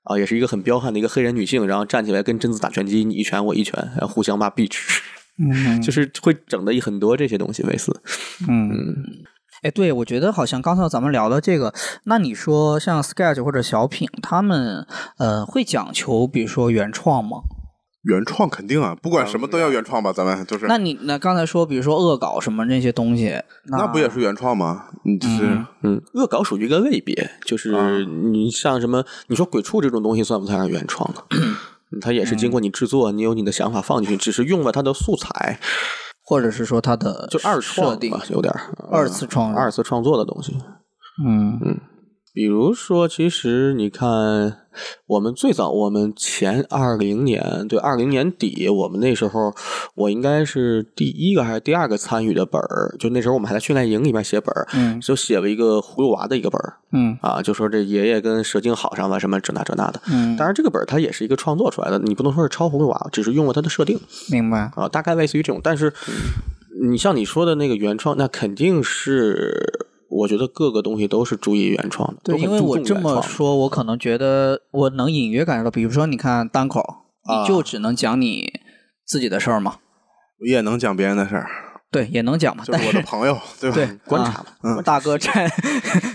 Speaker 3: 啊，也是一个很彪悍的一个黑人女性，然后站起来跟贞子打拳击，你一拳我一拳，然后互相骂 bitch， [LAUGHS]
Speaker 2: 嗯
Speaker 3: 就是会整的很多这些东西类似。
Speaker 2: 嗯，哎，对，我觉得好像刚才咱们聊的这个，那你说像 sketch 或者小品，他们呃会讲求比如说原创吗？
Speaker 1: 原创肯定啊，不管
Speaker 3: 嗯
Speaker 1: 什么都要原创吧，咱们就是
Speaker 2: 那你那刚才说比如说恶搞什么那些东西，那
Speaker 1: 那不也是原创吗？你就是、
Speaker 3: 嗯，恶搞属于一个类别，
Speaker 2: 啊
Speaker 3: 就是你像什么，你说鬼畜这种东西算不算是原创呢？嗯它也是经过你制作，你有你的想法放进去，只是用了它的素材，
Speaker 2: 或者是说它的
Speaker 3: 就二
Speaker 2: 设
Speaker 3: 创
Speaker 2: 定
Speaker 3: 吧，有点儿
Speaker 2: 二次创
Speaker 3: 嗯
Speaker 2: 作
Speaker 3: 二次创作的东西。
Speaker 2: 嗯
Speaker 3: 比如说，其实你看，我们最早，我们前二零年，对，二零年底，我们那时候，我应该是第一个还是第二个参与的本儿，就那时候我们还在训练营里面写本儿，
Speaker 2: 嗯
Speaker 3: 就写了一个葫芦娃的一个本儿，
Speaker 2: 嗯
Speaker 3: 啊，就说这爷爷跟蛇精好上了，什么这那这那的。
Speaker 2: 嗯，
Speaker 3: 当然，这个本儿它也是一个创作出来的，你不能说是抄葫芦娃，只是用了它的设定
Speaker 2: 明白。
Speaker 3: 啊，大概类似于这种。但是，你像你说的那个原创，那肯定是，我觉得各个东西都是注意原创的，
Speaker 2: 对，
Speaker 3: 都很
Speaker 2: 因为
Speaker 3: 注
Speaker 2: 我
Speaker 3: 重
Speaker 2: 这
Speaker 3: 原
Speaker 2: 么
Speaker 3: 创
Speaker 2: 说，我可能觉得我能隐约感受到，比如说你看单口，你
Speaker 3: 啊
Speaker 2: 就只能讲你自己的事儿嘛，
Speaker 1: 我也能讲别人的事儿，
Speaker 2: 对，也能讲嘛，
Speaker 1: 就
Speaker 2: 但
Speaker 1: 是我的朋友，对吧？
Speaker 2: 对，
Speaker 3: [LAUGHS] 观
Speaker 2: 啊
Speaker 3: 察嗯吧
Speaker 2: 嗯大哥战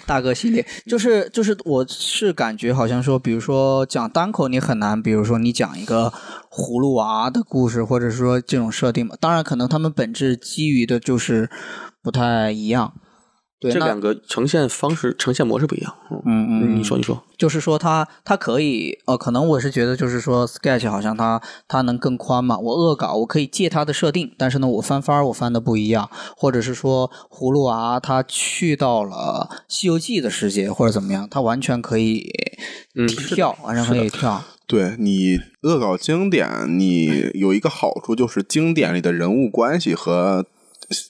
Speaker 2: 大哥系列，就是就是，我是感觉好像说，比如说讲单口你很难，比如说你讲一个葫芦娃的故事，或者说这种设定嘛。当然，可能他们本质基于的就是不太一样。对，
Speaker 3: 这
Speaker 2: 那
Speaker 3: 两个呈现方式、呈现模式不一样。嗯，
Speaker 2: 嗯嗯，
Speaker 3: 你说，你说，
Speaker 2: 就是说他他可以，呃，可能我是觉得就是说 Sketch 好像它它能更宽嘛，我恶搞我可以借它的设定，但是呢，我翻番儿我翻的不一样，或者是说葫芦娃他去到了《西游记》的世界或者怎么样，他完全可以
Speaker 3: 嗯
Speaker 2: 跳，完全可以跳，
Speaker 1: 对你恶搞经典，你有一个好处就是经典里的人物关系和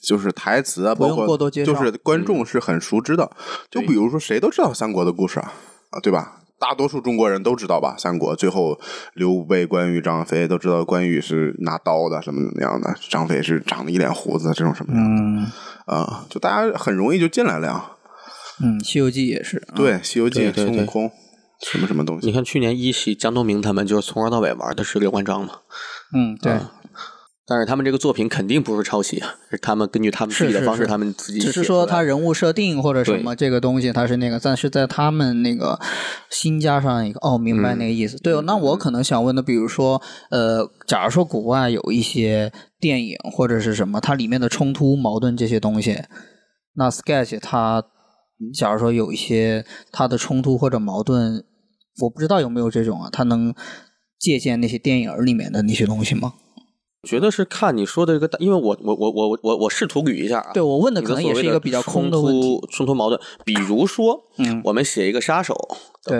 Speaker 1: 就是台词啊，
Speaker 2: 不用
Speaker 1: 包括
Speaker 2: 过多介绍嗯
Speaker 1: 就是观众是很熟知的。就比如说，谁都知道三国的故事啊，啊，对吧？大多数中国人都知道吧？三国最后刘备、关羽、张飞都知道，关羽是拿刀的，什么怎么样的？张飞是长了一脸胡子，这种什么样的
Speaker 2: 嗯
Speaker 1: 啊、就大家很容易就进来了呀。
Speaker 2: 嗯，《西游记》也是，啊
Speaker 1: 对，《西游记》
Speaker 3: 对对
Speaker 1: 孙悟
Speaker 3: 对
Speaker 1: 空什么什么东
Speaker 3: 你
Speaker 1: 西，
Speaker 3: 看去年一系江东明他们就是从头到尾玩的是刘关张嘛，
Speaker 2: 嗯对，
Speaker 3: 但是他们这个作品肯定不是抄袭啊，是他们根据他们自己
Speaker 2: 是
Speaker 3: 的
Speaker 2: 是
Speaker 3: 方式，
Speaker 2: 是
Speaker 3: 他们自己
Speaker 2: 只是
Speaker 3: 写
Speaker 2: 说
Speaker 3: 出来
Speaker 2: 他人物设定或者什
Speaker 3: 对
Speaker 2: 么这个东西，他是那个，但是在他们那个新加上一个哦，明白那个意思。对、哦，那我可能想问的，比如说呃，假如说国外有一些电影或者是什么，它里面的冲突、矛盾这些东西，那 Sketch 它假如说有一些它的冲突或者矛盾，我不知道有没有这种啊，它能借鉴那些电影里面的那些东西吗？
Speaker 3: 觉得是看你说的这个大，因为我我我我我我试图捋一下啊。
Speaker 2: 对我问的
Speaker 3: 你
Speaker 2: 可能也
Speaker 3: 所谓
Speaker 2: 是一个比较空的问
Speaker 3: 冲
Speaker 2: 题，
Speaker 3: 突冲突矛盾，比如说，
Speaker 2: 嗯
Speaker 3: 我们写一个杀手的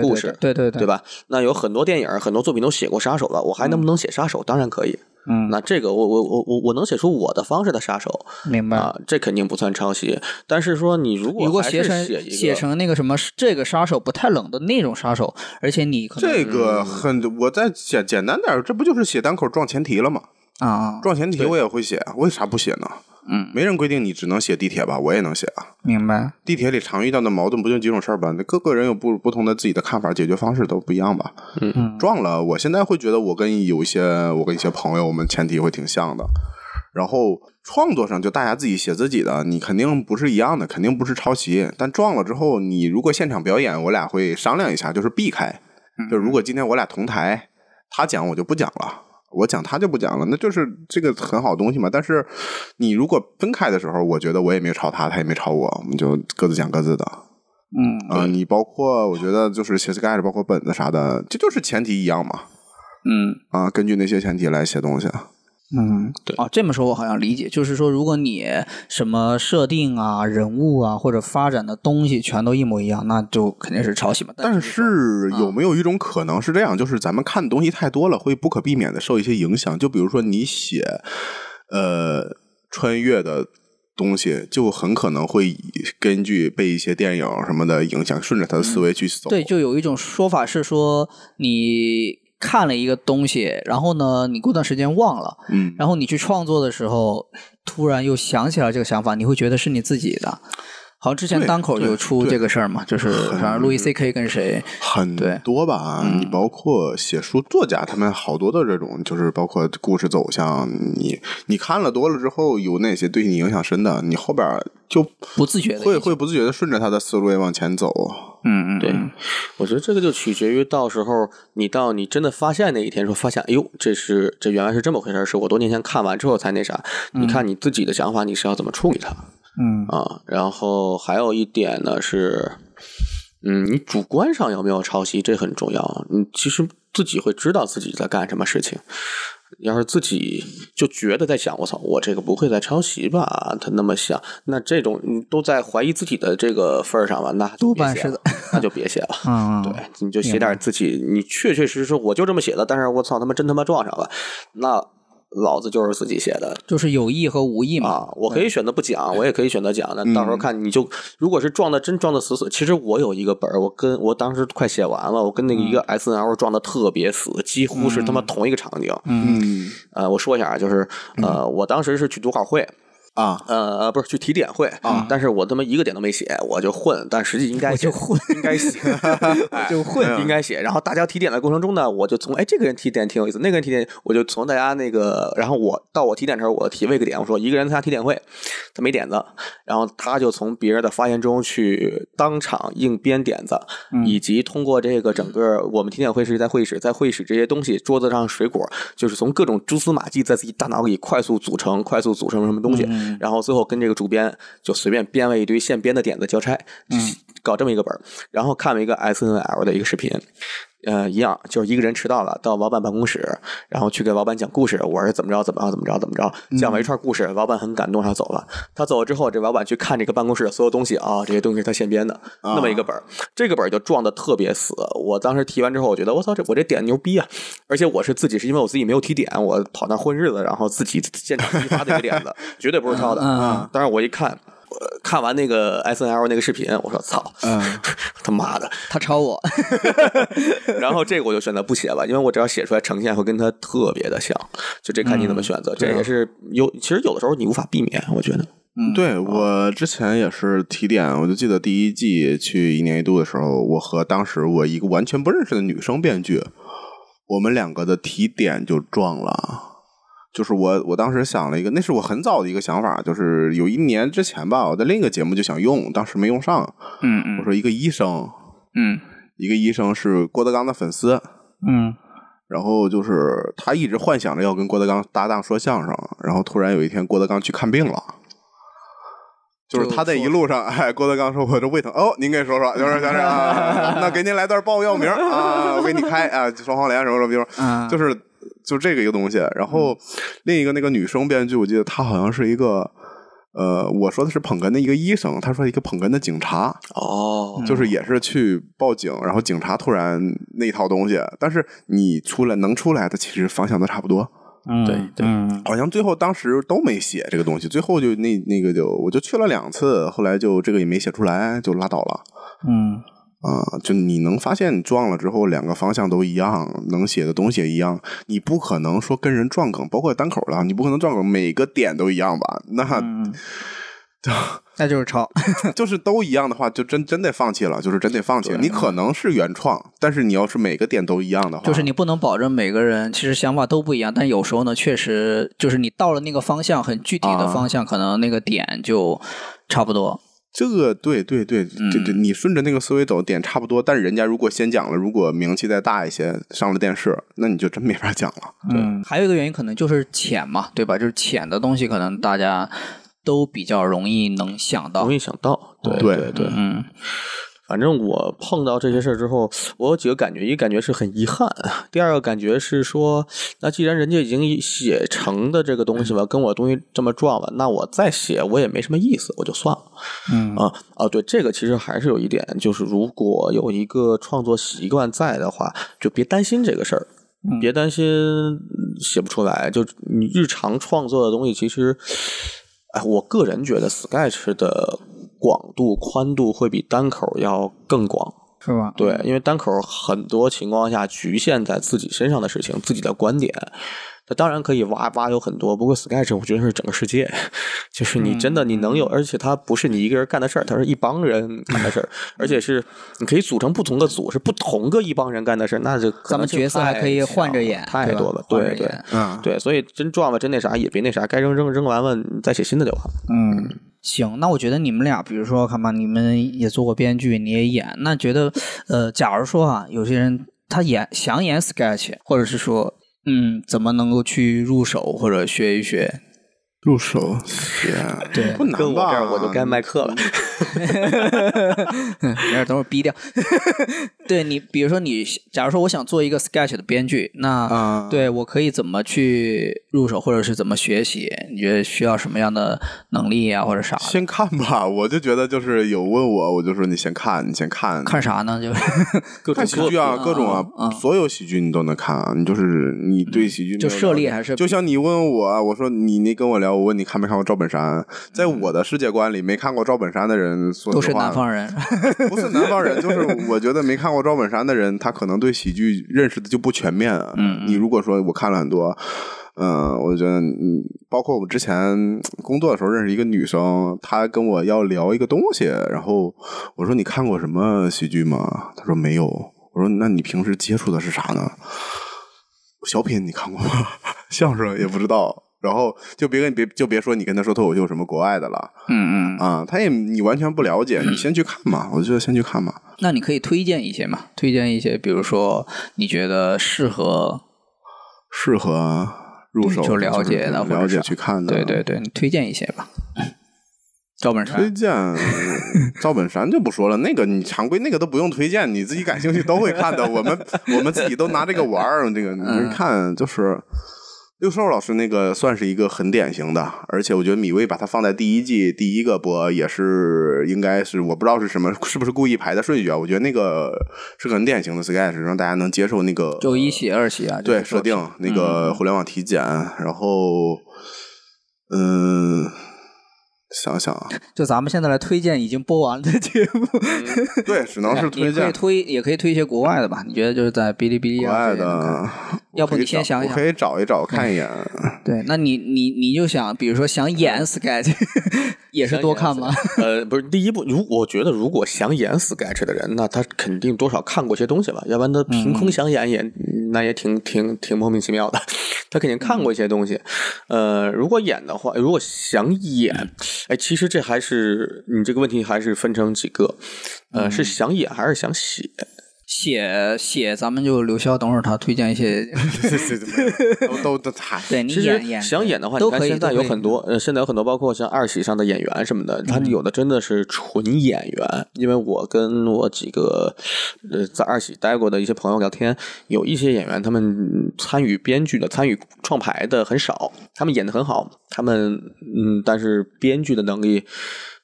Speaker 2: 对
Speaker 3: 故
Speaker 2: 对
Speaker 3: 事，
Speaker 2: 对对对
Speaker 3: 对？吧？那有很多电影、很多作品都写过杀手了，我还能不能写杀手？当然可以。
Speaker 2: 嗯，
Speaker 3: 那这个我我我我我能写出我的方式的杀手
Speaker 2: 明白。
Speaker 3: 啊，这肯定不算抄袭。但是说你如果
Speaker 2: 如果
Speaker 3: 还
Speaker 2: 写
Speaker 3: 是
Speaker 2: 成
Speaker 3: 写一个
Speaker 2: 写成那个什么这个杀手不太冷的那种杀手，而且你可能
Speaker 1: 这个很，我再简简单点儿，这不就是写单口撞前题了吗？
Speaker 2: 啊，
Speaker 1: 撞前题我也会写，啊为啥不写呢？
Speaker 2: 嗯，
Speaker 1: 没人规定你只能写地铁吧，我也能写啊。
Speaker 2: 明白，
Speaker 1: 地铁里常遇到的矛盾不就几种事儿吧？那各个人有不不同的自己的看法，解决方式都不一样吧。
Speaker 2: 嗯
Speaker 1: 撞了，我现在会觉得我跟有一些我跟一些朋友，我们前提会挺像的。然后创作上就大家自己写自己的，你肯定不是一样的，肯定不是抄袭。但撞了之后，你如果现场表演，我俩会商量一下，就是避开。就如果今天我俩同台，他讲我就不讲了。我讲他就不讲了，那就是这个很好东西嘛。但是你如果分开的时候，我觉得我也没抄他，他也没抄我，我们就各自讲各自的。
Speaker 2: 嗯
Speaker 1: 啊、你包括我觉得就是写 sketch，包括本子啥的，这就是前提一样嘛。
Speaker 2: 嗯
Speaker 1: 啊，根据那些前提来写东西。啊
Speaker 2: 嗯，
Speaker 5: 对
Speaker 2: 哦，这么说我好像理解，就是说如果你什么设定啊、人物啊或者发展的东西全都一模一样，那就肯定是抄袭嘛。
Speaker 1: 但
Speaker 2: 是说嗯
Speaker 1: 是有没有一种可能是这样？就是咱们看的东西太多了，会不可避免的受一些影响。就比如说你写呃穿越的东西，就很可能会根据被一些电影什么的影响，顺着他的思维去走。
Speaker 2: 嗯对，就有一种说法是说你。看了一个东西，然后呢，你过段时间忘了，
Speaker 1: 嗯，
Speaker 2: 然后你去创作的时候，突然又想起来这个想法，你会觉得是你自己的。好像之前
Speaker 1: 对
Speaker 2: 单口
Speaker 1: 对
Speaker 2: 就出
Speaker 1: 对
Speaker 2: 这个事儿嘛，就是反正路易 C K 跟谁，
Speaker 1: 很
Speaker 2: 对
Speaker 1: 多吧，你包括写书作家，他们好多的这种，就是包括故事走向，你你看了多了之后，有哪些对你影响深的，你后边就
Speaker 2: 不自觉的
Speaker 1: 会会不自觉的顺着他的思路往前走。
Speaker 2: 嗯嗯
Speaker 3: 对
Speaker 2: 嗯，
Speaker 3: 我觉得这个就取决于到时候你到你真的发现那一天，说发现，哎呦，这是这原来是这么回事儿，是我多年前看完之后才那啥。你看你自己的想法，你是要怎么处理它
Speaker 2: 嗯
Speaker 3: 啊？然后还有一点呢是，嗯，你主观上有没有抄袭，这很重要。啊你其实自己会知道自己在干什么事情。要是自己就觉得在想，我操，我这个不会在抄袭吧？他那么想，那这种你都在怀疑自己的这个份儿上了，那
Speaker 2: 多
Speaker 3: 就别
Speaker 2: 半
Speaker 3: 写
Speaker 2: 是
Speaker 3: 了
Speaker 2: 的，
Speaker 3: 那就别写了。
Speaker 2: 嗯，
Speaker 3: 对，你就写
Speaker 2: 明白
Speaker 3: 点自己，你确确实实我就这么写的，但是我操他妈真他妈撞上了，那老子就是自己写的
Speaker 2: 就是有意和无意嘛。
Speaker 3: 啊！我可以选择不讲，我也可以选择讲，那到时候
Speaker 2: 嗯
Speaker 3: 看你就，如果是撞的真撞的死死，其实我有一个本儿，我跟我当时快写完了，我跟那个一
Speaker 2: 嗯
Speaker 3: 个 S N L 撞的特别死，几乎是他妈同一个场景。
Speaker 1: 嗯
Speaker 3: 呃，我说一下啊，就是呃，
Speaker 2: 嗯
Speaker 3: 我当时是去读稿会，
Speaker 1: 啊，
Speaker 3: 呃呃，不是去提点会啊，但是我他妈一个点都没写，我就混，但实际应该就混，应该 [LAUGHS] 写，就混，应该写。然后大家提点的过程中呢，我就从哎这个人提点挺有意思，那个人提点，我就从大家那个，然后我到我提点的时候，我提了一个点，我说一个人参加提点会，他没点子，然后他就从别人的发言中去当场硬编点子，以及通过这个整个我们提点会是在会议室，在会议室这些东西，桌子上水果，就是从各种蛛丝马迹在自己大脑里快速组成，快速组成什么东西，然后最后跟这个主编就随便编了一堆现编的点子交差，搞这么一个本儿，然后看了一个 S N L 的一个视频。呃，一样，就是一个人迟到了，到老板办公室，然后去给老板讲故事，我是怎么着，怎么着，怎么着，怎么着，讲完一串故事，老板很感动，他走了。他走了之后，这老板去看这个办公室的所有东西啊，这些东西是他现编的，那么一个本儿，这个本儿就撞的特别死。我当时提完之后，我觉得我操，这我这点牛逼啊！而且我是自己是因为我自己没有提点，我跑那儿混日子，然后自己现场激发的一个点子， [LAUGHS] 绝对不是抄的。啊
Speaker 2: 嗯
Speaker 3: 当时我一看。呃看完那个 S N L 那个视频，我说操， [LAUGHS] 他妈的！
Speaker 2: 他抄我，
Speaker 3: 然后这个我就选择不写了，因为我只要写出来呈现会跟他特别的像，就这看你怎么选择。这也是有，其实有的时候你无法避免，我觉得。
Speaker 2: 嗯
Speaker 1: 对我之前也是提点，我就记得第一季去一年一度的时候，我和当时我一个完全不认识的女生编剧，我们两个的提点就撞了。就是我我当时想了一个，那是我很早的一个想法，就是有一年之前吧，我在另一个节目就想用，当时没用上。
Speaker 2: 嗯
Speaker 1: 我
Speaker 2: 嗯
Speaker 1: 说一个医生，
Speaker 2: 嗯
Speaker 1: 一个医生是郭德纲的粉丝，
Speaker 2: [LAUGHS] 嗯
Speaker 1: 然后就是他一直幻想着要跟郭德纲搭档说相声，然后突然有一天郭德纲去看病了。就是他在一路上，哎，郭德纲说：“我这胃疼哦，您给说说，就是就是啊，那给您来段报药名啊，我给你开啊，双黄连什么什么，就是
Speaker 2: 啊，
Speaker 1: 就是就这个一个东西。然后另一个那个女生编剧，我记得她好像是一个，呃，我说的是捧哏的一个医生，她说一个捧哏的警察，
Speaker 2: 嗯
Speaker 3: 哦，
Speaker 1: 就是也是去报警，然后警察突然那套东西，但是你出来能出来的，其实方向都差不多。
Speaker 3: 对对
Speaker 2: 嗯
Speaker 1: 好像最后当时都没写这个东西，最后就那那个就我就去了两次，后来就这个也没写出来，就拉倒了。
Speaker 2: 嗯
Speaker 1: 啊、就你能发现你撞了之后，两个方向都一样，能写的东西也一样，你不可能说跟人撞梗，包括单口的，啊你不可能撞梗每个点都一样吧？ [LAUGHS] 那
Speaker 2: 嗯，那就是抄，
Speaker 1: 就是都一样的话，就真真得放弃了，就是真得放弃。你可能是原创，但是你要是每个点都一样的话，
Speaker 2: [LAUGHS] 就是你不能保证每个人其实想法都不一样，但有时候呢，确实就是你到了那个方向，很具体的
Speaker 1: 啊
Speaker 2: 方向，可能那个点就差不多。
Speaker 1: 这个对对对，对
Speaker 2: 嗯
Speaker 1: 对，你顺着那个思维走，点差不多。但是人家如果先讲了，如果名气再大一些，上了电视，那你就真没法讲了。
Speaker 2: 嗯，还有一个原因可能就是浅嘛，对吧？就是浅的东西，可能大家都比较容易能想到
Speaker 3: 容。易想到，对
Speaker 1: 对
Speaker 3: 对对，
Speaker 2: 嗯
Speaker 3: 反正我碰到这些事儿之后，我有几个感觉，一个感觉是很遗憾，第二个感觉是说，那既然人家已经写成的这个东西吧，跟我东西这么撞了，那我再写我也没什么意思，我就算了。
Speaker 2: 嗯
Speaker 3: 啊啊，对，这个其实还是有一点，就是如果有一个创作习惯在的话，就别担心这个事儿。别担心嗯写不出来，就你日常创作的东西，其实，哎，我个人觉得 Sketch 的广度、宽度会比单口要更广。
Speaker 2: 是吧？
Speaker 3: 对，因为单口很多情况下局限在自己身上的事情、自己的观点，它当然可以挖挖有很多。不过 Sketch 我觉得是整个世界， [LAUGHS] 就是你真的
Speaker 2: 嗯
Speaker 3: 你能有，而且它不是你一个人干的事儿，它是一帮人干的事
Speaker 2: [LAUGHS]
Speaker 3: 儿，而且是你可以组成不同的组，是不同个一帮人干的事儿，那就可
Speaker 2: 咱们
Speaker 3: 能性
Speaker 2: 角色还
Speaker 3: 太
Speaker 2: 可以
Speaker 3: 强
Speaker 2: 换着
Speaker 3: 了
Speaker 2: 演，
Speaker 3: 太
Speaker 2: 对吧
Speaker 3: 多了，
Speaker 2: 换着
Speaker 3: 对对
Speaker 2: 演
Speaker 1: 啊，
Speaker 3: 对，所以真撞了真那啥也别那啥，该扔扔扔完了，你再写新的就完了。
Speaker 2: 嗯，行，那我觉得你们俩，比如说，看吧，你们也做过编剧，你也演，那觉得，呃，假如说啊，有些人他演想演 sketch，或者是说，嗯，怎么能够去入手或者学一学？
Speaker 1: 入手 [LAUGHS]
Speaker 3: [LAUGHS]
Speaker 1: 对啊不
Speaker 3: 跟
Speaker 1: 难
Speaker 3: 我这
Speaker 1: 吧？
Speaker 3: 儿我就该卖课了。
Speaker 2: [LAUGHS] 没事，等会儿逼掉。 [LAUGHS] 对你，比如说你，假如说我想做一个 sketch 的编剧，那、
Speaker 1: 啊，
Speaker 2: 对我可以怎么去入手，或者是怎么学习？你觉得需要什么样的能力啊，或者啥的？
Speaker 1: 先看吧，我就觉得就是有问我，我就说你先看，你先看，
Speaker 2: 看啥呢？
Speaker 1: [LAUGHS]
Speaker 2: 就是
Speaker 3: 各
Speaker 1: 看
Speaker 3: 种
Speaker 1: 喜剧啊，
Speaker 2: 各
Speaker 1: 各种
Speaker 2: 嗯嗯
Speaker 1: 啊，所有喜剧你都能看啊。你就是你对喜剧没有
Speaker 2: 就涉猎
Speaker 1: 了解
Speaker 2: 还是
Speaker 1: 就像你问我，我说你你跟我聊，我问你看没看过赵本山，在我的世界观里，没看过赵本山的人，说
Speaker 2: 嗯都
Speaker 1: 实
Speaker 2: 是
Speaker 1: 话
Speaker 2: 南方人， [LAUGHS]
Speaker 1: 不是南方人，就是我觉得没看过赵本山的人，他可能对喜剧认识的就不全面啊。
Speaker 2: 嗯嗯
Speaker 1: 你如果说我看了很多，嗯、我觉得你包括我之前工作的时候认识一个女生，她跟我要聊一个东西，然后我说你看过什么喜剧吗？她说没有。我说那你平时接触的是啥呢？小品你看过吗？ [LAUGHS] 相声也不知道。然后就别跟别就别说你跟他说脱口秀什么国外的了，
Speaker 2: 嗯嗯，
Speaker 1: 啊，他也你完全不了解，你先去看嘛，我觉得先去看嘛。
Speaker 2: 那你可以推荐一些嘛？推荐一些，比如说你觉得适合，
Speaker 1: 适合入手
Speaker 2: 就了解的
Speaker 1: 的，
Speaker 2: 或者
Speaker 1: 了
Speaker 2: 是
Speaker 1: 解去看的。
Speaker 2: 对对对，你推荐一些吧。赵本
Speaker 1: 推
Speaker 2: 山，
Speaker 1: 荐赵本山就不说了，那个你常规那个都不用推荐，你自己感兴趣都会看的。我们我们自己都拿这个玩儿，这个
Speaker 2: 嗯
Speaker 1: 你们看就是。六兽老师那个算是一个很典型的，而且我觉得米未把它放在第一季第一个播，也是应该是我不知道是什么，是不是故意排的顺序啊？我觉得那个是很典型的 sketch，让大家能接受那个
Speaker 2: 就一喜二喜啊，
Speaker 1: 对
Speaker 2: 这
Speaker 1: 设
Speaker 2: 种
Speaker 1: 定那个互联网体检，然后嗯，想想
Speaker 2: [LAUGHS]
Speaker 1: 啊，
Speaker 2: 就咱们现在来推荐已经播完的节目， [LAUGHS]
Speaker 1: 对，只能嗯哦是推
Speaker 2: 你可以
Speaker 1: 荐
Speaker 2: 推， [LAUGHS] 也可以推一些国外的吧？你觉得就是在哔哩哔哩
Speaker 1: 国
Speaker 2: 啊
Speaker 1: 外
Speaker 2: 之类能看 [LAUGHS]
Speaker 1: 的，
Speaker 2: 要不
Speaker 1: 我可以
Speaker 2: 你先
Speaker 1: 找
Speaker 2: 想一
Speaker 1: 我
Speaker 2: 想嗯
Speaker 1: 可以找一找看一
Speaker 2: [LAUGHS]
Speaker 1: 眼。
Speaker 2: 对，那你你你就想，比如说想
Speaker 1: 嗯
Speaker 2: 演 sketch，也是多看吗？
Speaker 3: 呃， [LAUGHS] 不是第一部，如我觉得如果想演 sketch 的人，那他肯
Speaker 2: 嗯
Speaker 3: 定多少看过些东西吧，要不然他凭空想演也，那也挺挺挺莫名其妙的。 [LAUGHS] 他肯定看过一些东西。
Speaker 2: 嗯
Speaker 3: 呃，如果演的话，如果想演，哎，其实这还是你这个问题还是分成几个，
Speaker 2: 嗯
Speaker 3: 呃，是想演还是想写？
Speaker 2: 写写，咱们就留校，等会儿他推荐
Speaker 1: [LAUGHS]
Speaker 2: 一些，
Speaker 1: 都
Speaker 2: [LAUGHS]
Speaker 1: 都都嗨。
Speaker 2: 对你
Speaker 3: 其实
Speaker 2: 演演
Speaker 3: 想演的话，
Speaker 2: 都
Speaker 3: 你看
Speaker 2: 可以
Speaker 3: 现在
Speaker 2: 都
Speaker 3: 有
Speaker 2: 可以嗯
Speaker 3: 很多，呃，现在有很多，包括像二喜上的演员什么的，他有的真的是纯演员。因为我跟我几个呃在二喜待过的一些朋友聊天，有一些演员他们参与编剧的、参与创排的很少，他们演的很好，他们嗯，但是编剧的能力。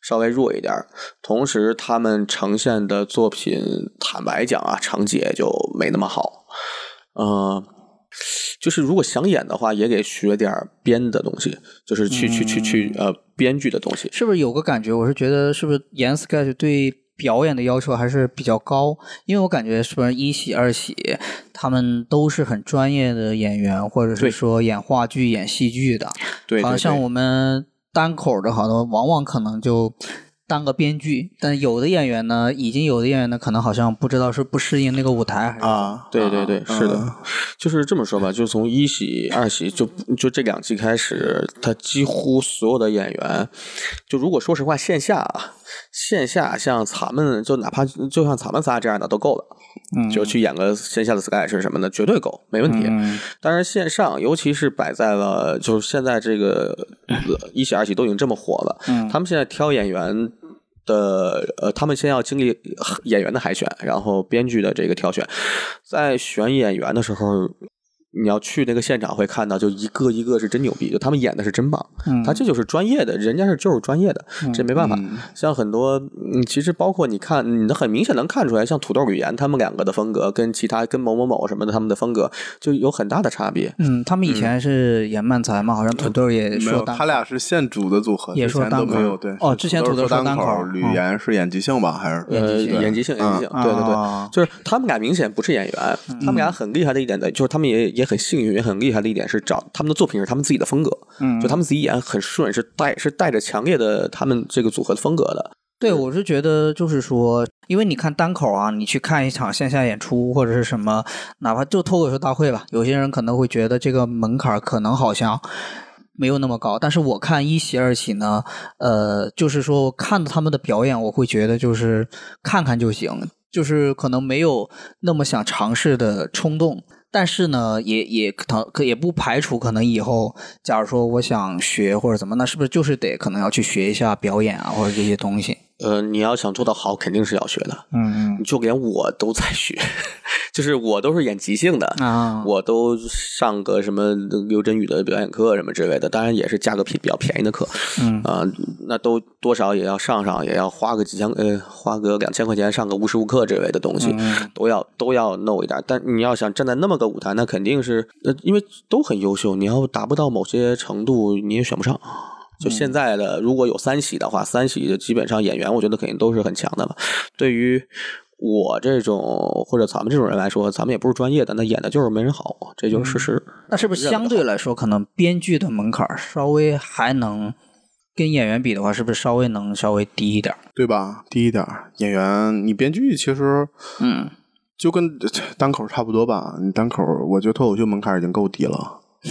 Speaker 3: 稍微弱一点儿，同时他们呈现的作品，坦白讲啊，成绩也就没那么好。呃，就是如果想演的话，也得学点儿编的东西，就是去、去去去
Speaker 2: 嗯
Speaker 3: 呃编剧的东西。
Speaker 2: 是不是有个感觉？我是觉得是不是演 sketch 对表演的要求还是比较高？因为我感觉是不是一喜、二喜他们都是很专业的演员，或者是
Speaker 3: 对
Speaker 2: 说演话剧、演戏剧的。
Speaker 3: 对，
Speaker 2: 好
Speaker 3: 对
Speaker 2: 像像我们单口的，好多往往可能就。当个编剧，但有的演员呢，已经有的演员呢，可能好像不知道是不适应那个舞台，还是
Speaker 1: 啊，
Speaker 3: 对对对，是
Speaker 2: 啊
Speaker 3: 的，就是这么说吧，就从一喜、二喜就就这两季开始，他几乎所有的演员，就如果说实话，线下啊，线下像咱们就哪怕就像咱们仨这样的都够了，
Speaker 2: 嗯
Speaker 3: 就去演个线下的 sketch 什么的，绝对够，没问题。
Speaker 2: 嗯
Speaker 3: 当然，线上尤其是摆在了，就是现在这个呃一喜、二喜都已经这么火了，
Speaker 2: 嗯
Speaker 3: 他们现在挑演员的，呃，他们先要经历呃演员的海选，然后编剧的这个挑选，在选演员的时候。你要去那个现场会看到，就一个一个是真牛逼，就他们演的是真棒，
Speaker 2: 嗯
Speaker 3: 他这就是专业的，人家是就是专业的，这没办法。
Speaker 1: 嗯
Speaker 3: 像很多，嗯，其实包括你看，你能很明显能看出来，像土豆语言他们两个的风格跟其他跟某某某什么的他们的风格就有很大的差别。
Speaker 2: 嗯，他们以前是演漫才嘛，好像土豆也
Speaker 1: 没
Speaker 2: 说
Speaker 1: 有，
Speaker 2: 单
Speaker 1: 他俩是现组的组合，
Speaker 2: 也
Speaker 1: 之
Speaker 2: 说
Speaker 1: 前都
Speaker 2: 单口
Speaker 1: 没有对。
Speaker 2: 哦之前土豆
Speaker 1: 都是
Speaker 2: 说
Speaker 1: 说
Speaker 2: 单
Speaker 1: 单
Speaker 2: 口
Speaker 1: 吕
Speaker 2: 嗯
Speaker 1: 岩是演即兴吧，还是
Speaker 3: 呃，
Speaker 2: 即兴
Speaker 3: 演即兴，演即兴，
Speaker 1: 嗯
Speaker 3: 对对对，
Speaker 2: 啊嗯
Speaker 3: 就是他们俩明显不是演员，他们俩很厉害的一点在，就是他们也也很幸运，也很厉害的一点是找他们的作品是他们自己的风格，
Speaker 2: 嗯
Speaker 3: 就他们自己演很顺，是带是带着强烈的他们这个组合的风格的，
Speaker 2: 对，我是觉得就是说，因为你看单口啊，你去看一场线下演出或者是什么，哪怕就脱口秀大会吧，有些人可能会觉得这个门槛儿可能好像没有那么高，但是我看一喜二喜呢，呃，就是说看他们的表演，我会觉得就是看看就行，就是可能没有那么想尝试的冲动。但是呢，也也可可也不排除可能以后，假如说我想学或者怎么，那是不是就是得可能要去学一下表演啊，或者这些东西？
Speaker 3: 呃，你要想做到好，肯定是要学的，
Speaker 2: 嗯
Speaker 3: 就连我都在学， [LAUGHS] 就是我都是演即兴的，
Speaker 1: 嗯
Speaker 2: 啊，
Speaker 3: 我都上个什么刘真宇的表演课什么之类的，当然也是价格便比较便宜的课，
Speaker 2: 嗯
Speaker 3: 啊、那都多少也要上上，也要花个几千呃，花个两千块钱上个无时无刻之类的东西，都要都要弄一点。但你要想站在那么个舞台，那肯定是呃，因为都很优秀，你要达不到某些程度，你也选不上。就现在的，如果有三喜的话，三喜就基本上演员，我觉得肯定都是很强的嘛。对于我这种或者咱们这种人来说，咱们也不是专业的，那演的就是没人好，这就是事实。
Speaker 2: 那是不是相对来说，可能编剧的门槛儿稍微还能跟演员比的话，是不是稍微能稍微低一点儿？
Speaker 1: 对吧？第一点儿，演员，你编剧其实
Speaker 2: 嗯
Speaker 1: 就跟单口差不多吧。你单口，我觉得脱口秀门槛已经够低了，
Speaker 2: [LAUGHS]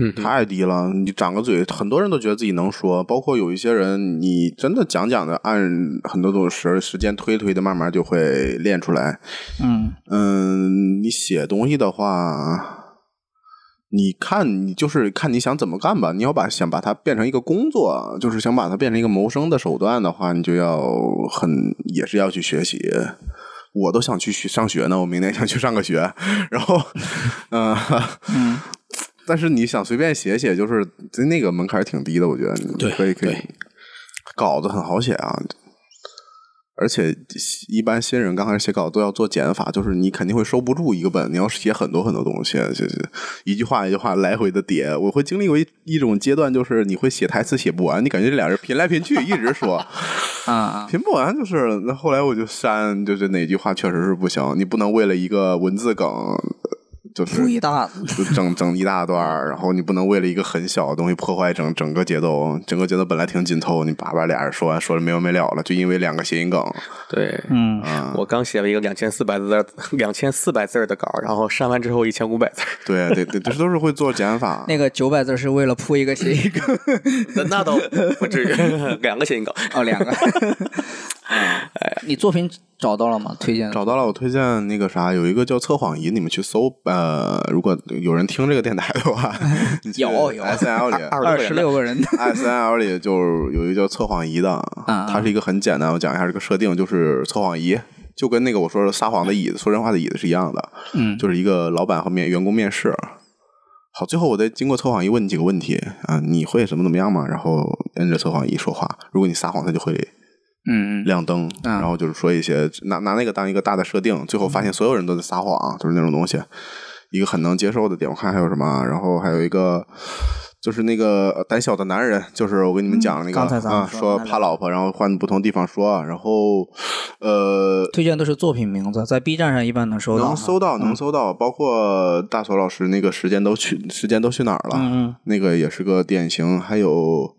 Speaker 2: 嗯
Speaker 1: 太低了。你长个嘴，很多人都觉得自己能说，包括有一些人，你真的讲讲的，按很多种时时间推推的，慢慢就会练出来。
Speaker 2: 嗯
Speaker 1: 嗯，你写东西的话，你看你就是看你想怎么干吧。你要把想把它变成一个工作，就是想把它变成一个谋生的手段的话，你就要很也是要去学习。我都想去学上学呢，我明年想去上个学，然后，嗯、
Speaker 2: 嗯，
Speaker 1: [LAUGHS] 但是你想随便写写，就是那个门槛儿挺低的，我觉得你
Speaker 3: 对
Speaker 1: 可以可以
Speaker 3: 对，
Speaker 1: 稿子很好写啊。而且一般新人刚开始写稿都要做减法，就是你肯定会收不住一个本，你要写很多很多东西，就是一句话一句话来回的叠。我会经历过一一种阶段，就是你会写台词写不完，你感觉这俩人拼来拼去，一直说
Speaker 2: 啊啊，
Speaker 1: 拼不完，就是那后来我就删，就是哪句话确实是不行，你不能为了一个文字梗就是
Speaker 2: 故意大
Speaker 1: 就整整一大段儿，然后你不能为了一个很小的东西破坏整整个节奏，整个节奏本来挺紧凑，你叭叭俩人说完说了没完没了了，就因为两个谐音梗，
Speaker 3: 对，
Speaker 2: 嗯，
Speaker 3: 我刚写了一个两千四百字的两千四百字儿的稿，然后删完之后一千五百字儿，
Speaker 1: 对对对，这都是会做减法。
Speaker 2: 那个九百字是为了铺一个谐音梗 [LAUGHS]
Speaker 3: 那那倒不至于， [LAUGHS] 两个谐音梗。
Speaker 2: 哦，两 [LAUGHS] 个。嗯，你作品找到了吗？推荐
Speaker 1: 找到了，我推荐那个啥，有一个叫测谎仪，你们去搜。呃，如果有人听这个电台的
Speaker 2: [LAUGHS]
Speaker 1: 话，你去
Speaker 2: 有有
Speaker 1: S N L 里
Speaker 2: 二十六个人
Speaker 1: S N L 里就是有一个叫测谎仪的，啊它是一个很简单，我讲一下这个设定，就是测谎仪。就跟那个我说的撒谎的椅子、说人话的椅子是一样的，
Speaker 2: [LAUGHS] 嗯
Speaker 1: 就是一个老板和面员工面试。好，最后我再经过测谎仪问你几个问题啊，你会怎么怎么样吗？然后摁着测谎仪说话，如果你撒谎，它就会
Speaker 2: 嗯嗯
Speaker 1: 亮灯，然后就是说一些拿拿那个当一个大的设定，最后发现所有人都在撒
Speaker 2: 嗯
Speaker 1: 谎，就是那种东西。一个很能接受的点，我看还有什么，啊然后还有一个就是那个呃胆小的男人，就是我跟你们讲那个、
Speaker 2: 嗯刚才咱们
Speaker 1: 啊，
Speaker 2: 说
Speaker 1: 说
Speaker 2: 的那
Speaker 1: 怕老婆，然后换不同地方说，啊然后呃，
Speaker 2: 推荐都是作品名字，在 B 站上一般能搜到。嗯
Speaker 1: 能搜到，能搜到，包括大锁老师那个时间都去，时间都去哪儿了？
Speaker 2: 嗯嗯
Speaker 1: 那个也是个典型。还有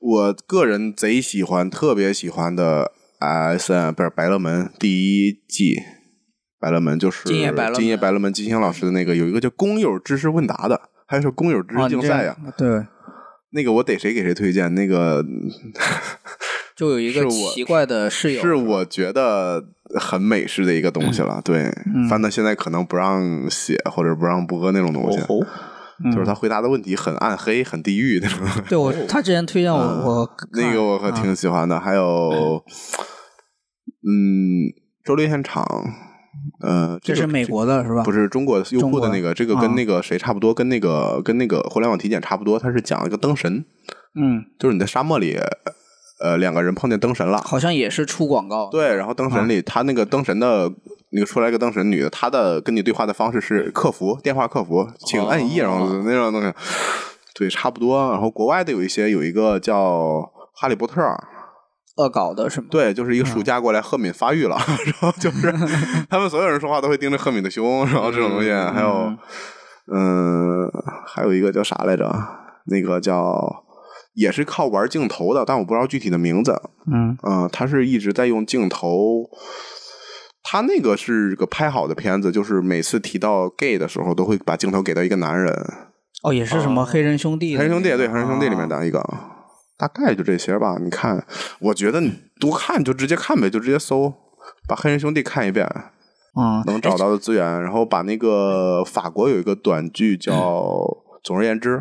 Speaker 1: 我个人贼喜欢，特别喜欢的 S N 不是《百乐门》第一季，《百乐门》就是
Speaker 2: 今夜百乐门
Speaker 1: 今夜百乐门金星老师的那个有一个叫工友知识问答的，还有是工友知识
Speaker 2: 哦，你
Speaker 1: 竞
Speaker 2: 这
Speaker 1: 赛呀、
Speaker 2: 样对，
Speaker 1: 那个我逮谁给谁推荐，那个
Speaker 2: 就有一个
Speaker 1: 是我嗯
Speaker 2: 奇怪的室友，
Speaker 1: 是我觉得很美式的一个东西了。对，
Speaker 2: 嗯
Speaker 1: 翻到现在可能不让写或者不让播那种东西。
Speaker 3: 哦吼，
Speaker 1: 就是他回答的问题很暗黑、很地狱那种。
Speaker 2: 嗯对我他之前推荐我我看
Speaker 1: 嗯那个我可
Speaker 2: 啊
Speaker 1: 挺喜欢的。还有，嗯，周六现场，呃，
Speaker 2: 这
Speaker 1: 个
Speaker 2: 是美国的是吧？
Speaker 1: 不是中国的优
Speaker 2: 中
Speaker 1: 酷
Speaker 2: 国
Speaker 1: 的那个，这个
Speaker 2: 啊
Speaker 1: 跟那个谁差不多，跟那个跟那个互联网体检差不多。它是讲一个灯神，
Speaker 2: 嗯，
Speaker 1: 就是你在沙漠里，呃，两个人碰见灯神了。
Speaker 2: 好像也是出广告。
Speaker 1: 对，然后灯
Speaker 2: 啊
Speaker 1: 神里，他那个灯神的那个出来一个灯神女的，她的跟你对话的方式是客服电话客服，请按一，然后
Speaker 2: 哦
Speaker 1: 那种东西，对，差不多。然后国外的有一些有一个叫《哈利波特》，
Speaker 2: 恶搞的是吗？
Speaker 1: 对，就是一个暑假过来，赫敏发育了， [LAUGHS] 然后就是他们所有人说话都会盯着赫敏的胸，然后这种东西，还有，嗯，还有一个叫啥来着？那个叫也是靠玩镜头的，但我不知道具体的名字。
Speaker 2: 嗯
Speaker 1: 嗯，他是一直在用镜头。他那个是个拍好的片子，就是每次提到 gay 的时候，都会把镜头给到一个男人，
Speaker 2: 哦，也是什么黑人兄弟
Speaker 1: 《
Speaker 2: 的
Speaker 1: 黑
Speaker 2: 那
Speaker 1: 人
Speaker 2: 个？
Speaker 1: 兄弟》对《黑人兄弟》里面
Speaker 2: 啊
Speaker 1: 的一个，大概就这些吧。你看，我觉得你多看就直接看呗，就直接搜，把《黑人兄弟》看一遍，
Speaker 2: 嗯，
Speaker 1: 能找到的资源。然后把那个法国有一个短剧叫《总而言之》，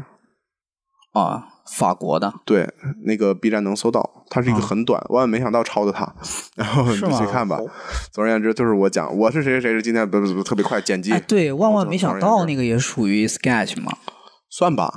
Speaker 2: 啊，法国的
Speaker 1: 对，那个 B 站能搜到，它是一个很短，万万没想到抄的它，然后你
Speaker 2: 啊是
Speaker 1: 就去
Speaker 2: 吗哦
Speaker 1: 看吧。总而言之，就是我讲我是谁谁谁是今天不不不特别快剪辑，
Speaker 2: 哎，对，万万
Speaker 1: 总
Speaker 2: 没想
Speaker 1: 总而言
Speaker 2: 到
Speaker 1: 之
Speaker 2: 那个也属于 sketch 嘛，
Speaker 1: 算吧，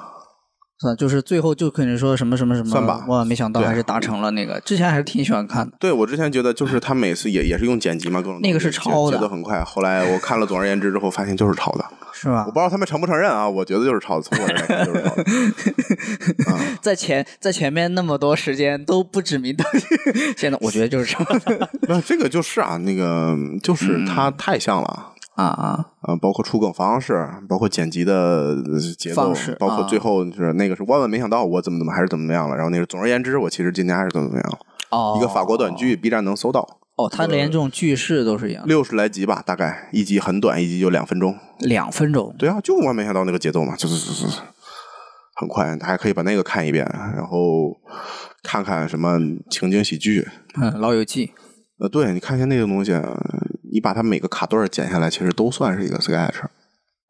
Speaker 2: 是吧？就是最后就可能说什么什么什么，
Speaker 1: 算吧
Speaker 2: 万万没想到
Speaker 1: 对啊
Speaker 2: 还是达成了那个，之前还是挺喜欢看的。
Speaker 1: 对我之前觉得就是他每次也也是用剪辑嘛，各种
Speaker 2: 那个是
Speaker 1: 东西
Speaker 2: 抄的
Speaker 1: 节奏很快。后来我看了《总而言之》之后，发现就是抄的，
Speaker 2: 是吧
Speaker 1: 我不？
Speaker 2: [LAUGHS]
Speaker 1: 知道他们承不承认啊，我觉得就是抄的，从我这儿看就是抄的。 [LAUGHS] 啊
Speaker 2: 在前在前面那么多时间都不指名道姓， [LAUGHS] 现在我觉得就是这样
Speaker 1: [LAUGHS]
Speaker 2: 的
Speaker 1: 那这个就是啊，那个
Speaker 2: 嗯
Speaker 1: 就是它太像了。
Speaker 2: 啊啊，
Speaker 1: 啊，包括出梗方式，包括剪辑的呃节奏
Speaker 2: 方式，
Speaker 1: 包括
Speaker 2: 啊
Speaker 1: 最后就是那个是万万没想到我怎么怎么还是怎么怎么样了，然后那个总而言之，我其实今天还是怎么怎么样了。
Speaker 2: 哦，
Speaker 1: 一个法国短剧，B 站能搜到
Speaker 2: 哦，他连这种句式都是一样的，
Speaker 1: 六十来集吧，大概一集很短，一集就两分钟。
Speaker 2: 两分钟，
Speaker 1: 对啊，就万万没想到那个节奏嘛，就是就是就是很快，大家可以把那个看一遍，然后看看什么情景喜剧。
Speaker 2: 嗯，老友记，
Speaker 1: 呃，对你看一下那个东西，啊你把它每个卡段儿剪下来，其实都算是一个 sketch，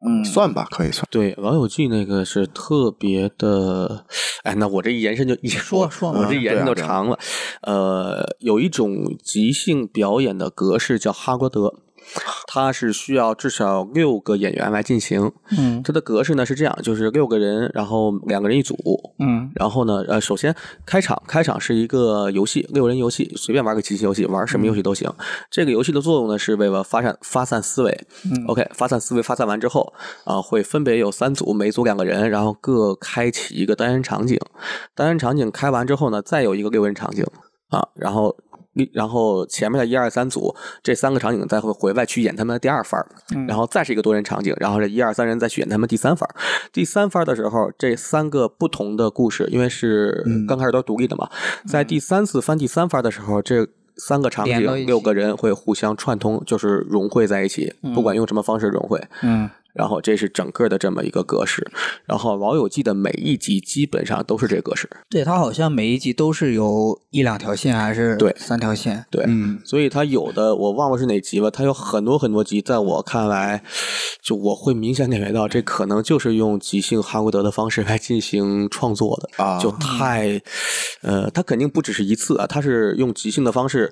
Speaker 2: 嗯，
Speaker 1: 算吧，可以算。
Speaker 3: 对，《老友记》那个是特别的，哎，那我这一延伸就一
Speaker 2: 说说嘛
Speaker 3: 我这一延伸就
Speaker 1: 对啊对啊
Speaker 3: 长了。呃，有一种即兴表演的格式叫哈格德，它是需要至少六个演员来进行。
Speaker 2: 嗯
Speaker 3: 它的格式呢是这样，就是六个人，然后两个人一组。
Speaker 2: 嗯
Speaker 3: 然后呢，呃，首先开场，开场是一个游戏，六人游戏，随便玩个即兴游戏，玩什么游戏都行。这个游戏的作用呢，是为了发散发散思维。OK，发散思维，发散完之后啊、会分别有三组，每组两个人，然后各开启一个单人场景。单人场景开完之后呢，再有一个六人场景啊，然后然后前面的一二三组这三个场景再会回来去演他们的第二番儿，
Speaker 2: 嗯
Speaker 3: 然后再是一个多人场景，然后这一二三人再去演他们第三番儿。第三番儿的时候，这三个不同的故事，因为是刚开始都是独立的嘛，在第三次翻第三番儿的时候，这。三个场
Speaker 2: 嗯连到一
Speaker 3: 景，
Speaker 2: 起
Speaker 3: 六个人会互相串通，就是融汇在一起，不管用什么方式融汇。
Speaker 2: 嗯，
Speaker 3: 然后这是整个的这么一个格式。然后《老友记》的每一集基本上都是这格式，
Speaker 2: 对，它好像每一集都是有一两条线还是
Speaker 3: 对
Speaker 2: 三条线，
Speaker 3: 对，
Speaker 1: 嗯
Speaker 3: 所以它有的我忘了是哪集了，它有很多很多集，在我看来，就我会明显感觉到这可能就是用即兴哈古德的方式来进行创作的
Speaker 1: 啊
Speaker 3: 就太，呃，它肯定不只是一次啊，它是用即兴的方式，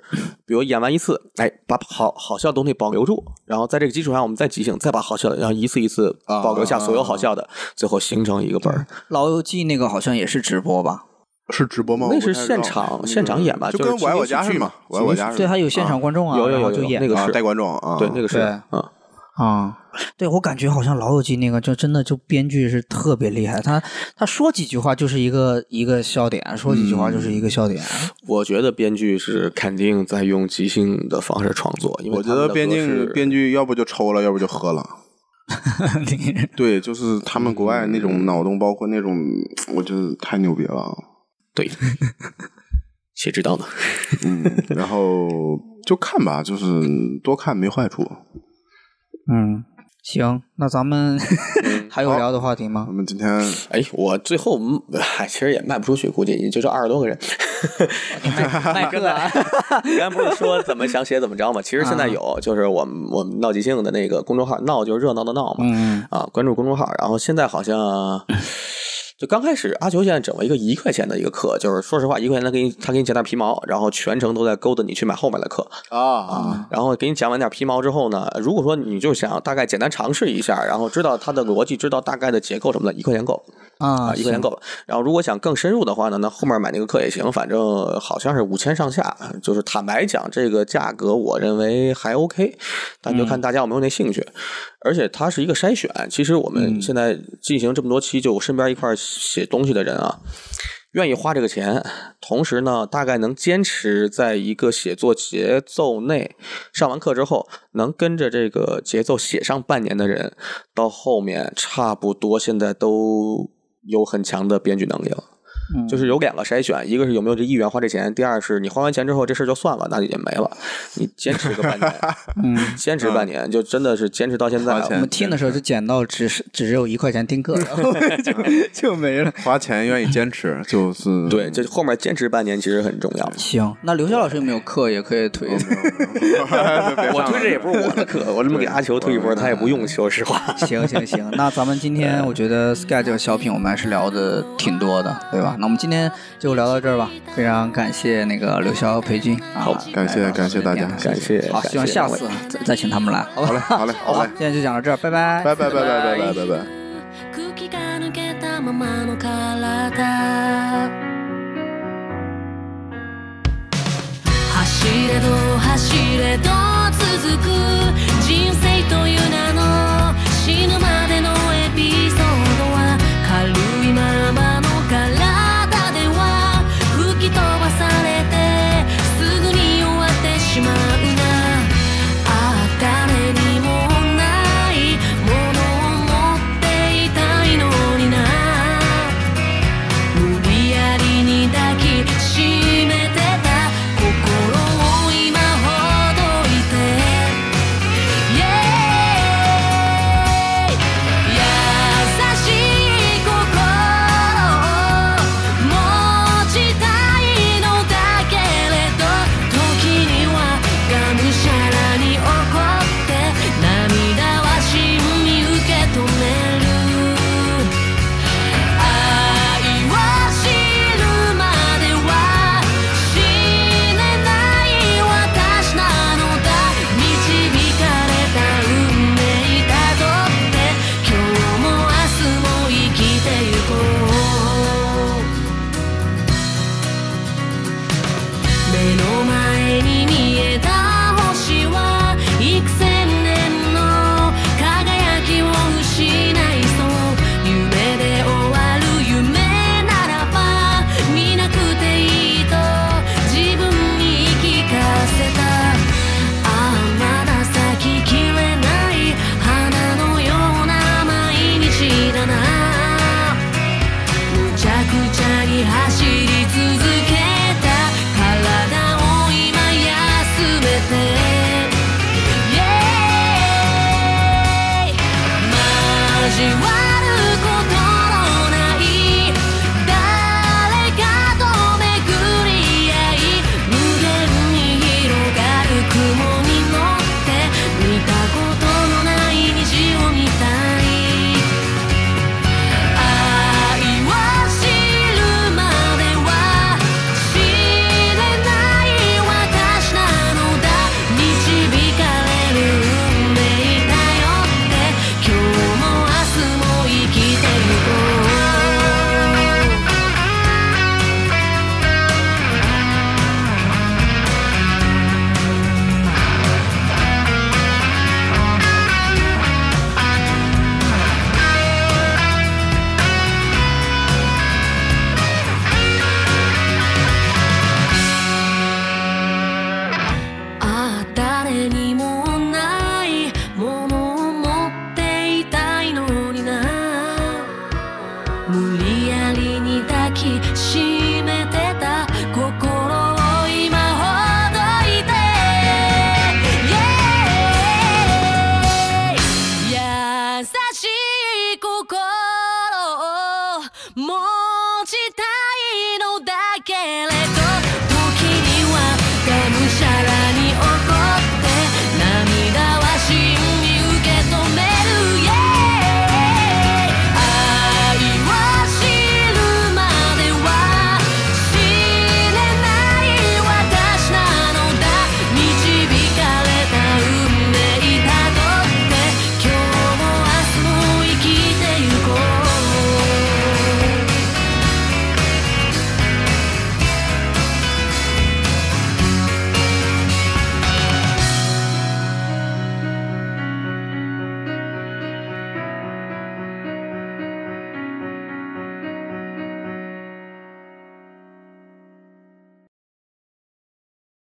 Speaker 3: 比如演完一次，哎，把好好笑的东西保留住，然后在这个基础上我们再即兴，再把好笑的，然后一次一次
Speaker 1: 啊嗯
Speaker 3: 保留下所有好笑的，最后形成一个本儿。
Speaker 2: 《老友记》那个好像也是直播吧？
Speaker 1: 是直播吗？
Speaker 3: 那是
Speaker 1: 我不太知道
Speaker 3: 现场现场演吧
Speaker 1: 就
Speaker 3: 就是
Speaker 1: 跟我爱我
Speaker 3: 情景
Speaker 1: 家
Speaker 3: 喜
Speaker 1: 是
Speaker 3: 剧
Speaker 1: 吗？我爱
Speaker 3: 情
Speaker 1: 我
Speaker 3: 景
Speaker 1: 家是
Speaker 2: 对，
Speaker 1: 吗
Speaker 2: 它有现场观众啊，
Speaker 3: 有有有
Speaker 2: 然后就
Speaker 3: 有
Speaker 2: 演
Speaker 3: 那个
Speaker 1: 啊
Speaker 3: 是
Speaker 1: 带观众啊，
Speaker 3: 对，那个是
Speaker 2: 对
Speaker 3: 啊。嗯
Speaker 2: 啊、对我感觉好像《老友记》那个就真的就编剧是特别厉害，他他说几句话就是一个一个笑点，说几句话就是一个笑点。 [LAUGHS]
Speaker 3: 我觉得编剧是肯定在用即兴的方式创作，因为
Speaker 1: 我觉得编
Speaker 3: 他们的
Speaker 1: 剧
Speaker 3: 歌是
Speaker 1: 编剧要不就抽了，要不就喝了。对，就是他们国外那种脑洞，包括那种，我觉得太牛逼了。啊
Speaker 3: 对，谁知道呢？
Speaker 1: 嗯，然 [LAUGHS] 后就看吧，就是多看没坏处。
Speaker 2: 嗯，行，那咱们还有聊的话题
Speaker 1: [LAUGHS] 我
Speaker 2: 吗？
Speaker 1: 们今天
Speaker 3: 哎，我最后嗯哎，其实也卖不出去，估计也就这二十多个人。 [LAUGHS]
Speaker 2: [LAUGHS] 麦克啊，
Speaker 3: 你刚才不是说怎么想写怎么着吗？其实现在有，就是我们我们闹即兴的那个公众号，闹就是热闹的闹嘛。
Speaker 2: 嗯，
Speaker 3: 啊，关注公众号，然后现在好 [LAUGHS] 像。就刚开始，阿球现在整了一个一块钱的一个课，就是说实话，一块钱他给你他给你讲点皮毛，然后全程都在勾搭你去买后面的课，
Speaker 1: 啊，
Speaker 3: 然后给你讲完点皮毛之后呢，如果说你就想大概简单尝试一下，然后知道它的逻辑，知道大概的结构什么的，一块钱够
Speaker 2: 啊
Speaker 3: 啊，一块钱
Speaker 2: 行
Speaker 3: 够了。然后如果想更深入的话呢，那后面买那个课也行，反正好像是五千上下。就是坦白讲，这个价格我认为还 OK，但
Speaker 2: 嗯
Speaker 3: 就看大家有没有那兴趣。而且它是一个筛选，其实我
Speaker 2: 嗯
Speaker 3: 们现在进行这么多期，就我身边一块儿写东西的人啊，愿意花这个钱，同时呢，大概能坚持在一个写作节奏内，上完课之后能跟着这个节奏写上半年的人，到后面差不多现在都有很强的编剧能力了。
Speaker 2: 嗯
Speaker 3: 就是有两个筛选，一个是有没有这意愿花这钱，第二是你花完钱之后这事儿就算了，那也没了。你坚持个半年，
Speaker 2: [LAUGHS] 嗯，
Speaker 3: 坚持半年就真的是坚持到现在
Speaker 1: 花
Speaker 3: 了。
Speaker 1: 钱
Speaker 2: 我们听的时候就捡到只是只有一块钱听课，然后就就没了。
Speaker 1: 花钱愿意坚持，就是
Speaker 3: 对，这后面坚持半年其实很重要。
Speaker 2: 行，那刘潇老师有没有课也可以
Speaker 1: [LAUGHS]
Speaker 2: 推？
Speaker 3: 我
Speaker 1: 我
Speaker 3: 推这也不是我的课，我这么给阿球推一波，他也不用。说实话，
Speaker 2: 行行行，那咱们今天我觉得 Sky 这个小品我们还是聊的挺多的，对吧？那我们今天就聊到这儿吧，非常感谢那个刘潇、裴军啊，
Speaker 3: 好
Speaker 1: 感谢
Speaker 2: 来到
Speaker 1: 感谢
Speaker 2: 我
Speaker 1: 大
Speaker 2: 们
Speaker 1: 家
Speaker 2: 电台
Speaker 3: [LAUGHS] 感谢
Speaker 2: 好，
Speaker 3: 感
Speaker 2: 希望
Speaker 3: 谢
Speaker 2: 下
Speaker 3: 两位
Speaker 2: 次再再请他们来，好吧？
Speaker 1: 好嘞，好嘞，
Speaker 2: 好
Speaker 1: 好
Speaker 2: 吧
Speaker 1: 嘞，，
Speaker 2: 今天就讲到这儿，拜拜，
Speaker 1: 拜拜拜拜拜拜拜拜。
Speaker 6: 空気が抜けたままの体走れど走れど続く人生という名の